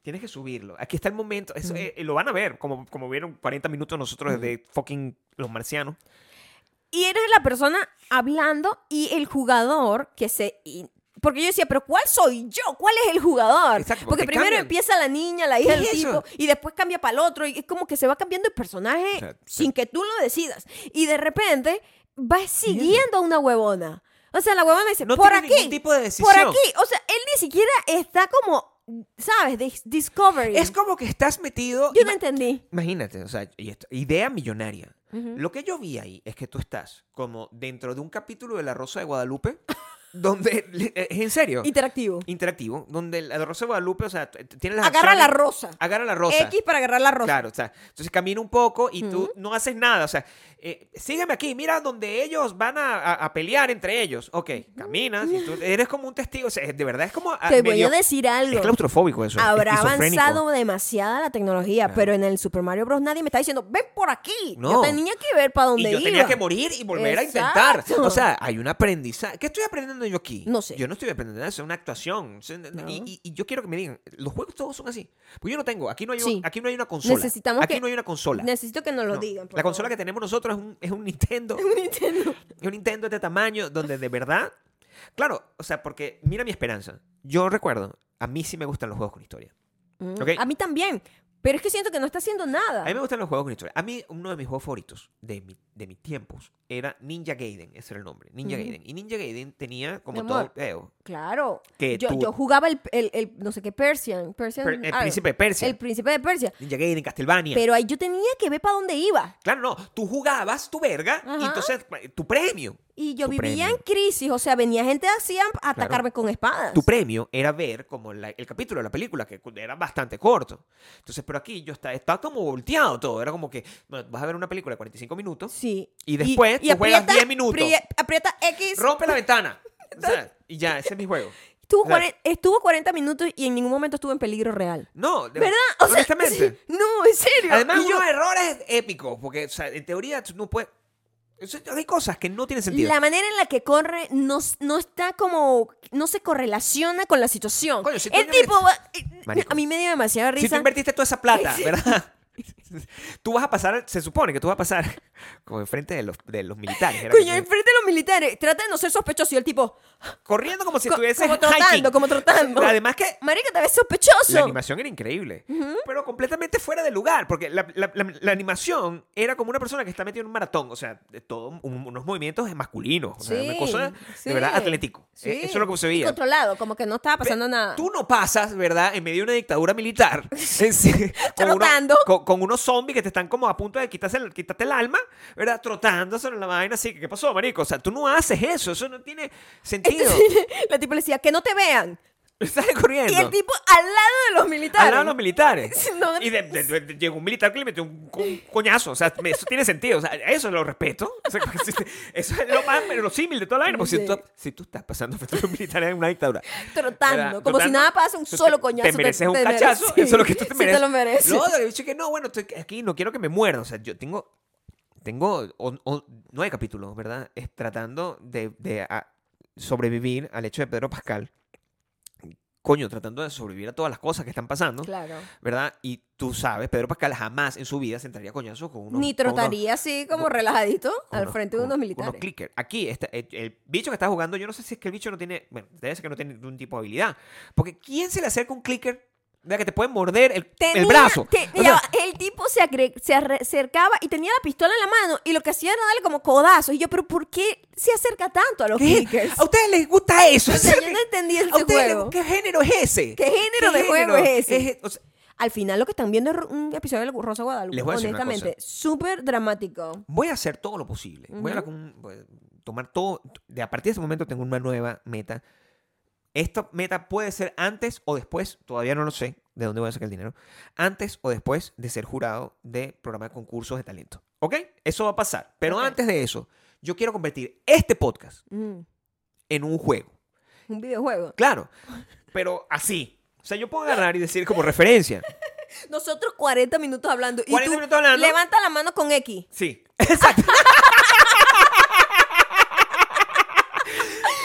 [SPEAKER 2] tienes que subirlo. Aquí está el momento. Eso, eh, eh, lo van a ver, como, como vieron 40 minutos nosotros desde fucking los marcianos.
[SPEAKER 1] Y eres la persona hablando y el jugador que se in- Porque yo decía, pero ¿cuál soy yo? ¿Cuál es el jugador?
[SPEAKER 2] Exacto,
[SPEAKER 1] porque
[SPEAKER 2] porque
[SPEAKER 1] primero
[SPEAKER 2] cambian.
[SPEAKER 1] empieza la niña, la hija
[SPEAKER 2] ¿Qué
[SPEAKER 1] del
[SPEAKER 2] es
[SPEAKER 1] tipo,
[SPEAKER 2] eso?
[SPEAKER 1] y después cambia para el otro. Y es como que se va cambiando el personaje
[SPEAKER 2] O sea,
[SPEAKER 1] sin que tú lo decidas. Y de repente vas siguiendo a una huevona. O sea, la huevona dice,
[SPEAKER 2] No
[SPEAKER 1] por
[SPEAKER 2] tiene
[SPEAKER 1] aquí,
[SPEAKER 2] ningún tipo de decisión.
[SPEAKER 1] por aquí. O sea, él ni siquiera está como, ¿sabes? Dis- Discovery.
[SPEAKER 2] Es como que estás metido.
[SPEAKER 1] yo
[SPEAKER 2] ima-
[SPEAKER 1] no entendí.
[SPEAKER 2] Imagínate, o sea, y esto- idea millonaria.
[SPEAKER 1] Ujú.
[SPEAKER 2] Lo que yo vi ahí es que tú estás como dentro de un capítulo de La Rosa de Guadalupe, donde le- eh, es en serio,
[SPEAKER 1] Interactivo.
[SPEAKER 2] interactivo, donde La Rosa de Guadalupe, o sea, t- t- tienes las
[SPEAKER 1] Agarra la
[SPEAKER 2] acciones-
[SPEAKER 1] rosa.
[SPEAKER 2] agarra la rosa.
[SPEAKER 1] X para agarrar la rosa.
[SPEAKER 2] Claro, o sea, entonces camina un poco y tú no haces nada, o sea, eh, sígueme aquí, mira donde ellos van a, a- a pelear entre ellos. Ok, caminas y tú eres como un testigo, o sea, de verdad es como... ah,
[SPEAKER 1] Te
[SPEAKER 2] medio-
[SPEAKER 1] voy a decir
[SPEAKER 2] es
[SPEAKER 1] algo.
[SPEAKER 2] claustrofóbico eso. es
[SPEAKER 1] Habrá
[SPEAKER 2] esquizofrénico.
[SPEAKER 1] avanzado demasiada la tecnología,
[SPEAKER 2] Claro.
[SPEAKER 1] pero en el Super Mario Bros. nadie me está diciendo, ven por aquí. Yo
[SPEAKER 2] No.
[SPEAKER 1] tenía que ver para dónde
[SPEAKER 2] Y yo
[SPEAKER 1] iba.
[SPEAKER 2] tenía que morir y volver a intentar.
[SPEAKER 1] Exacto.
[SPEAKER 2] O sea, hay un aprendizaje. ¿Qué estoy aprendiendo yo aquí?
[SPEAKER 1] No sé.
[SPEAKER 2] Yo no estoy aprendiendo nada, es una actuación. O sea, Y, y- y yo quiero que me digan, los juegos todos son así. Pues yo no tengo, aquí no hay, un-
[SPEAKER 1] Sí.
[SPEAKER 2] aquí no hay una consola.
[SPEAKER 1] Necesitamos
[SPEAKER 2] aquí
[SPEAKER 1] que-
[SPEAKER 2] no hay una consola.
[SPEAKER 1] Necesito que nos lo
[SPEAKER 2] No.
[SPEAKER 1] digan. por
[SPEAKER 2] La consola
[SPEAKER 1] favor.
[SPEAKER 2] que tenemos nosotros es un, es un Nintendo. un Nintendo. Es un Nintendo de este tamaño donde de verdad... Claro, o sea, porque mira mi esperanza. Yo recuerdo, a mí sí me gustan los juegos con historia.
[SPEAKER 1] Mm,
[SPEAKER 2] Ok.
[SPEAKER 1] A mí también. Pero es que siento que no está haciendo nada.
[SPEAKER 2] A mí me gustan los juegos con historia. A mí, uno de mis juegos favoritos de, mi- de mis tiempos era Ninja Gaiden. Ese era el nombre. Ninja
[SPEAKER 1] Ujú.
[SPEAKER 2] Gaiden. Y Ninja Gaiden tenía como
[SPEAKER 1] Mi
[SPEAKER 2] todo.
[SPEAKER 1] amor,
[SPEAKER 2] eh,
[SPEAKER 1] Claro.
[SPEAKER 2] que
[SPEAKER 1] Yo,
[SPEAKER 2] tú-
[SPEAKER 1] yo jugaba el, el- el no sé qué Persian. Persian
[SPEAKER 2] Per- el
[SPEAKER 1] algo.
[SPEAKER 2] príncipe de Persia.
[SPEAKER 1] ah, El príncipe de Persia.
[SPEAKER 2] Ninja Gaiden, Castlevania.
[SPEAKER 1] Pero ahí yo tenía que ver para dónde iba.
[SPEAKER 2] Claro, no. Tú jugabas tu verga y
[SPEAKER 1] Ajá.
[SPEAKER 2] entonces eh, tu premio.
[SPEAKER 1] Y yo
[SPEAKER 2] Tu
[SPEAKER 1] vivía en
[SPEAKER 2] premio.
[SPEAKER 1] crisis. O sea, venía gente así a a atacarme con espadas.
[SPEAKER 2] Tu premio era ver como la- el capítulo de la película, que cu- era bastante corto. Entonces, pero aquí yo estaba, estaba como volteado todo. Era como que bueno, vas a ver una película de 45 minutos,
[SPEAKER 1] Sí.
[SPEAKER 2] Y después tú juegas 10 minutos.
[SPEAKER 1] pri- Aprieta X.
[SPEAKER 2] rompe la ventana. O sea, y ya, ese es mi juego.
[SPEAKER 1] Estuvo,
[SPEAKER 2] Claro.
[SPEAKER 1] cuaren- estuvo 40 minutos y en ningún momento estuvo en peligro real.
[SPEAKER 2] No, de-
[SPEAKER 1] ¿Verdad? O sea,
[SPEAKER 2] honestamente.
[SPEAKER 1] sí. no, en serio.
[SPEAKER 2] Además,
[SPEAKER 1] Y yo-
[SPEAKER 2] unos errores épicos, porque o sea, en teoría tú no puedes... eso- Hay cosas que no tienen sentido.
[SPEAKER 1] la manera en la que corre no, s- no está como. No se correlaciona con la situación.
[SPEAKER 2] Coño, si tú
[SPEAKER 1] El
[SPEAKER 2] ya me-
[SPEAKER 1] tipo. va- eh,
[SPEAKER 2] Marico.
[SPEAKER 1] a mí me dio demasiada
[SPEAKER 2] Si tú
[SPEAKER 1] risa.
[SPEAKER 2] invertiste toda esa plata, ¿verdad? Tú vas a pasar, se supone que tú vas a pasar como enfrente de los, de los militares. era
[SPEAKER 1] Coño,
[SPEAKER 2] que-
[SPEAKER 1] enfrente de los militares. Trata de no ser sospechoso. Y el tipo.
[SPEAKER 2] corriendo como si
[SPEAKER 1] co-
[SPEAKER 2] estuvieses
[SPEAKER 1] como trotando,
[SPEAKER 2] hiking.
[SPEAKER 1] como trotando.
[SPEAKER 2] Además que
[SPEAKER 1] Marica, te ves sospechoso.
[SPEAKER 2] la animación era increíble, pero completamente fuera de lugar, porque la, la- la- la animación era como una persona que está metida en un maratón, o sea, de todo, un- unos movimientos masculinos, o sea,
[SPEAKER 1] Sí,
[SPEAKER 2] una cosa
[SPEAKER 1] sí.
[SPEAKER 2] de verdad atlético.
[SPEAKER 1] Sí.
[SPEAKER 2] Eh, Eso es lo que se veía.
[SPEAKER 1] Controlado, como que no estaba pasando
[SPEAKER 2] Pe-
[SPEAKER 1] nada.
[SPEAKER 2] Tú no pasas, ¿verdad? En medio de una dictadura militar. en sí, con, uno-
[SPEAKER 1] Trotando.
[SPEAKER 2] con, con unos zombies que te están como a punto de quitarse el, quitarte el alma, ¿verdad? Trotando sobre la vaina así. ¿Qué pasó, marico? O sea, tú no haces eso. Eso no tiene sentido.
[SPEAKER 1] La tipo le decía, que no te vean.
[SPEAKER 2] Estás
[SPEAKER 1] Y
[SPEAKER 2] corriendo.
[SPEAKER 1] el tipo al lado de los militares.
[SPEAKER 2] Al lado de los militares.
[SPEAKER 1] Sí, no.
[SPEAKER 2] y de- de- de- de- llegó un militar que le metió un, co- un coñazo. O sea, me- eso tiene sentido. O sea, eso lo respeto. O sea, porque si te- eso es lo más verosímil de toda la vaina. Porque
[SPEAKER 1] Sí.
[SPEAKER 2] si, tú, si tú estás pasando frente a un militar en una dictadura.
[SPEAKER 1] trotando,
[SPEAKER 2] ¿verdad?
[SPEAKER 1] como
[SPEAKER 2] Trotando,
[SPEAKER 1] si nada pasa, un
[SPEAKER 2] tú te-
[SPEAKER 1] solo coñazo.
[SPEAKER 2] Te mereces un
[SPEAKER 1] mereces,
[SPEAKER 2] cachazo.
[SPEAKER 1] sí.
[SPEAKER 2] eso es lo que tú te
[SPEAKER 1] Sí,
[SPEAKER 2] mereces.
[SPEAKER 1] lo mereces.
[SPEAKER 2] Lo otro, el bicho que no, bueno, estoy aquí, no quiero que me muerdan. O sea, yo tengo. Tengo on- on- nueve capítulos, ¿verdad? Es tratando de, de, ah, sobrevivir al hecho de Pedro Pascal. Coño, tratando de sobrevivir a todas las cosas que están pasando.
[SPEAKER 1] Claro.
[SPEAKER 2] ¿verdad? Y tú sabes, Pedro Pascal jamás en su vida se entraría a coñazos con unos...
[SPEAKER 1] Ni
[SPEAKER 2] con unos-
[SPEAKER 1] trotaría así como
[SPEAKER 2] unos-
[SPEAKER 1] relajadito
[SPEAKER 2] con
[SPEAKER 1] al
[SPEAKER 2] unos-
[SPEAKER 1] frente de
[SPEAKER 2] con
[SPEAKER 1] unos militares.
[SPEAKER 2] Unos clicker. Aquí, está, el, el bicho que está jugando, yo no sé si es que el bicho no tiene... Bueno, debe ser que no tiene ningún tipo de habilidad. Porque ¿quién se le acerca un clicker? ¿Verdad? Que te puede morder el,
[SPEAKER 1] Tenía-
[SPEAKER 2] el brazo.
[SPEAKER 1] te-
[SPEAKER 2] O
[SPEAKER 1] ya
[SPEAKER 2] sea,
[SPEAKER 1] va, el tipo se, agre- se arre- acercaba y tenía la pistola en la mano y lo que hacía era darle como codazos. Y yo, pero ¿por qué se acerca tanto a los
[SPEAKER 2] ¿qué?
[SPEAKER 1] clickers?
[SPEAKER 2] ¿A ustedes les gusta eso?
[SPEAKER 1] O sea, yo no entendí ese
[SPEAKER 2] ¿A ustedes les-
[SPEAKER 1] juego.
[SPEAKER 2] ¿Qué género es ese?
[SPEAKER 1] ¿Qué género de juego es ese?
[SPEAKER 2] o sea,
[SPEAKER 1] Al final lo que están viendo es un episodio de Rosa Guadalupe.
[SPEAKER 2] Les voy a decir una
[SPEAKER 1] honestamente, súper dramático.
[SPEAKER 2] voy a hacer todo lo posible. Voy a
[SPEAKER 1] Ujú.
[SPEAKER 2] la- un- voy a tomar todo. De, a partir de ese momento tengo una nueva meta. Esta meta puede ser antes o después, todavía no lo sé de dónde voy a sacar el dinero, antes o después de ser jurado de programa de concursos de talento. ¿Ok? Eso va a pasar. Pero
[SPEAKER 1] Ok.
[SPEAKER 2] antes de eso, yo quiero convertir este podcast
[SPEAKER 1] Mm,
[SPEAKER 2] en un juego.
[SPEAKER 1] un videojuego.
[SPEAKER 2] Claro, pero así. O sea, yo puedo agarrar y decir como referencia.
[SPEAKER 1] Nosotros 40 minutos hablando. y
[SPEAKER 2] 40
[SPEAKER 1] tú
[SPEAKER 2] minutos hablando.
[SPEAKER 1] Levanta la mano con X.
[SPEAKER 2] Sí, exacto.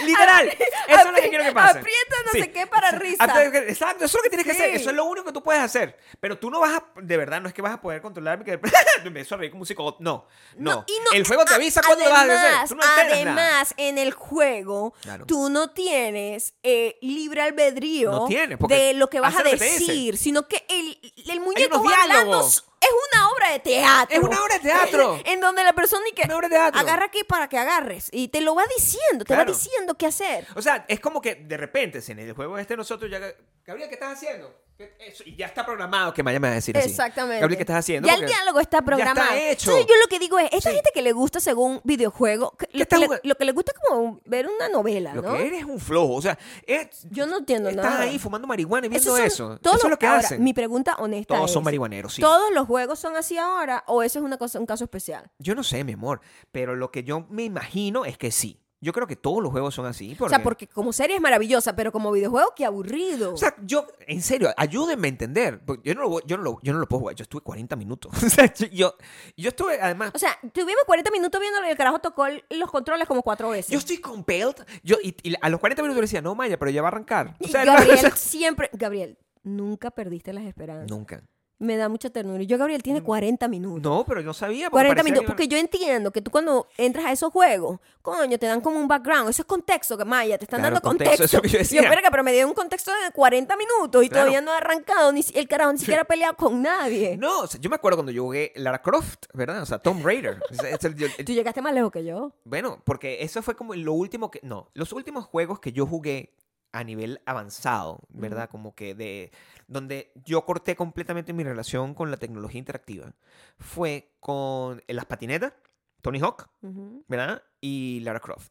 [SPEAKER 2] Literal, mal. Eso es lo que quiero que pase.
[SPEAKER 1] Aprieta no
[SPEAKER 2] Sí.
[SPEAKER 1] sé qué para risa.
[SPEAKER 2] Apri- Exacto, eso es lo que tienes que
[SPEAKER 1] Sí.
[SPEAKER 2] hacer. Eso es lo único que tú puedes hacer. Pero tú no vas a, de verdad, no es que vas a poder controlarme que me empiezo a reír como un psicólogo. No, no.
[SPEAKER 1] y no-
[SPEAKER 2] El juego te
[SPEAKER 1] a-
[SPEAKER 2] avisa cuándo lo vas a hacer.
[SPEAKER 1] además-
[SPEAKER 2] Tú no alteras nada.
[SPEAKER 1] Además, en el juego,
[SPEAKER 2] Claro.
[SPEAKER 1] tú no tienes eh, libre albedrío
[SPEAKER 2] No tienes, porque
[SPEAKER 1] de lo que vas a
[SPEAKER 2] hace lo que te dice.
[SPEAKER 1] decir, sino que el, el muñeco
[SPEAKER 2] unos
[SPEAKER 1] va hablando.
[SPEAKER 2] diálogos.
[SPEAKER 1] s- Es una obra de teatro.
[SPEAKER 2] Es una obra de teatro.
[SPEAKER 1] en donde la persona y que
[SPEAKER 2] Una obra de teatro.
[SPEAKER 1] agarra aquí para que agarres. Y te lo va diciendo, te va
[SPEAKER 2] Claro.
[SPEAKER 1] diciendo qué hacer.
[SPEAKER 2] O sea, es como que de repente, si en el juego este nosotros ya... Gabriel, ¿qué estás haciendo? ¿Qué- eso? Y ya está programado que Maya me va a decir así.
[SPEAKER 1] Exactamente.
[SPEAKER 2] Gabriel, ¿qué estás haciendo?
[SPEAKER 1] Ya el
[SPEAKER 2] Porque-
[SPEAKER 1] diálogo está programado.
[SPEAKER 2] Ya está hecho.
[SPEAKER 1] Entonces yo lo que digo es, esta
[SPEAKER 2] Sí.
[SPEAKER 1] gente que le gusta según videojuego, que- lo,
[SPEAKER 2] está
[SPEAKER 1] que le,
[SPEAKER 2] jugando?
[SPEAKER 1] lo que le gusta es como ver una novela,
[SPEAKER 2] Lo
[SPEAKER 1] ¿no?
[SPEAKER 2] que eres es un flojo. O sea, es-
[SPEAKER 1] Yo no entiendo
[SPEAKER 2] estás
[SPEAKER 1] nada.
[SPEAKER 2] ahí fumando marihuana y viendo
[SPEAKER 1] Esos son
[SPEAKER 2] eso.
[SPEAKER 1] todos
[SPEAKER 2] eso es
[SPEAKER 1] los-
[SPEAKER 2] lo que
[SPEAKER 1] ahora,
[SPEAKER 2] hacen.
[SPEAKER 1] Mi pregunta honesta
[SPEAKER 2] Todos son
[SPEAKER 1] es,
[SPEAKER 2] marihuaneros, sí.
[SPEAKER 1] ¿Todos los juegos son así ahora o eso es una cosa, un caso especial?
[SPEAKER 2] Yo no sé, mi amor, pero lo que yo me imagino es que sí. Yo creo que todos los juegos son así.
[SPEAKER 1] O
[SPEAKER 2] Porque,
[SPEAKER 1] sea, porque como serie es maravillosa, pero como videojuego, qué aburrido.
[SPEAKER 2] O sea, yo, en serio, ayúdenme a entender. porque Yo no lo, voy- yo no lo, yo no lo puedo jugar. Yo estuve 40 minutos. O sea, yo, yo, yo estuve, además,
[SPEAKER 1] O sea, tuvimos 40 minutos viendo y el carajo tocó el- los controles como cuatro veces.
[SPEAKER 2] yo estoy compelled. Yo, y, y a los 40 minutos le decía, no, Maya, pero ya va a arrancar. O
[SPEAKER 1] Y
[SPEAKER 2] sea, no, o
[SPEAKER 1] Gabriel
[SPEAKER 2] sea,
[SPEAKER 1] siempre... Gabriel, nunca perdiste las esperanzas.
[SPEAKER 2] nunca.
[SPEAKER 1] Me da mucha ternura. Y yo, Gabriel, tiene 40 minutos.
[SPEAKER 2] Mm. No, pero yo sabía. porque
[SPEAKER 1] 40
[SPEAKER 2] parecía
[SPEAKER 1] minutos.
[SPEAKER 2] que iba-
[SPEAKER 1] Porque yo entiendo que tú cuando entras a esos juegos, coño, te dan como un background. Eso es contexto, que Maya, te están
[SPEAKER 2] Claro,
[SPEAKER 1] dando
[SPEAKER 2] contexto,
[SPEAKER 1] contexto.
[SPEAKER 2] eso que yo decía.
[SPEAKER 1] espera que, pero me dieron un contexto de 40 minutos y
[SPEAKER 2] Claro.
[SPEAKER 1] todavía no ha arrancado, ni si- el carajo ni siquiera ha peleado con nadie.
[SPEAKER 2] Eh, No, o sea, yo me acuerdo cuando yo jugué Lara Croft, ¿verdad? O sea, Tomb Raider. O sea, es el- yo- el-
[SPEAKER 1] Tú llegaste más lejos que yo.
[SPEAKER 2] Bueno, porque eso fue como lo último que... No, los últimos juegos que yo jugué a nivel avanzado, ¿verdad? Como que de... Donde yo corté completamente mi relación con la tecnología interactiva. Fue con eh, las patinetas, Tony Hawk,
[SPEAKER 1] Ujú.
[SPEAKER 2] ¿verdad? Y Lara Croft.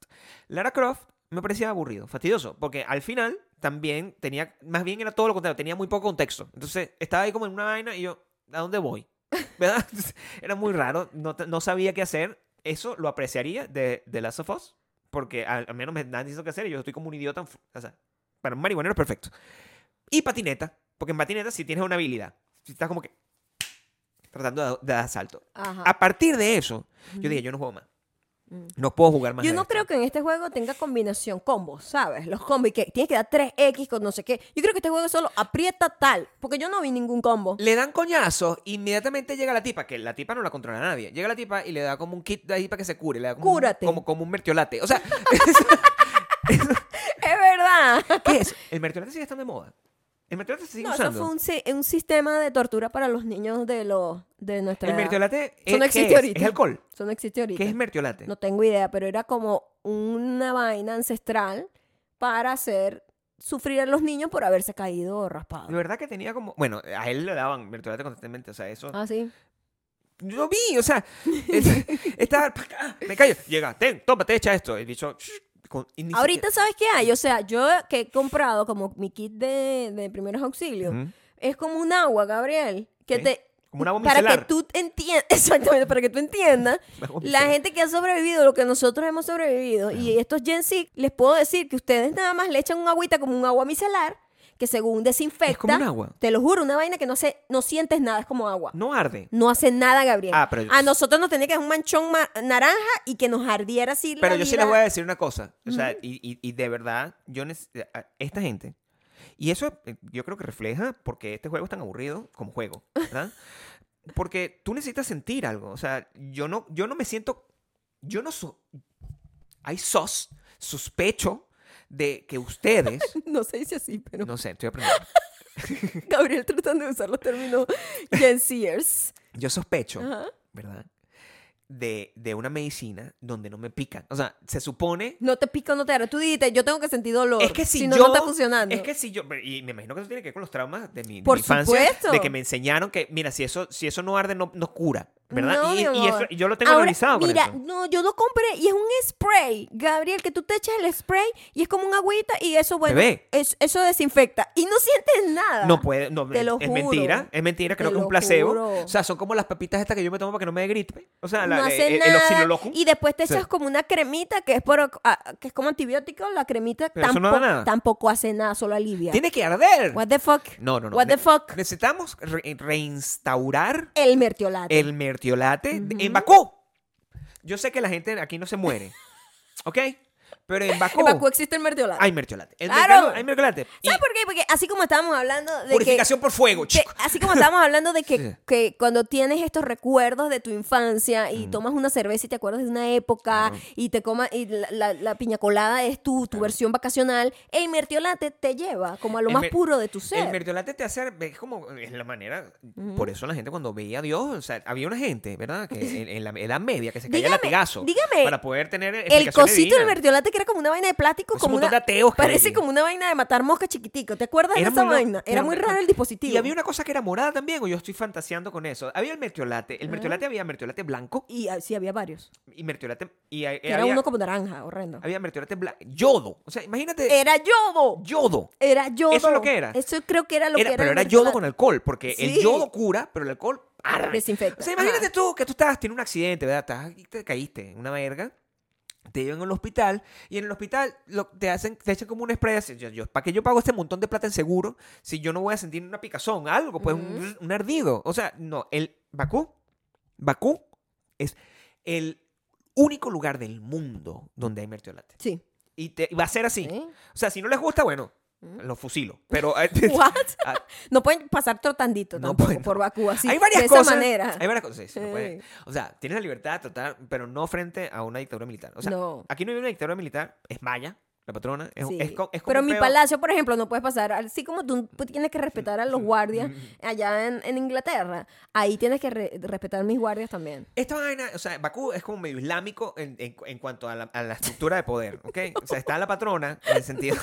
[SPEAKER 2] Lara Croft me parecía aburrido, fastidioso, porque al final también tenía, más bien era todo lo contrario, tenía muy poco contexto. Entonces estaba ahí como en una vaina y yo, ¿a dónde voy? ¿Verdad? Entonces, Era muy raro, no, te- no sabía qué hacer. Eso lo apreciaría de, de Last of Us, porque al, al menos me dan diciendo qué hacer y yo estoy como un idiota. O sea, para un marihuanero es perfecto. Y patineta, porque en patineta si tienes una habilidad, si estás como que tratando de, de dar salto.
[SPEAKER 1] Ajá. Mm.
[SPEAKER 2] A partir de eso, yo dije, yo no juego más. No puedo jugar más.
[SPEAKER 1] Yo
[SPEAKER 2] a
[SPEAKER 1] no
[SPEAKER 2] esto.
[SPEAKER 1] creo que en este juego tenga combinación combos, ¿sabes? Los combos y que tienes que dar 3X con no sé qué. Yo creo que este juego solo aprieta tal, porque yo no vi ningún combo.
[SPEAKER 2] Le dan coñazos, inmediatamente llega la tipa, que la tipa no la controla nadie. Llega la tipa y le da como un kit de ahí para que se cure. Le da como un-
[SPEAKER 1] Cúrate.
[SPEAKER 2] como, como un mertiolate. O sea,
[SPEAKER 1] Es verdad.
[SPEAKER 2] ¿qué es? El mertiolate sigue estando de moda. El mertiolate se sigue
[SPEAKER 1] No, eso
[SPEAKER 2] usando.
[SPEAKER 1] fue un, si- un sistema de tortura para los niños de los de nuestra
[SPEAKER 2] El
[SPEAKER 1] edad.
[SPEAKER 2] mertiolate es,
[SPEAKER 1] Eso no
[SPEAKER 2] ¿qué
[SPEAKER 1] existe
[SPEAKER 2] es?
[SPEAKER 1] ahorita.
[SPEAKER 2] Es alcohol.
[SPEAKER 1] Eso no existe ahorita.
[SPEAKER 2] ¿Qué es mertiolate?
[SPEAKER 1] No tengo idea, pero era como una vaina ancestral para hacer sufrir a los niños por haberse caído o
[SPEAKER 2] De
[SPEAKER 1] raspado.
[SPEAKER 2] verdad que tenía como. Bueno, a él le daban mertiolate constantemente. O sea, eso.
[SPEAKER 1] Ah, sí.
[SPEAKER 2] Yo lo vi, o sea. es- estaba. pa' acá, Me callo. Llega, ten, tómate, echa esto. El bicho. shh, con- y ni
[SPEAKER 1] Ahorita, ¿sabes qué hay? O sea, yo que he comprado como mi kit de, de primeros auxilios,
[SPEAKER 2] siquiera- Ujú.
[SPEAKER 1] es como un agua, Gabriel, que
[SPEAKER 2] Sí.
[SPEAKER 1] te...
[SPEAKER 2] Como una bomba
[SPEAKER 1] para que
[SPEAKER 2] micelar.
[SPEAKER 1] tú entiendas, exactamente, para que tú entiendas
[SPEAKER 2] Una bomba
[SPEAKER 1] la
[SPEAKER 2] micelar.
[SPEAKER 1] gente que ha sobrevivido, lo que nosotros hemos sobrevivido, y estos Gen Z, les puedo decir que ustedes nada más le echan un agüita como un agua micelar, que según desinfecta,
[SPEAKER 2] Es como un agua.
[SPEAKER 1] te lo juro, una vaina que no, hace, no sientes nada, es como agua.
[SPEAKER 2] No arde.
[SPEAKER 1] No hace nada, Gabriel.
[SPEAKER 2] Ah, pero-
[SPEAKER 1] A nosotros nos tenía que dar un manchón ma- naranja y que nos ardiera así la
[SPEAKER 2] Pero yo sí
[SPEAKER 1] vida.
[SPEAKER 2] les voy a decir una cosa. O sea, y, y- y de verdad, yo neces- a- esta gente. Y eso eh, yo creo que refleja porque este juego es tan aburrido como juego, ¿verdad? Porque tú necesitas sentir algo. O sea, yo no, yo no me siento. Yo no. so- hay sos, sospecho de que ustedes.
[SPEAKER 1] No se dice así, pero
[SPEAKER 2] No sé, estoy aprendiendo.
[SPEAKER 1] Gabriel tratando de usar los términos Gen Zers.
[SPEAKER 2] Yo sospecho
[SPEAKER 1] Ajá.
[SPEAKER 2] ¿verdad? De, de una medicina donde no me pican. O sea, se supone...
[SPEAKER 1] No te pica o no te arde. Tú dijiste, yo tengo que sentir dolor.
[SPEAKER 2] Es que si,
[SPEAKER 1] no,
[SPEAKER 2] yo...
[SPEAKER 1] no está funcionando.
[SPEAKER 2] Es que si yo... pero- Y me imagino que eso tiene que ver con los traumas de mi, de
[SPEAKER 1] Por
[SPEAKER 2] mi infancia.
[SPEAKER 1] supuesto.
[SPEAKER 2] De que me enseñaron que, mira, si eso, si eso no arde, no, no cura. ¿Verdad?
[SPEAKER 1] No,
[SPEAKER 2] y,
[SPEAKER 1] mi amor.
[SPEAKER 2] y eso- y yo lo tengo
[SPEAKER 1] Ahora,
[SPEAKER 2] realizado con
[SPEAKER 1] Mira,
[SPEAKER 2] eso.
[SPEAKER 1] no, yo lo compré y es un spray, Gabriel, que tú te echas el spray y es como un agüita y eso, bueno,
[SPEAKER 2] Bebé.
[SPEAKER 1] es- eso desinfecta. Y no sientes nada.
[SPEAKER 2] No puede, no,
[SPEAKER 1] Te lo
[SPEAKER 2] es
[SPEAKER 1] juro.
[SPEAKER 2] mentira, es mentira, creo
[SPEAKER 1] Te
[SPEAKER 2] que es
[SPEAKER 1] lo
[SPEAKER 2] un placebo.
[SPEAKER 1] juro.
[SPEAKER 2] O sea, son como las papitas estas que yo me tomo para que no me dé gripe. O sea, la-
[SPEAKER 1] no
[SPEAKER 2] el,
[SPEAKER 1] hace
[SPEAKER 2] el- el
[SPEAKER 1] nada.
[SPEAKER 2] oxilolocum.
[SPEAKER 1] y después te
[SPEAKER 2] Sí.
[SPEAKER 1] echas como una cremita que es por ah, que es como antibiótico, la cremita
[SPEAKER 2] Pero eso no da
[SPEAKER 1] tampoco,
[SPEAKER 2] nada.
[SPEAKER 1] tampoco hace nada, solo alivia.
[SPEAKER 2] Tiene que arder.
[SPEAKER 1] What the fuck?
[SPEAKER 2] No, no, no.
[SPEAKER 1] What the
[SPEAKER 2] Ne-
[SPEAKER 1] fuck?
[SPEAKER 2] Necesitamos re- reinstaurar
[SPEAKER 1] El mertiolate.
[SPEAKER 2] el mertiolate en Bakú. Yo sé que la gente aquí no se muere. ¿Ok? Pero en Bakú.
[SPEAKER 1] En Bakú existe el mertiolate.
[SPEAKER 2] Hay mertiolate. En
[SPEAKER 1] Ah. Claro.
[SPEAKER 2] Belgrano Hay mertiolate. oh. Y
[SPEAKER 1] ¿Sabes por qué? Porque así como estábamos hablando de que
[SPEAKER 2] purificación por fuego,
[SPEAKER 1] que-
[SPEAKER 2] chico.
[SPEAKER 1] así como estábamos hablando de que,
[SPEAKER 2] Sí.
[SPEAKER 1] que cuando tienes estos recuerdos de tu infancia
[SPEAKER 2] Mm.
[SPEAKER 1] y tomas una cerveza y te acuerdas de una época y te comas y la, la- la piña colada es tu, tu versión vacacional, el mertiolate te lleva como a lo
[SPEAKER 2] El
[SPEAKER 1] más
[SPEAKER 2] mer-
[SPEAKER 1] puro de tu
[SPEAKER 2] El
[SPEAKER 1] ser.
[SPEAKER 2] mertiolate te hace, es como, es la manera, por eso la gente cuando veía a Dios, o sea, había una gente, ¿verdad? Que en, en la edad media, que se caía
[SPEAKER 1] Dígame,
[SPEAKER 2] latigazo.
[SPEAKER 1] dígame,
[SPEAKER 2] Para poder tener
[SPEAKER 1] El
[SPEAKER 2] explicaciones
[SPEAKER 1] cosito del
[SPEAKER 2] divinas.
[SPEAKER 1] mertiolate que era como una vaina de plástico,
[SPEAKER 2] Es un
[SPEAKER 1] como
[SPEAKER 2] montón
[SPEAKER 1] una,
[SPEAKER 2] de ateos que
[SPEAKER 1] parece
[SPEAKER 2] hay.
[SPEAKER 1] como una vaina de matar mosca chiquitico. ¿Te acuerdas de esa
[SPEAKER 2] muy loco,
[SPEAKER 1] vaina? Era
[SPEAKER 2] pero
[SPEAKER 1] muy
[SPEAKER 2] me-
[SPEAKER 1] raro el dispositivo.
[SPEAKER 2] Y había una cosa que era morada también, o yo estoy fantaseando con eso. Había el mertiolate. El mertiolate había mertiolate blanco
[SPEAKER 1] Y, ah, sí, había varios.
[SPEAKER 2] y mertiolate. Y hay-
[SPEAKER 1] Que era
[SPEAKER 2] Eh, había,
[SPEAKER 1] uno como naranja, horrendo.
[SPEAKER 2] había mertiolate blanco. Yodo. O sea, imagínate.
[SPEAKER 1] Era yodo.
[SPEAKER 2] yodo.
[SPEAKER 1] Era yodo.
[SPEAKER 2] ¿Eso es lo que era?
[SPEAKER 1] Eso creo que era lo
[SPEAKER 2] Era-
[SPEAKER 1] que era.
[SPEAKER 2] pero
[SPEAKER 1] el
[SPEAKER 2] era yodo
[SPEAKER 1] mertiolate.
[SPEAKER 2] con alcohol, porque el
[SPEAKER 1] Sí.
[SPEAKER 2] yodo cura, pero el alcohol arde.
[SPEAKER 1] Desinfecta.
[SPEAKER 2] O sea, imagínate
[SPEAKER 1] Ajá.
[SPEAKER 2] tú que tú estás, tienes un accidente, ¿verdad? Estás, y te caíste en una verga. Te llevan al hospital y en el hospital lo, te hacen te echan como un spray. Así, yo, ¿Para qué yo pago este montón de plata en seguro si yo no voy a sentir una picazón, algo, pues un, un ardido? O sea, no, el Bakú, Bakú es el único lugar del mundo donde hay mertiolate.
[SPEAKER 1] Sí.
[SPEAKER 2] Y, te, y va a ser así.
[SPEAKER 1] ¿Eh?
[SPEAKER 2] O sea, si no les gusta, bueno,
[SPEAKER 1] ¿Mm?
[SPEAKER 2] los fusilo. Pero
[SPEAKER 1] What?
[SPEAKER 2] Ah.
[SPEAKER 1] no pueden pasar trotandito
[SPEAKER 2] No
[SPEAKER 1] tampoco
[SPEAKER 2] pueden.
[SPEAKER 1] por Bakú así.
[SPEAKER 2] hay varias
[SPEAKER 1] de
[SPEAKER 2] cosas.
[SPEAKER 1] esa manera.
[SPEAKER 2] Hay varias cosas. sí, sí, no
[SPEAKER 1] Sí.
[SPEAKER 2] puede. O sea, tienes la libertad de tratar, pero no frente a una dictadura militar. O sea,
[SPEAKER 1] no.
[SPEAKER 2] aquí no hay una dictadura militar, es maya, la patrona. Es,
[SPEAKER 1] sí.
[SPEAKER 2] es co- es como
[SPEAKER 1] Pero
[SPEAKER 2] un
[SPEAKER 1] mi
[SPEAKER 2] peo- Mm.
[SPEAKER 1] palacio, por ejemplo, no puedes pasar. Así como tú tienes que respetar a los guardias allá en, en Inglaterra, ahí tienes que re- respetar mis guardias también.
[SPEAKER 2] Esta vaina, o sea, Bakú es como medio islámico en, en- en cuanto a la, a la estructura de poder, ¿ok? O sea, está la patrona, en el sentido...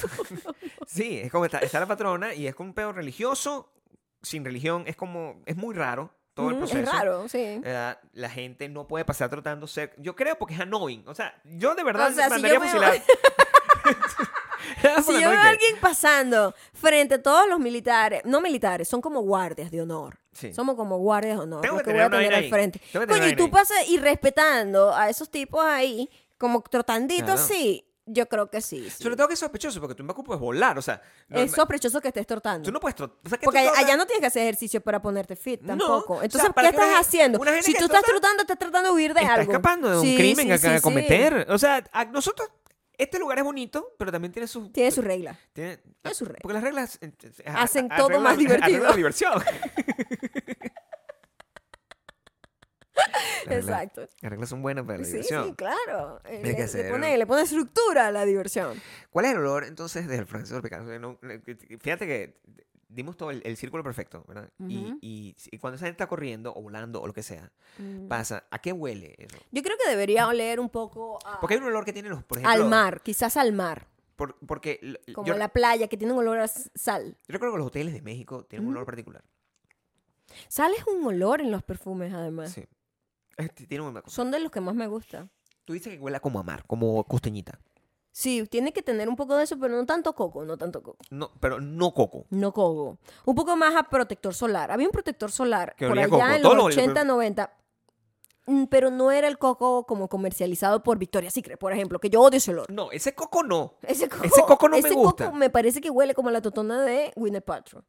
[SPEAKER 2] sí, es como está, está la patrona y es como un pedo religioso, sin religión, es como... Es muy raro todo el
[SPEAKER 1] Mm,
[SPEAKER 2] proceso.
[SPEAKER 1] es raro, sí.
[SPEAKER 2] Eh, la gente no puede pasar tratando ser. Yo creo porque es annoying. O sea, yo de verdad
[SPEAKER 1] O sea, si
[SPEAKER 2] mandaría
[SPEAKER 1] yo
[SPEAKER 2] a
[SPEAKER 1] me-
[SPEAKER 2] fusilar. Ah,
[SPEAKER 1] Si yo veo a alguien pasando frente a todos los militares, no militares, son como guardias de honor.
[SPEAKER 2] Sí.
[SPEAKER 1] Somos como guardias de honor.
[SPEAKER 2] Tengo
[SPEAKER 1] los
[SPEAKER 2] que
[SPEAKER 1] que voy
[SPEAKER 2] tener
[SPEAKER 1] a
[SPEAKER 2] una
[SPEAKER 1] tener
[SPEAKER 2] vaina
[SPEAKER 1] al
[SPEAKER 2] ahí.
[SPEAKER 1] frente.
[SPEAKER 2] Tengo que tener
[SPEAKER 1] Coño,
[SPEAKER 2] una
[SPEAKER 1] y
[SPEAKER 2] vaina
[SPEAKER 1] tú
[SPEAKER 2] ahí.
[SPEAKER 1] pasas y respetando a esos tipos ahí, como trotandito
[SPEAKER 2] Claro.
[SPEAKER 1] así, yo creo que sí. sí.
[SPEAKER 2] Sobre todo que es sospechoso porque tú en Bakú puedes volar. O sea, no-
[SPEAKER 1] es sospechoso que estés trotando.
[SPEAKER 2] tú no puedes. tro- o sea, que
[SPEAKER 1] Porque
[SPEAKER 2] tú
[SPEAKER 1] allá,
[SPEAKER 2] trotas-
[SPEAKER 1] no tienes que hacer ejercicio para ponerte fit
[SPEAKER 2] No,
[SPEAKER 1] tampoco.
[SPEAKER 2] o sea,
[SPEAKER 1] Entonces,
[SPEAKER 2] para
[SPEAKER 1] ¿qué
[SPEAKER 2] que una
[SPEAKER 1] estás
[SPEAKER 2] gente-
[SPEAKER 1] haciendo?
[SPEAKER 2] una gente
[SPEAKER 1] Si
[SPEAKER 2] que
[SPEAKER 1] tú estás
[SPEAKER 2] trota-
[SPEAKER 1] trotando, estás tratando de huir de
[SPEAKER 2] está
[SPEAKER 1] algo.
[SPEAKER 2] escapando de un
[SPEAKER 1] Sí,
[SPEAKER 2] crimen
[SPEAKER 1] sí,
[SPEAKER 2] que
[SPEAKER 1] sí,
[SPEAKER 2] acaba de
[SPEAKER 1] sí.
[SPEAKER 2] cometer. O sea, a nosotros. Este lugar es bonito, pero también tiene sus.
[SPEAKER 1] Tiene su regla.
[SPEAKER 2] tiene-
[SPEAKER 1] tiene sus reglas.
[SPEAKER 2] Porque las reglas. eh, eh,
[SPEAKER 1] Hacen
[SPEAKER 2] a-
[SPEAKER 1] todo
[SPEAKER 2] arreglan-
[SPEAKER 1] más divertido.
[SPEAKER 2] arreglan la diversión. Las reglas-
[SPEAKER 1] Exacto.
[SPEAKER 2] Las reglas son buenas para la
[SPEAKER 1] Sí,
[SPEAKER 2] diversión.
[SPEAKER 1] sí, claro. Eh,
[SPEAKER 2] Tiene que
[SPEAKER 1] Le,
[SPEAKER 2] ser-
[SPEAKER 1] le pone, le pone estructura a la diversión.
[SPEAKER 2] ¿Cuál es el olor entonces del Francisco Picado? Fíjate eh, que dimos todo el, el círculo perfecto, ¿verdad? Y-
[SPEAKER 1] Ujú.
[SPEAKER 2] y, si- y cuando esa gente está corriendo o volando o lo que sea, pasa, ¿a qué huele eso?
[SPEAKER 1] Mm, Yo creo que debería oler un poco a-
[SPEAKER 2] Porque hay un olor que tienen los, por ejemplo,
[SPEAKER 1] Ah. al mar, quizás al mar,
[SPEAKER 2] por- porque l- yo,
[SPEAKER 1] como en la playa, que tiene un olor a s- sal.
[SPEAKER 2] yo recuerdo que los hoteles de México tienen un olor particular.
[SPEAKER 1] Sal es un olor en los perfumes, además.
[SPEAKER 2] Sí. Este, tiene una cosa.
[SPEAKER 1] Son de los que más me gusta.
[SPEAKER 2] Tú dices que huele como a mar, como costeñita.
[SPEAKER 1] Sí, tiene que tener un poco de eso, pero no tanto coco, no tanto coco.
[SPEAKER 2] No, pero no coco.
[SPEAKER 1] No coco. Un poco más a protector solar. Había un protector solar
[SPEAKER 2] Que
[SPEAKER 1] por
[SPEAKER 2] olía a
[SPEAKER 1] allá
[SPEAKER 2] coco.
[SPEAKER 1] en
[SPEAKER 2] Todo
[SPEAKER 1] los
[SPEAKER 2] lo olía,
[SPEAKER 1] 80, 90. mm, Pero no era el coco como comercializado por Victoria Secret, por ejemplo, que yo odio ese olor.
[SPEAKER 2] No, ese coco no.
[SPEAKER 1] Ese coco,
[SPEAKER 2] Ese coco no me
[SPEAKER 1] ese
[SPEAKER 2] gusta.
[SPEAKER 1] coco me parece que huele como la totona de Winnie Paltrow.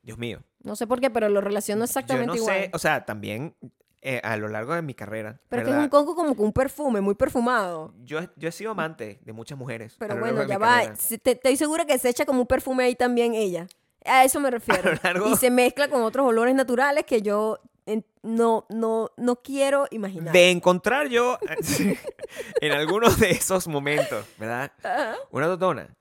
[SPEAKER 2] Dios mío.
[SPEAKER 1] No sé por qué, pero lo relaciono exactamente
[SPEAKER 2] yo no
[SPEAKER 1] igual.
[SPEAKER 2] sé, o sea, también eh, a lo largo de mi carrera,
[SPEAKER 1] pero que es
[SPEAKER 2] ¿verdad?
[SPEAKER 1] un coco como con un perfume, muy perfumado.
[SPEAKER 2] Yo, he- yo he sido amante de muchas mujeres. a
[SPEAKER 1] Pero
[SPEAKER 2] lo
[SPEAKER 1] bueno,
[SPEAKER 2] largo de
[SPEAKER 1] ya
[SPEAKER 2] mi
[SPEAKER 1] va.
[SPEAKER 2] carrera.
[SPEAKER 1] Se- Te, estoy segura que se echa como un perfume ahí también ella. A eso me refiero.
[SPEAKER 2] largo-
[SPEAKER 1] Y se mezcla con otros olores naturales que yo en- no, no, no quiero imaginar.
[SPEAKER 2] De encontrar yo eh, en algunos de esos momentos, ¿verdad?
[SPEAKER 1] Ajá.
[SPEAKER 2] Una totona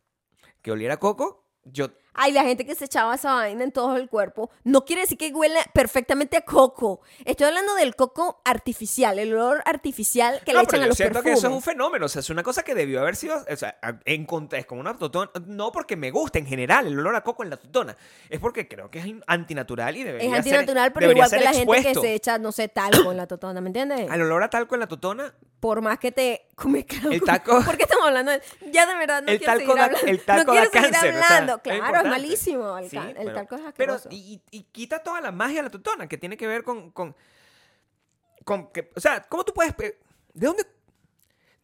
[SPEAKER 2] que oliera a coco, yo.
[SPEAKER 1] Ay, la gente que se echaba esa vaina en todo el cuerpo. No quiere decir que huela perfectamente a coco. Estoy hablando del coco artificial, el olor artificial que
[SPEAKER 2] No,
[SPEAKER 1] le
[SPEAKER 2] pero
[SPEAKER 1] echan a
[SPEAKER 2] yo
[SPEAKER 1] los
[SPEAKER 2] siento
[SPEAKER 1] perfumes.
[SPEAKER 2] que eso es un fenómeno. O sea, es una cosa que debió haber sido. O sea, a- encontré, es como una totona. No porque me gusta en general el olor a coco en la totona. Es porque creo que es in- antinatural y debería
[SPEAKER 1] Es
[SPEAKER 2] ser-
[SPEAKER 1] antinatural, pero
[SPEAKER 2] debería
[SPEAKER 1] igual que
[SPEAKER 2] ser
[SPEAKER 1] la gente que
[SPEAKER 2] expuesto.
[SPEAKER 1] se echa, no sé, talco en la totona, ¿me entiendes?
[SPEAKER 2] Al olor a talco en la totona,
[SPEAKER 1] Por más que te comes
[SPEAKER 2] El talco-
[SPEAKER 1] ¿Por qué estamos hablando de- Ya de verdad no
[SPEAKER 2] el
[SPEAKER 1] quiero
[SPEAKER 2] talco
[SPEAKER 1] seguir
[SPEAKER 2] da,
[SPEAKER 1] hablando.
[SPEAKER 2] el talco
[SPEAKER 1] no quiero
[SPEAKER 2] da
[SPEAKER 1] seguir
[SPEAKER 2] cáncer. o sea,
[SPEAKER 1] hablando. claro, es,
[SPEAKER 2] importante.
[SPEAKER 1] malísimo. El,
[SPEAKER 2] Sí,
[SPEAKER 1] ca- el
[SPEAKER 2] pero-
[SPEAKER 1] talco es
[SPEAKER 2] Pero,
[SPEAKER 1] asqueroso.
[SPEAKER 2] y, y- y quita toda la magia de la totona que tiene que ver con. con, con que, o sea, ¿cómo tú puedes. pe- ¿De dónde.?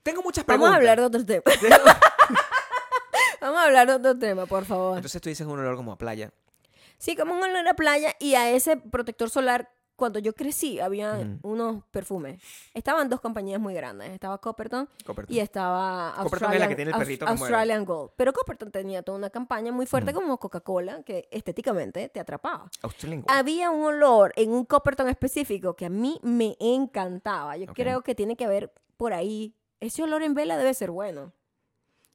[SPEAKER 2] Tengo muchas
[SPEAKER 1] Vamos
[SPEAKER 2] preguntas.
[SPEAKER 1] a hablar de otro tema.
[SPEAKER 2] de.
[SPEAKER 1] Vamos a hablar de otro tema, por favor.
[SPEAKER 2] Entonces tú dices un olor como a playa.
[SPEAKER 1] Sí, como un olor a playa y a ese protector solar cuando yo crecí había
[SPEAKER 2] Ujú.
[SPEAKER 1] unos perfumes. Estaban dos compañías muy grandes. Estaba Copperton
[SPEAKER 2] Copperton.
[SPEAKER 1] y estaba
[SPEAKER 2] Copperton es la que tiene el
[SPEAKER 1] Aus-
[SPEAKER 2] perrito que muere.
[SPEAKER 1] Australian Gold. Pero Copperton tenía toda una campaña muy fuerte como Coca-Cola que estéticamente te atrapaba.
[SPEAKER 2] Australian Gold.
[SPEAKER 1] Había un olor en un Copperton específico que a mí me encantaba. Yo
[SPEAKER 2] Ok.
[SPEAKER 1] creo que tiene que ver por ahí. Ese olor en vela debe ser bueno.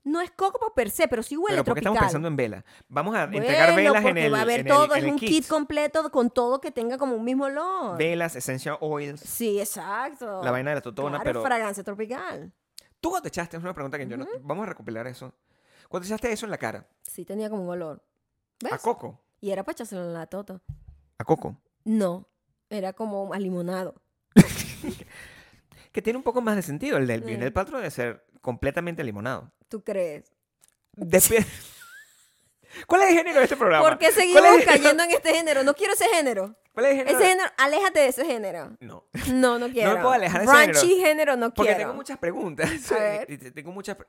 [SPEAKER 1] No es coco per se, pero sí huele
[SPEAKER 2] Pero porque
[SPEAKER 1] tropical.
[SPEAKER 2] estamos pensando en vela. Vamos a
[SPEAKER 1] Bueno,
[SPEAKER 2] entregar velas en
[SPEAKER 1] porque
[SPEAKER 2] el,
[SPEAKER 1] va a haber
[SPEAKER 2] en el-
[SPEAKER 1] todo,
[SPEAKER 2] en
[SPEAKER 1] es
[SPEAKER 2] el
[SPEAKER 1] un kit. completo con todo que tenga como un mismo olor.
[SPEAKER 2] Velas, essential oils,
[SPEAKER 1] Sí, exacto.
[SPEAKER 2] la vaina de la totona,
[SPEAKER 1] Claro,
[SPEAKER 2] pero
[SPEAKER 1] fragancia tropical.
[SPEAKER 2] tú cuando te echaste, es una pregunta que yo no... Vamos a recopilar eso. Cuando te echaste eso en la cara,
[SPEAKER 1] Sí, tenía como un olor. ¿Ves?
[SPEAKER 2] a coco,
[SPEAKER 1] Y era para echárselo en la tota.
[SPEAKER 2] a coco,
[SPEAKER 1] No, era como a limonado.
[SPEAKER 2] que tiene un poco más de sentido. El del bien
[SPEAKER 1] Sí.
[SPEAKER 2] del patro debe ser completamente limonado.
[SPEAKER 1] ¿Tú crees?
[SPEAKER 2] Despide- ¿Cuál es el género de este programa?
[SPEAKER 1] ¿Por qué
[SPEAKER 2] ¿Cuál
[SPEAKER 1] seguimos
[SPEAKER 2] es el-
[SPEAKER 1] cayendo en este género? No quiero ese género.
[SPEAKER 2] ¿Cuál es el género?
[SPEAKER 1] Ese género, aléjate de ese género.
[SPEAKER 2] No,
[SPEAKER 1] No, no quiero.
[SPEAKER 2] puedo alejar de ese
[SPEAKER 1] Raunchy género no
[SPEAKER 2] porque
[SPEAKER 1] quiero.
[SPEAKER 2] tengo muchas preguntas.
[SPEAKER 1] A ver.
[SPEAKER 2] Y te- Tengo muchas... pre-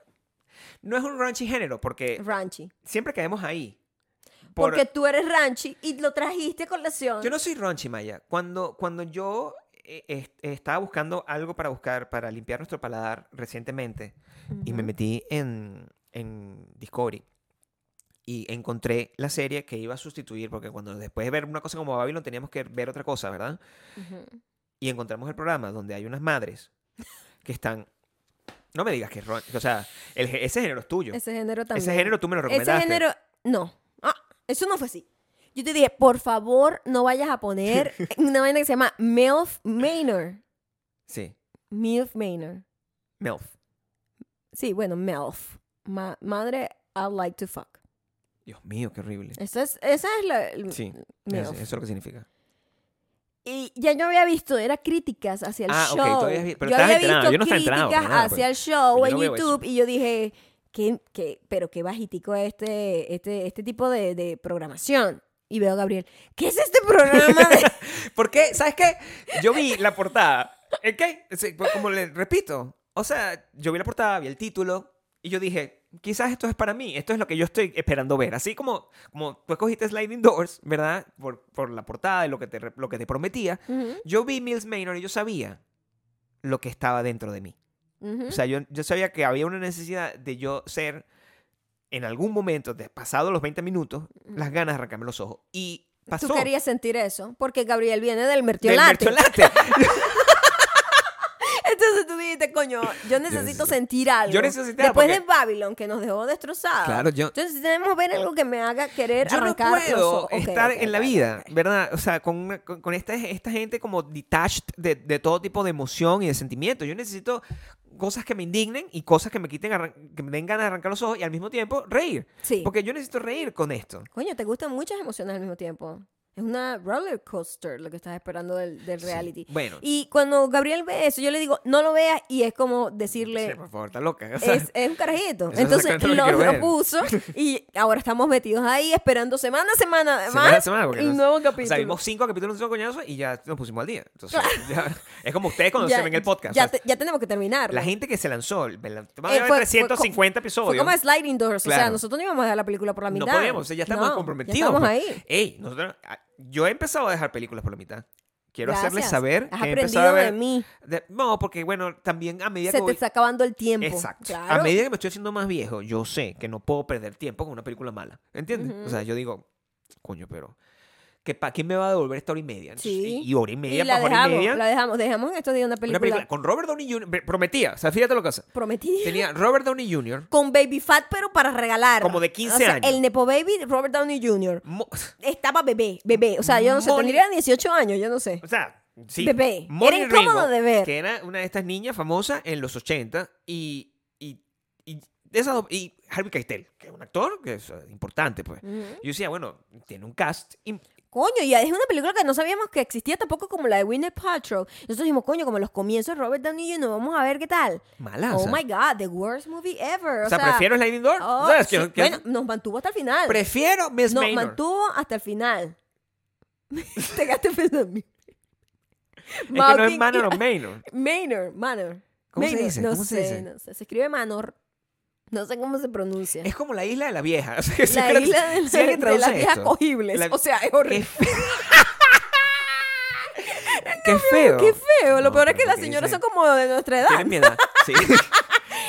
[SPEAKER 2] No es un raunchy género, porque
[SPEAKER 1] Ranchy.
[SPEAKER 2] siempre caemos ahí. Por-
[SPEAKER 1] Porque tú eres ranchy y lo trajiste a colación.
[SPEAKER 2] Yo no soy raunchy, Maya. Cuando, cuando yo eh, est- estaba buscando algo para buscar, para limpiar nuestro paladar recientemente, y me
[SPEAKER 1] Ujú.
[SPEAKER 2] metí en, en Discovery y encontré la serie que iba a sustituir, porque cuando después de ver una cosa como Babylon teníamos que ver otra cosa, ¿verdad?
[SPEAKER 1] Ujú.
[SPEAKER 2] Y encontramos el programa donde hay unas madres que están... No me digas que es raunchy. O sea, el gé- ese género es tuyo.
[SPEAKER 1] Ese género también.
[SPEAKER 2] Ese género tú me lo
[SPEAKER 1] Ese
[SPEAKER 2] recomendaste.
[SPEAKER 1] género, no. Ah, eso no fue así. Yo te dije, por favor, no vayas a poner una vaina que se llama MILF Manor.
[SPEAKER 2] Sí.
[SPEAKER 1] MILF Manor.
[SPEAKER 2] MILF.
[SPEAKER 1] Sí, bueno, MILF. Ma- madre, I like to fuck.
[SPEAKER 2] Dios mío, qué horrible.
[SPEAKER 1] Esa es, esa es la... el-
[SPEAKER 2] Sí,
[SPEAKER 1] MILF.
[SPEAKER 2] Eso eso es lo que significa.
[SPEAKER 1] Y ya yo había visto, era críticas hacia el
[SPEAKER 2] Ah, ok,
[SPEAKER 1] show.
[SPEAKER 2] tú habías vi- pero
[SPEAKER 1] yo había
[SPEAKER 2] estabas enterado,
[SPEAKER 1] visto
[SPEAKER 2] yo no estaba
[SPEAKER 1] críticas
[SPEAKER 2] enterado, para nada,
[SPEAKER 1] hacia
[SPEAKER 2] pues.
[SPEAKER 1] el show
[SPEAKER 2] Yo
[SPEAKER 1] en
[SPEAKER 2] no veo
[SPEAKER 1] YouTube y yo dije, ¿qué, qué, pero qué bajitico es este, este, este tipo de, de programación. Y veo a Gabriel, ¿qué es este programa? de-
[SPEAKER 2] ¿Por qué? ¿Sabes qué? Yo vi la portada. ¿En qué? Sí, pues, Como le repito. O sea, yo vi la portada, vi el título y yo dije, quizás esto es para mí, esto es lo que yo estoy esperando ver. Así como, como tú escogiste Sliding Doors, ¿verdad? Por, por la portada y lo que te, re- lo que te prometía.
[SPEAKER 1] Ujú,
[SPEAKER 2] Yo vi Mills Maynard y yo sabía lo que estaba dentro de mí.
[SPEAKER 1] ujú.
[SPEAKER 2] O sea, yo, yo sabía que había una necesidad de yo ser, en algún momento, de pasado los 20 minutos, las ganas de arrancarme los ojos. Y pasó.
[SPEAKER 1] Tú querías sentir eso, porque Gabriel viene del
[SPEAKER 2] Del
[SPEAKER 1] mertiolate.
[SPEAKER 2] mercholate.
[SPEAKER 1] Entonces tú dijiste, coño, yo necesito
[SPEAKER 2] necesito-
[SPEAKER 1] sentir algo.
[SPEAKER 2] yo necesitaba
[SPEAKER 1] Después
[SPEAKER 2] porque-
[SPEAKER 1] de Babylon, que nos dejó destrozados.
[SPEAKER 2] Claro, yo-
[SPEAKER 1] Entonces debemos ver algo que me haga querer
[SPEAKER 2] Yo no
[SPEAKER 1] arrancar los
[SPEAKER 2] puedo
[SPEAKER 1] ojos. Ok,
[SPEAKER 2] estar
[SPEAKER 1] ok,
[SPEAKER 2] en la
[SPEAKER 1] ok,
[SPEAKER 2] vida,
[SPEAKER 1] ok.
[SPEAKER 2] ¿verdad? O sea, con, una- con, con esta, esta gente como detached de, de todo tipo de emoción y de sentimiento. Yo necesito cosas que me indignen y cosas que me quiten, arran- que me den ganas de arrancar los ojos y al mismo tiempo reír.
[SPEAKER 1] Sí.
[SPEAKER 2] Porque yo necesito reír con esto.
[SPEAKER 1] Coño, te gustan muchas emociones al mismo tiempo. Es una roller coaster lo que estás esperando del, del
[SPEAKER 2] Sí.
[SPEAKER 1] reality.
[SPEAKER 2] Bueno,
[SPEAKER 1] Y cuando Gabriel ve eso, yo le digo, no lo veas, y es como decirle,
[SPEAKER 2] sí, por favor, está loca. o sea,
[SPEAKER 1] es, es un carajito.
[SPEAKER 2] eso es
[SPEAKER 1] Entonces
[SPEAKER 2] exactamente lo
[SPEAKER 1] lo
[SPEAKER 2] que quiero ver.
[SPEAKER 1] propuso, y ahora estamos metidos ahí esperando semana a semana,
[SPEAKER 2] semana a
[SPEAKER 1] más
[SPEAKER 2] semana, porque
[SPEAKER 1] un
[SPEAKER 2] nos-
[SPEAKER 1] nuevo
[SPEAKER 2] o
[SPEAKER 1] capítulo.
[SPEAKER 2] sea, vimos cinco capítulos de un coñazo y ya nos pusimos al día. Entonces, ya- es como ustedes cuando
[SPEAKER 1] Ya-
[SPEAKER 2] se ven el podcast.
[SPEAKER 1] Ya,
[SPEAKER 2] o sea,
[SPEAKER 1] te- ya tenemos que terminar.
[SPEAKER 2] la gente que se lanzó, el- el- van a
[SPEAKER 1] Eh,
[SPEAKER 2] ver
[SPEAKER 1] fue- fue
[SPEAKER 2] 350
[SPEAKER 1] Fue
[SPEAKER 2] episodios.
[SPEAKER 1] como Sliding Doors. O sea,
[SPEAKER 2] Claro.
[SPEAKER 1] nosotros no íbamos a dejar la película por la mitad.
[SPEAKER 2] No podíamos, o sea, ya estamos
[SPEAKER 1] No,
[SPEAKER 2] comprometidos.
[SPEAKER 1] Ya estamos
[SPEAKER 2] pues.
[SPEAKER 1] ahí.
[SPEAKER 2] Ey, nosotros, ah, yo he empezado a dejar películas por la mitad. Quiero
[SPEAKER 1] Gracias.
[SPEAKER 2] hacerles saber
[SPEAKER 1] Has
[SPEAKER 2] que he
[SPEAKER 1] aprendido
[SPEAKER 2] empezado a ver.
[SPEAKER 1] de mí.
[SPEAKER 2] de- no, porque bueno, también a medida
[SPEAKER 1] Se
[SPEAKER 2] que
[SPEAKER 1] te
[SPEAKER 2] voy.
[SPEAKER 1] está acabando el tiempo.
[SPEAKER 2] Exacto.
[SPEAKER 1] Claro.
[SPEAKER 2] A medida que me estoy haciendo más viejo, yo sé que no puedo perder tiempo con una película mala. ¿Entiendes?
[SPEAKER 1] Ujú.
[SPEAKER 2] O sea, yo digo, coño, pero. ¿que ¿Para quién me va a devolver esta hora y media? Entonces,
[SPEAKER 1] Sí.
[SPEAKER 2] Y, y hora y media,
[SPEAKER 1] y la
[SPEAKER 2] para hora
[SPEAKER 1] dejamos,
[SPEAKER 2] y media.
[SPEAKER 1] la dejamos. Dejamos en estos días una película,
[SPEAKER 2] Una película con Robert Downey Jr. Prometía, o sea, fíjate lo que hace.
[SPEAKER 1] prometida.
[SPEAKER 2] Tenía Robert Downey Jr.
[SPEAKER 1] Con Baby Fat, pero para regalar.
[SPEAKER 2] Como de 15
[SPEAKER 1] O sea,
[SPEAKER 2] años.
[SPEAKER 1] El Nepo Baby, Robert Downey Jr.
[SPEAKER 2] mo-
[SPEAKER 1] Estaba bebé, bebé. O sea, yo no sé,
[SPEAKER 2] Molly-
[SPEAKER 1] tendría 18 años, yo no sé.
[SPEAKER 2] O sea, sí.
[SPEAKER 1] Bebé.
[SPEAKER 2] Molly
[SPEAKER 1] Era incómodo
[SPEAKER 2] Ringo,
[SPEAKER 1] de ver.
[SPEAKER 2] Que era una de estas niñas famosas en los 80 y. y, y de esas dos- y Harvey Keitel, que es un actor que es eh, importante, pues.
[SPEAKER 1] Ujú.
[SPEAKER 2] Yo decía, bueno, tiene un cast. im-
[SPEAKER 1] Coño, y es una película que no sabíamos que existía tampoco como la de Winnie Paltrow. Nosotros dijimos, coño, como los comienzos de Robert Downey Jr., vamos a ver qué tal.
[SPEAKER 2] Mala. o
[SPEAKER 1] oh
[SPEAKER 2] sea,
[SPEAKER 1] my God, the worst movie ever. O,
[SPEAKER 2] o sea, prefiero Sliding Door.
[SPEAKER 1] oh,
[SPEAKER 2] ¿Sabes?
[SPEAKER 1] sí,
[SPEAKER 2] Que- que-
[SPEAKER 1] bueno, nos mantuvo hasta el final.
[SPEAKER 2] prefiero Miss
[SPEAKER 1] nos
[SPEAKER 2] Maynor.
[SPEAKER 1] mantuvo hasta el final. Te gasté pensando en mí.
[SPEAKER 2] Es que no es
[SPEAKER 1] Mocking-
[SPEAKER 2] Manor o Maynor.
[SPEAKER 1] Maynor, Manor.
[SPEAKER 2] ¿Cómo se
[SPEAKER 1] Maynor,
[SPEAKER 2] dice?
[SPEAKER 1] No
[SPEAKER 2] ¿Cómo
[SPEAKER 1] sé,
[SPEAKER 2] se dice?
[SPEAKER 1] no sé. Se escribe Manor. No sé cómo se pronuncia.
[SPEAKER 2] Es como la isla de la vieja. O sea, que si
[SPEAKER 1] la
[SPEAKER 2] alguien-
[SPEAKER 1] isla de,
[SPEAKER 2] si alguien
[SPEAKER 1] de las
[SPEAKER 2] traduce
[SPEAKER 1] viejas
[SPEAKER 2] esto,
[SPEAKER 1] cogibles.
[SPEAKER 2] La-
[SPEAKER 1] O sea, es
[SPEAKER 2] qué
[SPEAKER 1] horrible.
[SPEAKER 2] fe- qué feo.
[SPEAKER 1] Qué feo. Lo
[SPEAKER 2] No,
[SPEAKER 1] peor es
[SPEAKER 2] pero
[SPEAKER 1] que las
[SPEAKER 2] ¿qué
[SPEAKER 1] señoras
[SPEAKER 2] dicen?
[SPEAKER 1] son como de nuestra edad.
[SPEAKER 2] Tienen mi edad. Sí.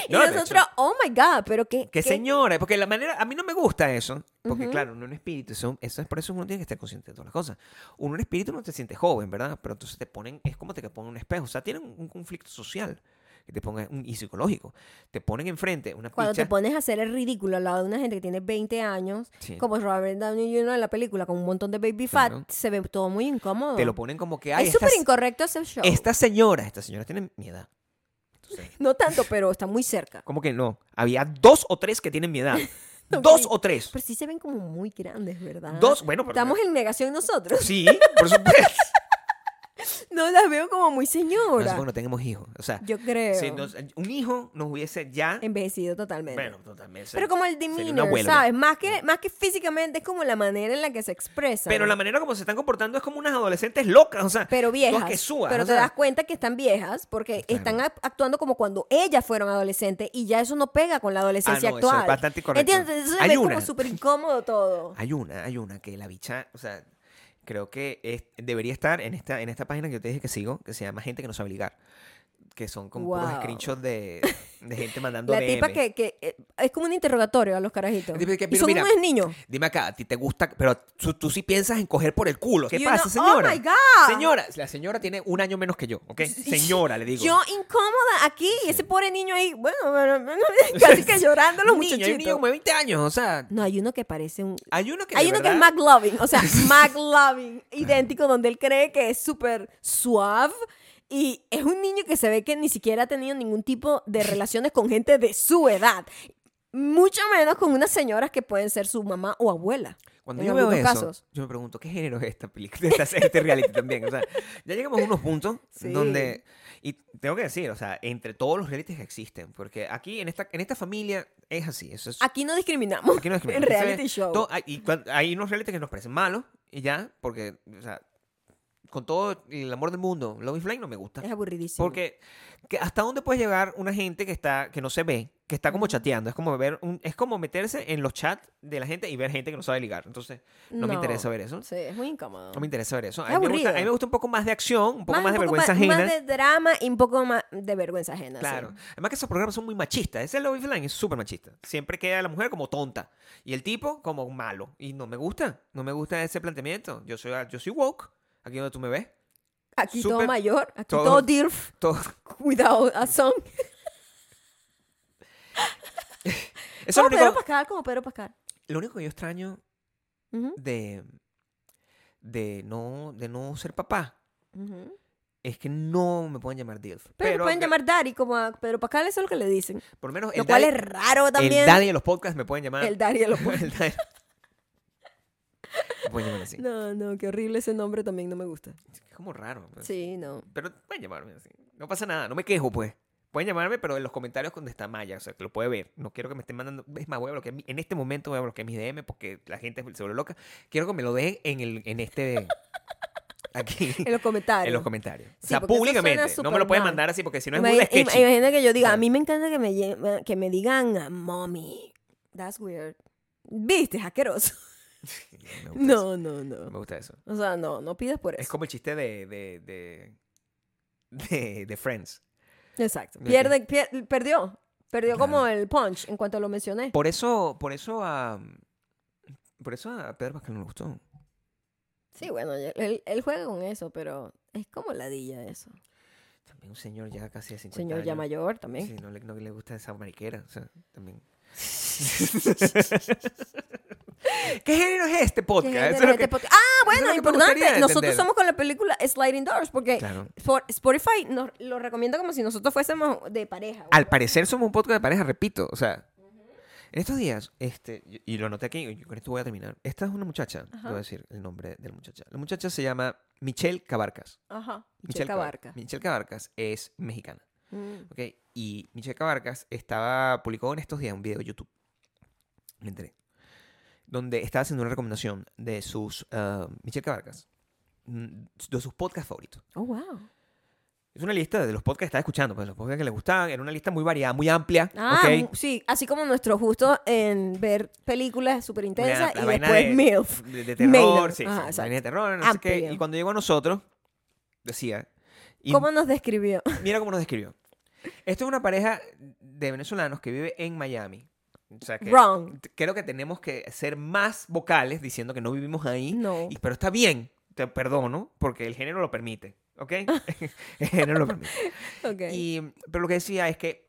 [SPEAKER 1] Y
[SPEAKER 2] No, de hecho.
[SPEAKER 1] nosotros, oh my God, pero qué. qué-
[SPEAKER 2] Que señora, porque la manera, a mí no me gusta eso, porque claro, uno es un espíritu, eso, eso es por eso uno tiene que estar consciente de todas las cosas. Uno un espíritu no te siente joven, ¿verdad? Pero entonces te ponen, es como te que ponen un espejo, o sea, tienen un conflicto social que te pongan, un- y psicológico, te ponen enfrente una
[SPEAKER 1] Cuando
[SPEAKER 2] picha,
[SPEAKER 1] te pones a hacer el ridículo al lado de una gente que tiene 20 años,
[SPEAKER 2] Sí.
[SPEAKER 1] como Robert Downey Jr. en la película, con un montón de baby fat,
[SPEAKER 2] Claro.
[SPEAKER 1] se ve todo muy incómodo.
[SPEAKER 2] te lo ponen como que, ay,
[SPEAKER 1] es
[SPEAKER 2] estas
[SPEAKER 1] súper incorrecto ese show.
[SPEAKER 2] esta señora, esta señora tiene mi edad. Entonces,
[SPEAKER 1] No tanto, pero está muy cerca.
[SPEAKER 2] como que no, había dos o tres que tienen mi edad.
[SPEAKER 1] No,
[SPEAKER 2] dos
[SPEAKER 1] pero-
[SPEAKER 2] o tres.
[SPEAKER 1] Pero sí se ven como muy grandes, ¿verdad?
[SPEAKER 2] Dos, bueno, pero-
[SPEAKER 1] Estamos en negación nosotros.
[SPEAKER 2] Sí, por supuesto.
[SPEAKER 1] No las veo como muy
[SPEAKER 2] No, es
[SPEAKER 1] señora.
[SPEAKER 2] bueno, tenemos hijos. O sea,
[SPEAKER 1] Yo creo.
[SPEAKER 2] si nos- un hijo nos hubiese ya
[SPEAKER 1] Envejecido totalmente.
[SPEAKER 2] Bueno, totalmente.
[SPEAKER 1] pero como el
[SPEAKER 2] un
[SPEAKER 1] demeanor,
[SPEAKER 2] abuelo ya.
[SPEAKER 1] ¿sabes? Más que, más que físicamente, es como la manera en la que se expresa.
[SPEAKER 2] Pero la manera como se están comportando es como unas adolescentes locas, o sea,
[SPEAKER 1] pero viejas.
[SPEAKER 2] dos que suban,
[SPEAKER 1] pero
[SPEAKER 2] o
[SPEAKER 1] te
[SPEAKER 2] sea,
[SPEAKER 1] das cuenta que están viejas porque
[SPEAKER 2] Claro.
[SPEAKER 1] están act- actuando como cuando ellas fueron adolescentes y ya eso no pega con la adolescencia
[SPEAKER 2] Ah, no, eso es
[SPEAKER 1] actual.
[SPEAKER 2] bastante correcto.
[SPEAKER 1] ¿Entiendes? Entonces
[SPEAKER 2] Hay
[SPEAKER 1] se ve
[SPEAKER 2] una.
[SPEAKER 1] como súper incómodo todo.
[SPEAKER 2] Hay una, hay una que la bicha, o sea, creo que es- debería estar en esta en esta página que yo te dije que sigo, que se llama gente que no sabe ligar, que son como puros
[SPEAKER 1] Wow.
[SPEAKER 2] screenshots de, de gente mandando
[SPEAKER 1] La tipa
[SPEAKER 2] DM.
[SPEAKER 1] que, que, eh, es como un interrogatorio a los carajitos.
[SPEAKER 2] La tipa que,
[SPEAKER 1] y
[SPEAKER 2] pero
[SPEAKER 1] son
[SPEAKER 2] mira,
[SPEAKER 1] unos niños.
[SPEAKER 2] Dime acá, a ti te gusta, pero tú, tú sí piensas en coger por el culo. ¿Qué
[SPEAKER 1] Y
[SPEAKER 2] pasa,
[SPEAKER 1] uno,
[SPEAKER 2] señora?
[SPEAKER 1] "Oh my God".
[SPEAKER 2] Señora, la señora tiene un año menos que yo, ¿ok? Señora, le digo.
[SPEAKER 1] Yo incómoda aquí y ese pobre niño ahí, bueno, bueno, bueno, casi que llorando los
[SPEAKER 2] un niño, hay un niño
[SPEAKER 1] muchachitos.
[SPEAKER 2] como de 20 años, o sea,
[SPEAKER 1] No, hay uno que parece un...
[SPEAKER 2] hay uno que de
[SPEAKER 1] Hay uno que es
[SPEAKER 2] verdad-
[SPEAKER 1] McLovin, o sea, McLovin, idéntico, donde él cree que es súper suave y es un niño que se ve que ni siquiera ha tenido ningún tipo de relaciones con gente de su edad, mucho menos con unas señoras que pueden ser su mamá o abuela.
[SPEAKER 2] Cuando
[SPEAKER 1] en
[SPEAKER 2] yo veo eso,
[SPEAKER 1] algunos casos.
[SPEAKER 2] yo me pregunto, ¿qué género es esta película? Esta- este reality también. O sea, ya llegamos a unos puntos
[SPEAKER 1] Sí.
[SPEAKER 2] donde. Y tengo que decir, o sea, entre todos los realities que existen, porque aquí en esta, en esta familia es así. Eso es,
[SPEAKER 1] Aquí no discriminamos.
[SPEAKER 2] aquí no es que-
[SPEAKER 1] en reality
[SPEAKER 2] entonces,
[SPEAKER 1] show.
[SPEAKER 2] to- hay, y cuan- hay unos realities que nos parecen malos y ya, porque, o sea, con todo el amor del mundo, Love is Blind no me gusta.
[SPEAKER 1] Es aburridísimo.
[SPEAKER 2] Porque que- hasta dónde puede llegar una gente que está que no se ve, que está como chateando, es como ver un- es como meterse en los chats de la gente y ver gente que no sabe ligar. Entonces, no, me interesa ver eso.
[SPEAKER 1] Sí, es muy incómodo.
[SPEAKER 2] No me interesa ver eso. A
[SPEAKER 1] Es
[SPEAKER 2] mí, me gusta,
[SPEAKER 1] aburrido.
[SPEAKER 2] a mí me gusta un poco más de acción, un poco más, de
[SPEAKER 1] un
[SPEAKER 2] vergüenza
[SPEAKER 1] más-
[SPEAKER 2] ajena.
[SPEAKER 1] Más de drama y un poco más de vergüenza ajena. sí.
[SPEAKER 2] Claro. Además que esos programas son muy machistas. Ese Love is Blind es súper machista. Siempre queda la mujer como tonta y el tipo como malo. Y no me gusta. No me gusta ese planteamiento. Yo soy, yo soy woke. Aquí donde tú me ves.
[SPEAKER 1] Aquí todo
[SPEAKER 2] Súper-
[SPEAKER 1] mayor, aquí
[SPEAKER 2] todo-
[SPEAKER 1] todo, DIRF,
[SPEAKER 2] Todo-
[SPEAKER 1] cuidado, a song.
[SPEAKER 2] Eso
[SPEAKER 1] Como
[SPEAKER 2] es lo
[SPEAKER 1] Pedro
[SPEAKER 2] único,
[SPEAKER 1] Pascal, como Pedro Pascal.
[SPEAKER 2] lo único que yo extraño
[SPEAKER 1] Ujú,
[SPEAKER 2] de, de, no, de no ser papá
[SPEAKER 1] ujú.
[SPEAKER 2] es que no me pueden llamar DILF.
[SPEAKER 1] Pero, lo pueden
[SPEAKER 2] que-
[SPEAKER 1] llamar Daddy, como a Pedro Pascal, eso es lo que le dicen.
[SPEAKER 2] Por lo menos
[SPEAKER 1] Lo
[SPEAKER 2] el
[SPEAKER 1] cual
[SPEAKER 2] daddy,
[SPEAKER 1] es raro
[SPEAKER 2] el
[SPEAKER 1] también.
[SPEAKER 2] daddy de los podcasts me pueden llamar.
[SPEAKER 1] El Daddy de los
[SPEAKER 2] el daddy. me pueden llamar así.
[SPEAKER 1] No, no, qué horrible ese nombre también, no me gusta.
[SPEAKER 2] Es como raro. pues.
[SPEAKER 1] Sí, no.
[SPEAKER 2] Pero pueden llamarme así. No pasa nada, no me quejo, pues. Pueden llamarme, pero en los comentarios donde está Maya, o sea, que lo puede ver. No quiero que me estén mandando. Es más, voy a bloquear. mi- En este momento voy a bloquear mis DM porque la gente se vuelve loca. Quiero que me lo dejen en, el, en este. Aquí.
[SPEAKER 1] En los comentarios.
[SPEAKER 2] En los comentarios. o
[SPEAKER 1] Sí,
[SPEAKER 2] sea,
[SPEAKER 1] porque eso
[SPEAKER 2] públicamente.
[SPEAKER 1] suena
[SPEAKER 2] No me lo pueden
[SPEAKER 1] supermal.
[SPEAKER 2] mandar así porque si no es
[SPEAKER 1] Imagi-
[SPEAKER 2] muy
[SPEAKER 1] im-
[SPEAKER 2] sketchy.
[SPEAKER 1] Imagina que yo diga,
[SPEAKER 2] Claro.
[SPEAKER 1] a mí me encanta que me, lle- que me digan ah, mommy. That's weird. Viste, es asqueroso. No,
[SPEAKER 2] No me gusta eso,
[SPEAKER 1] no,
[SPEAKER 2] No
[SPEAKER 1] no.
[SPEAKER 2] me gusta eso.
[SPEAKER 1] O sea, no, no pidas por eso.
[SPEAKER 2] Es como el chiste de. de, de de, de Friends.
[SPEAKER 1] Exacto.
[SPEAKER 2] Ok.
[SPEAKER 1] Pierde, pier- perdió. Perdió
[SPEAKER 2] Claro.
[SPEAKER 1] como el punch en cuanto lo mencioné.
[SPEAKER 2] Por eso, por eso a. Por eso a Pedro Pascal no le gustó.
[SPEAKER 1] Sí, bueno, él, él- él juega con eso, pero es como ladilla eso.
[SPEAKER 2] También un señor ya ¿eh? casi de 50
[SPEAKER 1] Señor
[SPEAKER 2] años.
[SPEAKER 1] ya mayor también.
[SPEAKER 2] Sí, no le, no le gusta esa mariquera. O sea, también. ¿Qué género es este
[SPEAKER 1] Sí,
[SPEAKER 2] podcast?
[SPEAKER 1] gente,
[SPEAKER 2] Eso es lo
[SPEAKER 1] gente
[SPEAKER 2] que-
[SPEAKER 1] podcast. Ah,
[SPEAKER 2] es lo
[SPEAKER 1] bueno,
[SPEAKER 2] que me gustaría
[SPEAKER 1] importante. Nosotros
[SPEAKER 2] entender.
[SPEAKER 1] somos con la película Sliding Doors porque
[SPEAKER 2] Claro.
[SPEAKER 1] for- Spotify nos lo recomienda como si nosotros fuésemos de pareja.
[SPEAKER 2] Al parecer somos un podcast de pareja, repito. O sea, en estos días, este, y- y lo noté aquí, y con esto voy a terminar. Esta es una muchacha, te voy a
[SPEAKER 1] Ajá.
[SPEAKER 2] decir el nombre de la muchacha. La muchacha se llama Michelle Cabarcas.
[SPEAKER 1] Ajá.
[SPEAKER 2] Michelle
[SPEAKER 1] Checa barca.
[SPEAKER 2] Cabar- Michelle Cabarcas es mexicana.
[SPEAKER 1] Mm.
[SPEAKER 2] ¿ok? Y Michelle Cabarcas estaba, publicó en estos días un video de YouTube, me enteré, donde estaba haciendo una recomendación de sus, ah, Michelle Cabarcas, mm, de sus podcasts favoritos.
[SPEAKER 1] Oh, wow.
[SPEAKER 2] Es una lista de los podcasts que estaba escuchando, pues los podcasts que le gustaban, era una lista muy variada, muy amplia,
[SPEAKER 1] Ah,
[SPEAKER 2] ¿ok?
[SPEAKER 1] mu- sí, así como nuestro gusto en ver películas súper intensas
[SPEAKER 2] Una-
[SPEAKER 1] y
[SPEAKER 2] la vaina
[SPEAKER 1] después
[SPEAKER 2] de-
[SPEAKER 1] MILF.
[SPEAKER 2] De, de
[SPEAKER 1] Mail.
[SPEAKER 2] terror, sí,
[SPEAKER 1] Ajá,
[SPEAKER 2] sí, vaina de terror, no sé qué.
[SPEAKER 1] Amplio.
[SPEAKER 2] Y cuando llegó a nosotros, decía. Y
[SPEAKER 1] ¿Cómo nos describió?
[SPEAKER 2] mira cómo nos describió. Esto es una pareja de venezolanos que vive en Miami. O sea que
[SPEAKER 1] Wrong.
[SPEAKER 2] t- creo que tenemos que ser más vocales diciendo que no vivimos ahí.
[SPEAKER 1] No.
[SPEAKER 2] Y- pero está bien, te perdono, porque el género lo permite. ¿Ok? el género lo permite.
[SPEAKER 1] Ok.
[SPEAKER 2] Y, pero lo que decía es que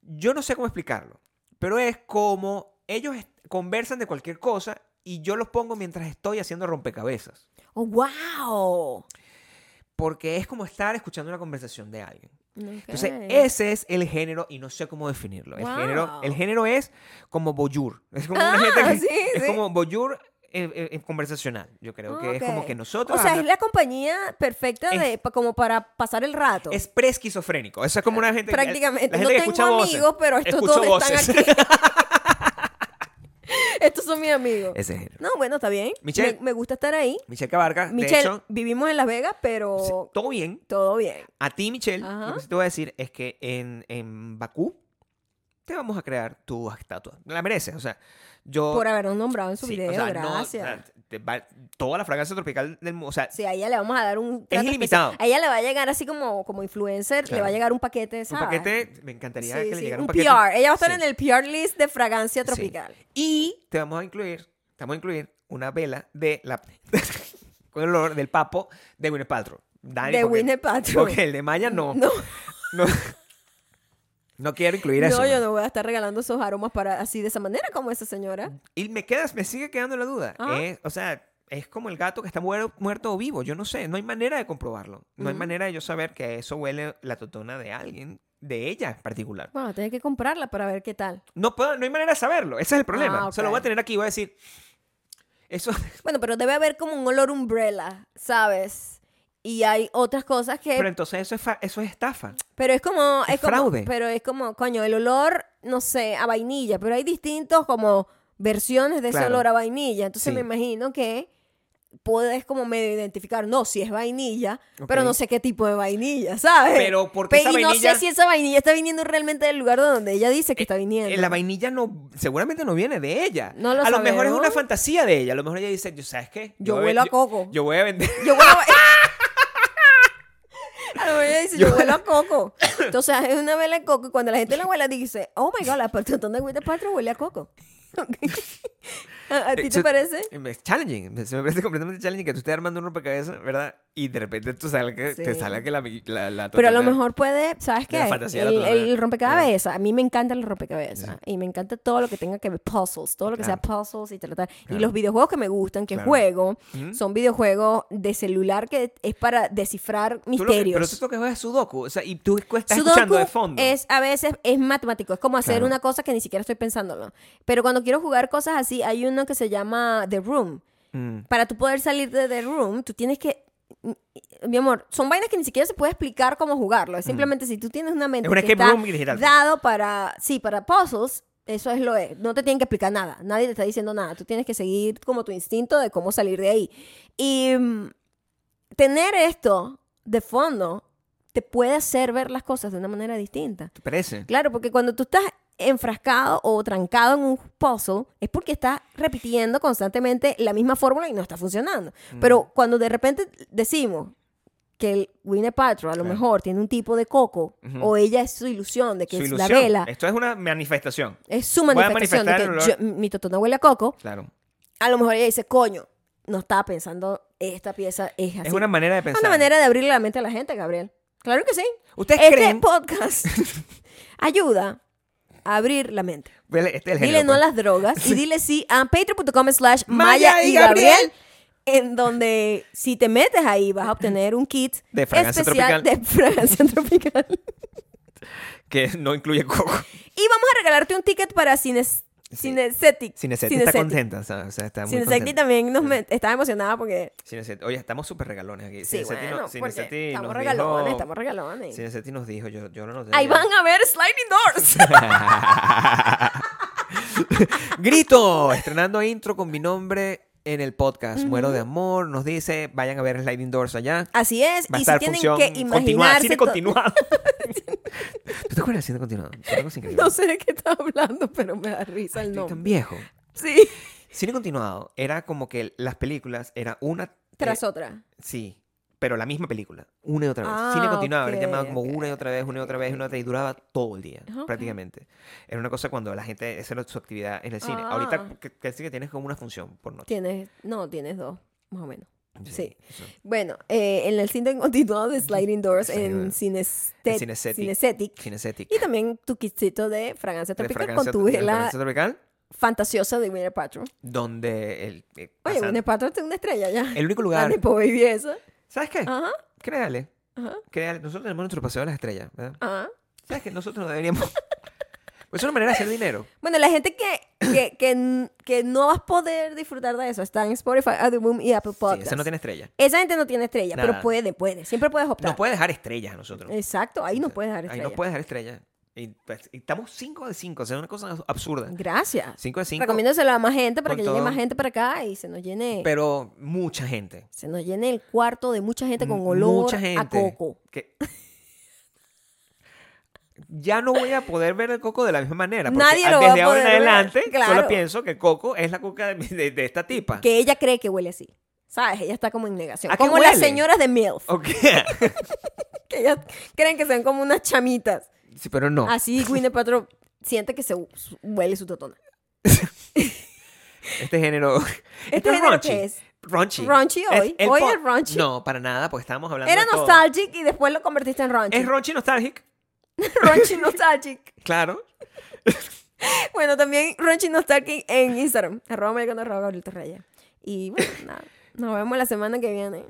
[SPEAKER 2] yo no sé cómo explicarlo, pero es como ellos est- conversan de cualquier cosa y yo los pongo mientras estoy haciendo rompecabezas.
[SPEAKER 1] Oh, wow.
[SPEAKER 2] Porque es como estar escuchando una conversación de alguien. Entonces,
[SPEAKER 1] Ok.
[SPEAKER 2] ese es el género y no sé cómo definirlo. El, género,
[SPEAKER 1] Wow.
[SPEAKER 2] el género es como boyur. Es como una
[SPEAKER 1] Ah,
[SPEAKER 2] gente que-
[SPEAKER 1] sí,
[SPEAKER 2] es
[SPEAKER 1] sí.
[SPEAKER 2] como boyur eh, eh, eh, conversacional. Yo creo que es como
[SPEAKER 1] Ok.
[SPEAKER 2] que nosotros
[SPEAKER 1] O sea,
[SPEAKER 2] habla-
[SPEAKER 1] es la compañía perfecta
[SPEAKER 2] Es-
[SPEAKER 1] de, pa- como para pasar el rato.
[SPEAKER 2] es preesquizofrénico. Eso es como una gente
[SPEAKER 1] Prácticamente.
[SPEAKER 2] la gente
[SPEAKER 1] no
[SPEAKER 2] que
[SPEAKER 1] tengo
[SPEAKER 2] escucha voces.
[SPEAKER 1] amigos, pero estos
[SPEAKER 2] Escucho
[SPEAKER 1] dos
[SPEAKER 2] voces.
[SPEAKER 1] están aquí. estos son mis amigos.
[SPEAKER 2] Ese género.
[SPEAKER 1] No, bueno, está bien.
[SPEAKER 2] Michelle.
[SPEAKER 1] Me, me gusta estar ahí.
[SPEAKER 2] Michelle Cabarca, de
[SPEAKER 1] Michelle,
[SPEAKER 2] hecho,
[SPEAKER 1] vivimos en Las Vegas, pero
[SPEAKER 2] todo bien.
[SPEAKER 1] todo bien.
[SPEAKER 2] A ti, Michelle, lo
[SPEAKER 1] Ajá.
[SPEAKER 2] que sí te voy a decir es que en, en Bakú te vamos a crear tu estatua. La mereces, o sea, yo...
[SPEAKER 1] Por habernos nombrado en su
[SPEAKER 2] Oh, sí,
[SPEAKER 1] video,
[SPEAKER 2] o sea, no, o
[SPEAKER 1] gracias.
[SPEAKER 2] sea, te va- toda la fragancia tropical del mundo, o sea,
[SPEAKER 1] Sí, a ella le vamos a dar un. trato especial.
[SPEAKER 2] ilimitado.
[SPEAKER 1] A ella le va a llegar así como, como influencer, le
[SPEAKER 2] Claro.
[SPEAKER 1] va a llegar un paquete,
[SPEAKER 2] un
[SPEAKER 1] ¿sabes?
[SPEAKER 2] paquete, me encantaría
[SPEAKER 1] Sí,
[SPEAKER 2] que le
[SPEAKER 1] sí,
[SPEAKER 2] llegara
[SPEAKER 1] un
[SPEAKER 2] un paquete.
[SPEAKER 1] PR. Ella va a estar
[SPEAKER 2] Sí,
[SPEAKER 1] en el PR list de fragancia
[SPEAKER 2] sí.
[SPEAKER 1] tropical.
[SPEAKER 2] Y te vamos a incluir, te vamos a incluir una vela de la... con el olor del papo de Winnie Paltrow. Dani,
[SPEAKER 1] de
[SPEAKER 2] porque-
[SPEAKER 1] Winnie Paltrow.
[SPEAKER 2] Porque el de Maya no.
[SPEAKER 1] No,
[SPEAKER 2] No, no quiero incluir eso.
[SPEAKER 1] no,
[SPEAKER 2] man.
[SPEAKER 1] yo no voy a estar regalando esos aromas para así de esa manera como esa señora.
[SPEAKER 2] Y me quedas, me sigue quedando la duda.
[SPEAKER 1] Ajá.
[SPEAKER 2] Es- o sea, es como el gato que está muero- muerto o vivo. Yo no sé, no hay manera de comprobarlo. No hay
[SPEAKER 1] Ujú.
[SPEAKER 2] manera de yo saber que eso huele la totona de alguien, de ella en particular.
[SPEAKER 1] Bueno, tenés que comprarla para ver qué tal.
[SPEAKER 2] No puedo, no hay manera de saberlo. Ese es el problema.
[SPEAKER 1] Ah,
[SPEAKER 2] O sea,
[SPEAKER 1] ok. Eh,
[SPEAKER 2] lo voy a tener aquí y voy a decir. Eso.
[SPEAKER 1] Bueno, pero debe haber como un olor umbrella, ¿sabes? Y hay otras cosas que...
[SPEAKER 2] Pero
[SPEAKER 1] Pero,
[SPEAKER 2] entonces eso es, fa- eso es estafa.
[SPEAKER 1] es como...
[SPEAKER 2] es
[SPEAKER 1] Es como-
[SPEAKER 2] fraude.
[SPEAKER 1] Pero es como, coño, el olor, no sé, a vainilla. Pero hay distintos como versiones de ese
[SPEAKER 2] Claro.
[SPEAKER 1] olor a vainilla. Entonces
[SPEAKER 2] Sí.
[SPEAKER 1] me imagino que puedes como medio identificar, no, si es vainilla, pero
[SPEAKER 2] Ok.
[SPEAKER 1] no sé qué tipo de vainilla, ¿sabes?
[SPEAKER 2] Pero porque
[SPEAKER 1] Pe-
[SPEAKER 2] esa
[SPEAKER 1] y
[SPEAKER 2] vainilla-
[SPEAKER 1] no sé si esa vainilla está viniendo realmente del lugar de donde ella dice que está viniendo.
[SPEAKER 2] Eh, La vainilla no, seguramente no viene de ella.
[SPEAKER 1] No lo
[SPEAKER 2] a lo mejor es
[SPEAKER 1] sabemos.
[SPEAKER 2] una fantasía de ella. A lo mejor ella dice, "Yo, ¿sabes qué?
[SPEAKER 1] Yo
[SPEAKER 2] voy
[SPEAKER 1] huelo a
[SPEAKER 2] yo-
[SPEAKER 1] coco.
[SPEAKER 2] Yo voy a vender.
[SPEAKER 1] Yo huelo a... A lo mejor ella dice, yo,
[SPEAKER 2] Yo-
[SPEAKER 1] huelo a coco. Entonces es una vela de coco y cuando la gente la huela dice, oh my god, la patrón de Winter Paltrow huele a coco. Ok. ¿A, a ti te
[SPEAKER 2] Eso-
[SPEAKER 1] parece?
[SPEAKER 2] Es challenging, se me parece completamente challenging que tú estés armando un rompecabezas, ¿verdad? Y de repente tú sale que, te
[SPEAKER 1] Sí.
[SPEAKER 2] salga que la, mi- la, la
[SPEAKER 1] Pero a lo
[SPEAKER 2] totalidad.
[SPEAKER 1] mejor puede, ¿sabes qué?
[SPEAKER 2] La fantasía de la
[SPEAKER 1] el,
[SPEAKER 2] totalidad.
[SPEAKER 1] el rompecabezas. A mí me encanta el rompecabezas. Y me encanta todo lo que tenga que ver puzzles, todo lo que sea puzzles y tal, tal. Y
[SPEAKER 2] Claro.
[SPEAKER 1] los videojuegos que me gustan, que
[SPEAKER 2] Claro. ¿Mm?
[SPEAKER 1] juego,
[SPEAKER 2] Ujú.
[SPEAKER 1] son videojuegos de celular que es para descifrar
[SPEAKER 2] Tú lo que-
[SPEAKER 1] misterios.
[SPEAKER 2] pero eso es lo que juegas Sudoku, o sea, y tú escu- estás
[SPEAKER 1] Sudoku
[SPEAKER 2] escuchando de fondo.
[SPEAKER 1] Es a veces es matemático, es como hacer
[SPEAKER 2] Claro.
[SPEAKER 1] una cosa que ni siquiera estoy pensándolo. Pero cuando quiero jugar cosas así, hay uno que se llama The Room.
[SPEAKER 2] Mm.
[SPEAKER 1] Para tú poder salir de The Room, tú tienes que mi amor, son vainas que ni siquiera se puede explicar cómo jugarlo. Es simplemente si tú tienes una mente
[SPEAKER 2] Mm. Es un
[SPEAKER 1] que
[SPEAKER 2] escape
[SPEAKER 1] está
[SPEAKER 2] room digital.
[SPEAKER 1] dado para sí, para puzzles, eso es lo es. No te tienen que explicar nada, nadie te está diciendo nada. Tú tienes que seguir como tu instinto de cómo salir de ahí. Y mm, tener esto de fondo te puede hacer ver las cosas de una manera distinta.
[SPEAKER 2] ¿Te parece?
[SPEAKER 1] Claro, porque cuando tú estás enfrascado o trancado en un puzzle es porque estás repitiendo constantemente la misma fórmula y no está funcionando.
[SPEAKER 2] Mm.
[SPEAKER 1] Pero cuando de repente decimos que el Winnie Paltrow a lo
[SPEAKER 2] Claro.
[SPEAKER 1] mejor tiene un tipo de coco
[SPEAKER 2] Ujú.
[SPEAKER 1] o ella es su ilusión de que
[SPEAKER 2] Su
[SPEAKER 1] es
[SPEAKER 2] ilusión.
[SPEAKER 1] la vela,
[SPEAKER 2] Esto es una manifestación.
[SPEAKER 1] es su
[SPEAKER 2] Voy a
[SPEAKER 1] manifestación de que
[SPEAKER 2] manifestar el
[SPEAKER 1] yo- mi totona huele a coco,
[SPEAKER 2] Claro.
[SPEAKER 1] a lo mejor ella dice, coño, no estaba pensando esta pieza es así.
[SPEAKER 2] Es una manera de
[SPEAKER 1] Es
[SPEAKER 2] pensar.
[SPEAKER 1] una manera de abrirle la mente a la gente, Gabriel. Claro que sí.
[SPEAKER 2] ¿Ustedes
[SPEAKER 1] este
[SPEAKER 2] creen?
[SPEAKER 1] podcast ayuda a abrir la mente.
[SPEAKER 2] Vele, Este es el
[SPEAKER 1] Dile
[SPEAKER 2] género,
[SPEAKER 1] no a
[SPEAKER 2] pues.
[SPEAKER 1] las drogas y dile sí a patreon.com slash
[SPEAKER 2] Maya
[SPEAKER 1] Maya
[SPEAKER 2] y
[SPEAKER 1] y Gabriel,
[SPEAKER 2] Gabriel.
[SPEAKER 1] en donde si te metes ahí vas a obtener un kit
[SPEAKER 2] De fragancia
[SPEAKER 1] especial
[SPEAKER 2] tropical.
[SPEAKER 1] de fragancia tropical.
[SPEAKER 2] Que no incluye coco.
[SPEAKER 1] Y vamos a regalarte un ticket para Cines... Cinecetic.
[SPEAKER 2] Cineceti está
[SPEAKER 1] Cinecetic.
[SPEAKER 2] contenta. O sea, o sea, está muy
[SPEAKER 1] Cinecetic
[SPEAKER 2] contenta.
[SPEAKER 1] también nos me- estaba emocionada porque...
[SPEAKER 2] Cineceti- Oye, estamos súper regalones aquí.
[SPEAKER 1] Sí,
[SPEAKER 2] Cineceti no-
[SPEAKER 1] bueno, porque
[SPEAKER 2] Cineceti
[SPEAKER 1] estamos
[SPEAKER 2] nos
[SPEAKER 1] regalones,
[SPEAKER 2] dijo-
[SPEAKER 1] estamos regalones.
[SPEAKER 2] Cineceti nos dijo, yo, yo no noté.
[SPEAKER 1] Ahí van a ver Sliding Doors.
[SPEAKER 2] Grito, estrenando intro con mi nombre en el podcast. Muero de amor. Nos dice, vayan a ver Sliding Doors allá.
[SPEAKER 1] Así es.
[SPEAKER 2] Va a
[SPEAKER 1] y si
[SPEAKER 2] estar
[SPEAKER 1] tienen
[SPEAKER 2] función
[SPEAKER 1] que
[SPEAKER 2] continuada,
[SPEAKER 1] imaginarse...
[SPEAKER 2] cine
[SPEAKER 1] to-
[SPEAKER 2] continuado. ¿Tú te acuerdas del cine continuado? Es una cosa increíble.
[SPEAKER 1] No sé de qué está hablando, pero me da risa el
[SPEAKER 2] Estoy tan
[SPEAKER 1] nombre.
[SPEAKER 2] viejo.
[SPEAKER 1] Sí.
[SPEAKER 2] Cine continuado era como que las películas era una
[SPEAKER 1] Tras
[SPEAKER 2] eh,
[SPEAKER 1] otra.
[SPEAKER 2] sí, pero la misma película, una y otra vez. Cine
[SPEAKER 1] Ah,
[SPEAKER 2] continuaba, le
[SPEAKER 1] ok,
[SPEAKER 2] llamaban como
[SPEAKER 1] ok,
[SPEAKER 2] una y otra vez, una y otra vez, una y otra vez, y duraba todo el día,
[SPEAKER 1] Ajá, ok.
[SPEAKER 2] prácticamente. Era una cosa cuando la gente, esa era su actividad en el cine.
[SPEAKER 1] Ah.
[SPEAKER 2] Ahorita que- casi que tienes como una función por noche.
[SPEAKER 1] Tienes, no, tienes dos, más o menos. sí.
[SPEAKER 2] eso.
[SPEAKER 1] Bueno, eh, en el cine continuado de Sliding Doors en
[SPEAKER 2] El
[SPEAKER 1] Cineste-
[SPEAKER 2] Cinestetic.
[SPEAKER 1] Cinestetic.
[SPEAKER 2] Kinesthetic.
[SPEAKER 1] Y también tu kitcito de fragancia
[SPEAKER 2] De
[SPEAKER 1] tropical
[SPEAKER 2] fragancia-
[SPEAKER 1] con tu
[SPEAKER 2] de
[SPEAKER 1] vela
[SPEAKER 2] fragancia tropical,
[SPEAKER 1] fantasiosa de Winnie Patrol.
[SPEAKER 2] donde el, eh,
[SPEAKER 1] Oye,
[SPEAKER 2] pasan-
[SPEAKER 1] Winnie Patrol es una estrella ya.
[SPEAKER 2] el único
[SPEAKER 1] La
[SPEAKER 2] lugar.
[SPEAKER 1] Nepo Baby esa.
[SPEAKER 2] ¿Sabes qué?
[SPEAKER 1] Ajá,
[SPEAKER 2] Créale.
[SPEAKER 1] Ah. ajá,
[SPEAKER 2] Créale. Nosotros tenemos nuestro paseo de las estrellas, ¿verdad?
[SPEAKER 1] ajá.
[SPEAKER 2] ¿Sabes que nosotros no deberíamos? Pues es una manera de hacer dinero.
[SPEAKER 1] Bueno, la gente que, que, que, n- que no vas a poder disfrutar de eso está en Spotify, Audioboom y Apple
[SPEAKER 2] Sí,
[SPEAKER 1] Podcasts.
[SPEAKER 2] esa no tiene estrella.
[SPEAKER 1] Esa gente no tiene estrella, pero
[SPEAKER 2] Nada.
[SPEAKER 1] puede, puede. Siempre puedes optar.
[SPEAKER 2] Nos puede dejar estrellas a nosotros.
[SPEAKER 1] Exacto, ahí nos puedes dar
[SPEAKER 2] Ahí
[SPEAKER 1] estrella.
[SPEAKER 2] nos puede dejar estrellas. Y, pues, y estamos 5 de 5, o sea, una cosa absurda.
[SPEAKER 1] Gracias.
[SPEAKER 2] 5 de 5.
[SPEAKER 1] Recomiéndoselo a más gente para
[SPEAKER 2] con
[SPEAKER 1] que llegue
[SPEAKER 2] todo.
[SPEAKER 1] más gente para acá y se nos llene
[SPEAKER 2] Pero mucha gente.
[SPEAKER 1] se nos llene el cuarto de mucha gente con
[SPEAKER 2] M-
[SPEAKER 1] olor
[SPEAKER 2] mucha
[SPEAKER 1] a
[SPEAKER 2] gente.
[SPEAKER 1] coco.
[SPEAKER 2] Que... Ya no voy a poder ver el coco de la misma manera. Porque
[SPEAKER 1] Nadie
[SPEAKER 2] a-
[SPEAKER 1] lo va
[SPEAKER 2] desde
[SPEAKER 1] a
[SPEAKER 2] ahora en
[SPEAKER 1] poder ver,
[SPEAKER 2] adelante,
[SPEAKER 1] claro.
[SPEAKER 2] solo pienso que coco es la coca de, mi- de- de esta tipa.
[SPEAKER 1] Que ella cree que huele así. ¿Sabes? Ella está como en negación.
[SPEAKER 2] ¿A qué
[SPEAKER 1] Como las
[SPEAKER 2] huele? Oh.
[SPEAKER 1] señoras de MILF.
[SPEAKER 2] Ok.
[SPEAKER 1] Que ellas creen que sean como unas chamitas.
[SPEAKER 2] Sí, pero no.
[SPEAKER 1] Así Gwyneth Paltrow siente que se hu- su- huele su totona.
[SPEAKER 2] Este género.
[SPEAKER 1] ¿Este
[SPEAKER 2] es
[SPEAKER 1] género
[SPEAKER 2] raunchy.
[SPEAKER 1] qué es?
[SPEAKER 2] Raunchy.
[SPEAKER 1] Raunchy
[SPEAKER 2] Es
[SPEAKER 1] hoy.
[SPEAKER 2] el
[SPEAKER 1] Hoy
[SPEAKER 2] pop-
[SPEAKER 1] es raunchy.
[SPEAKER 2] No, para nada, porque estábamos hablando
[SPEAKER 1] Era
[SPEAKER 2] de todo.
[SPEAKER 1] nostalgic y después lo convertiste en raunchy.
[SPEAKER 2] ¿Es raunchy nostalgic?
[SPEAKER 1] raunchy nostalgic.
[SPEAKER 2] Claro.
[SPEAKER 1] Bueno, también Ronchi Nostalgic en Instagram. Arroba María con arroba Gabriel Torreyes. Y bueno, nada. Nos vemos la semana que viene.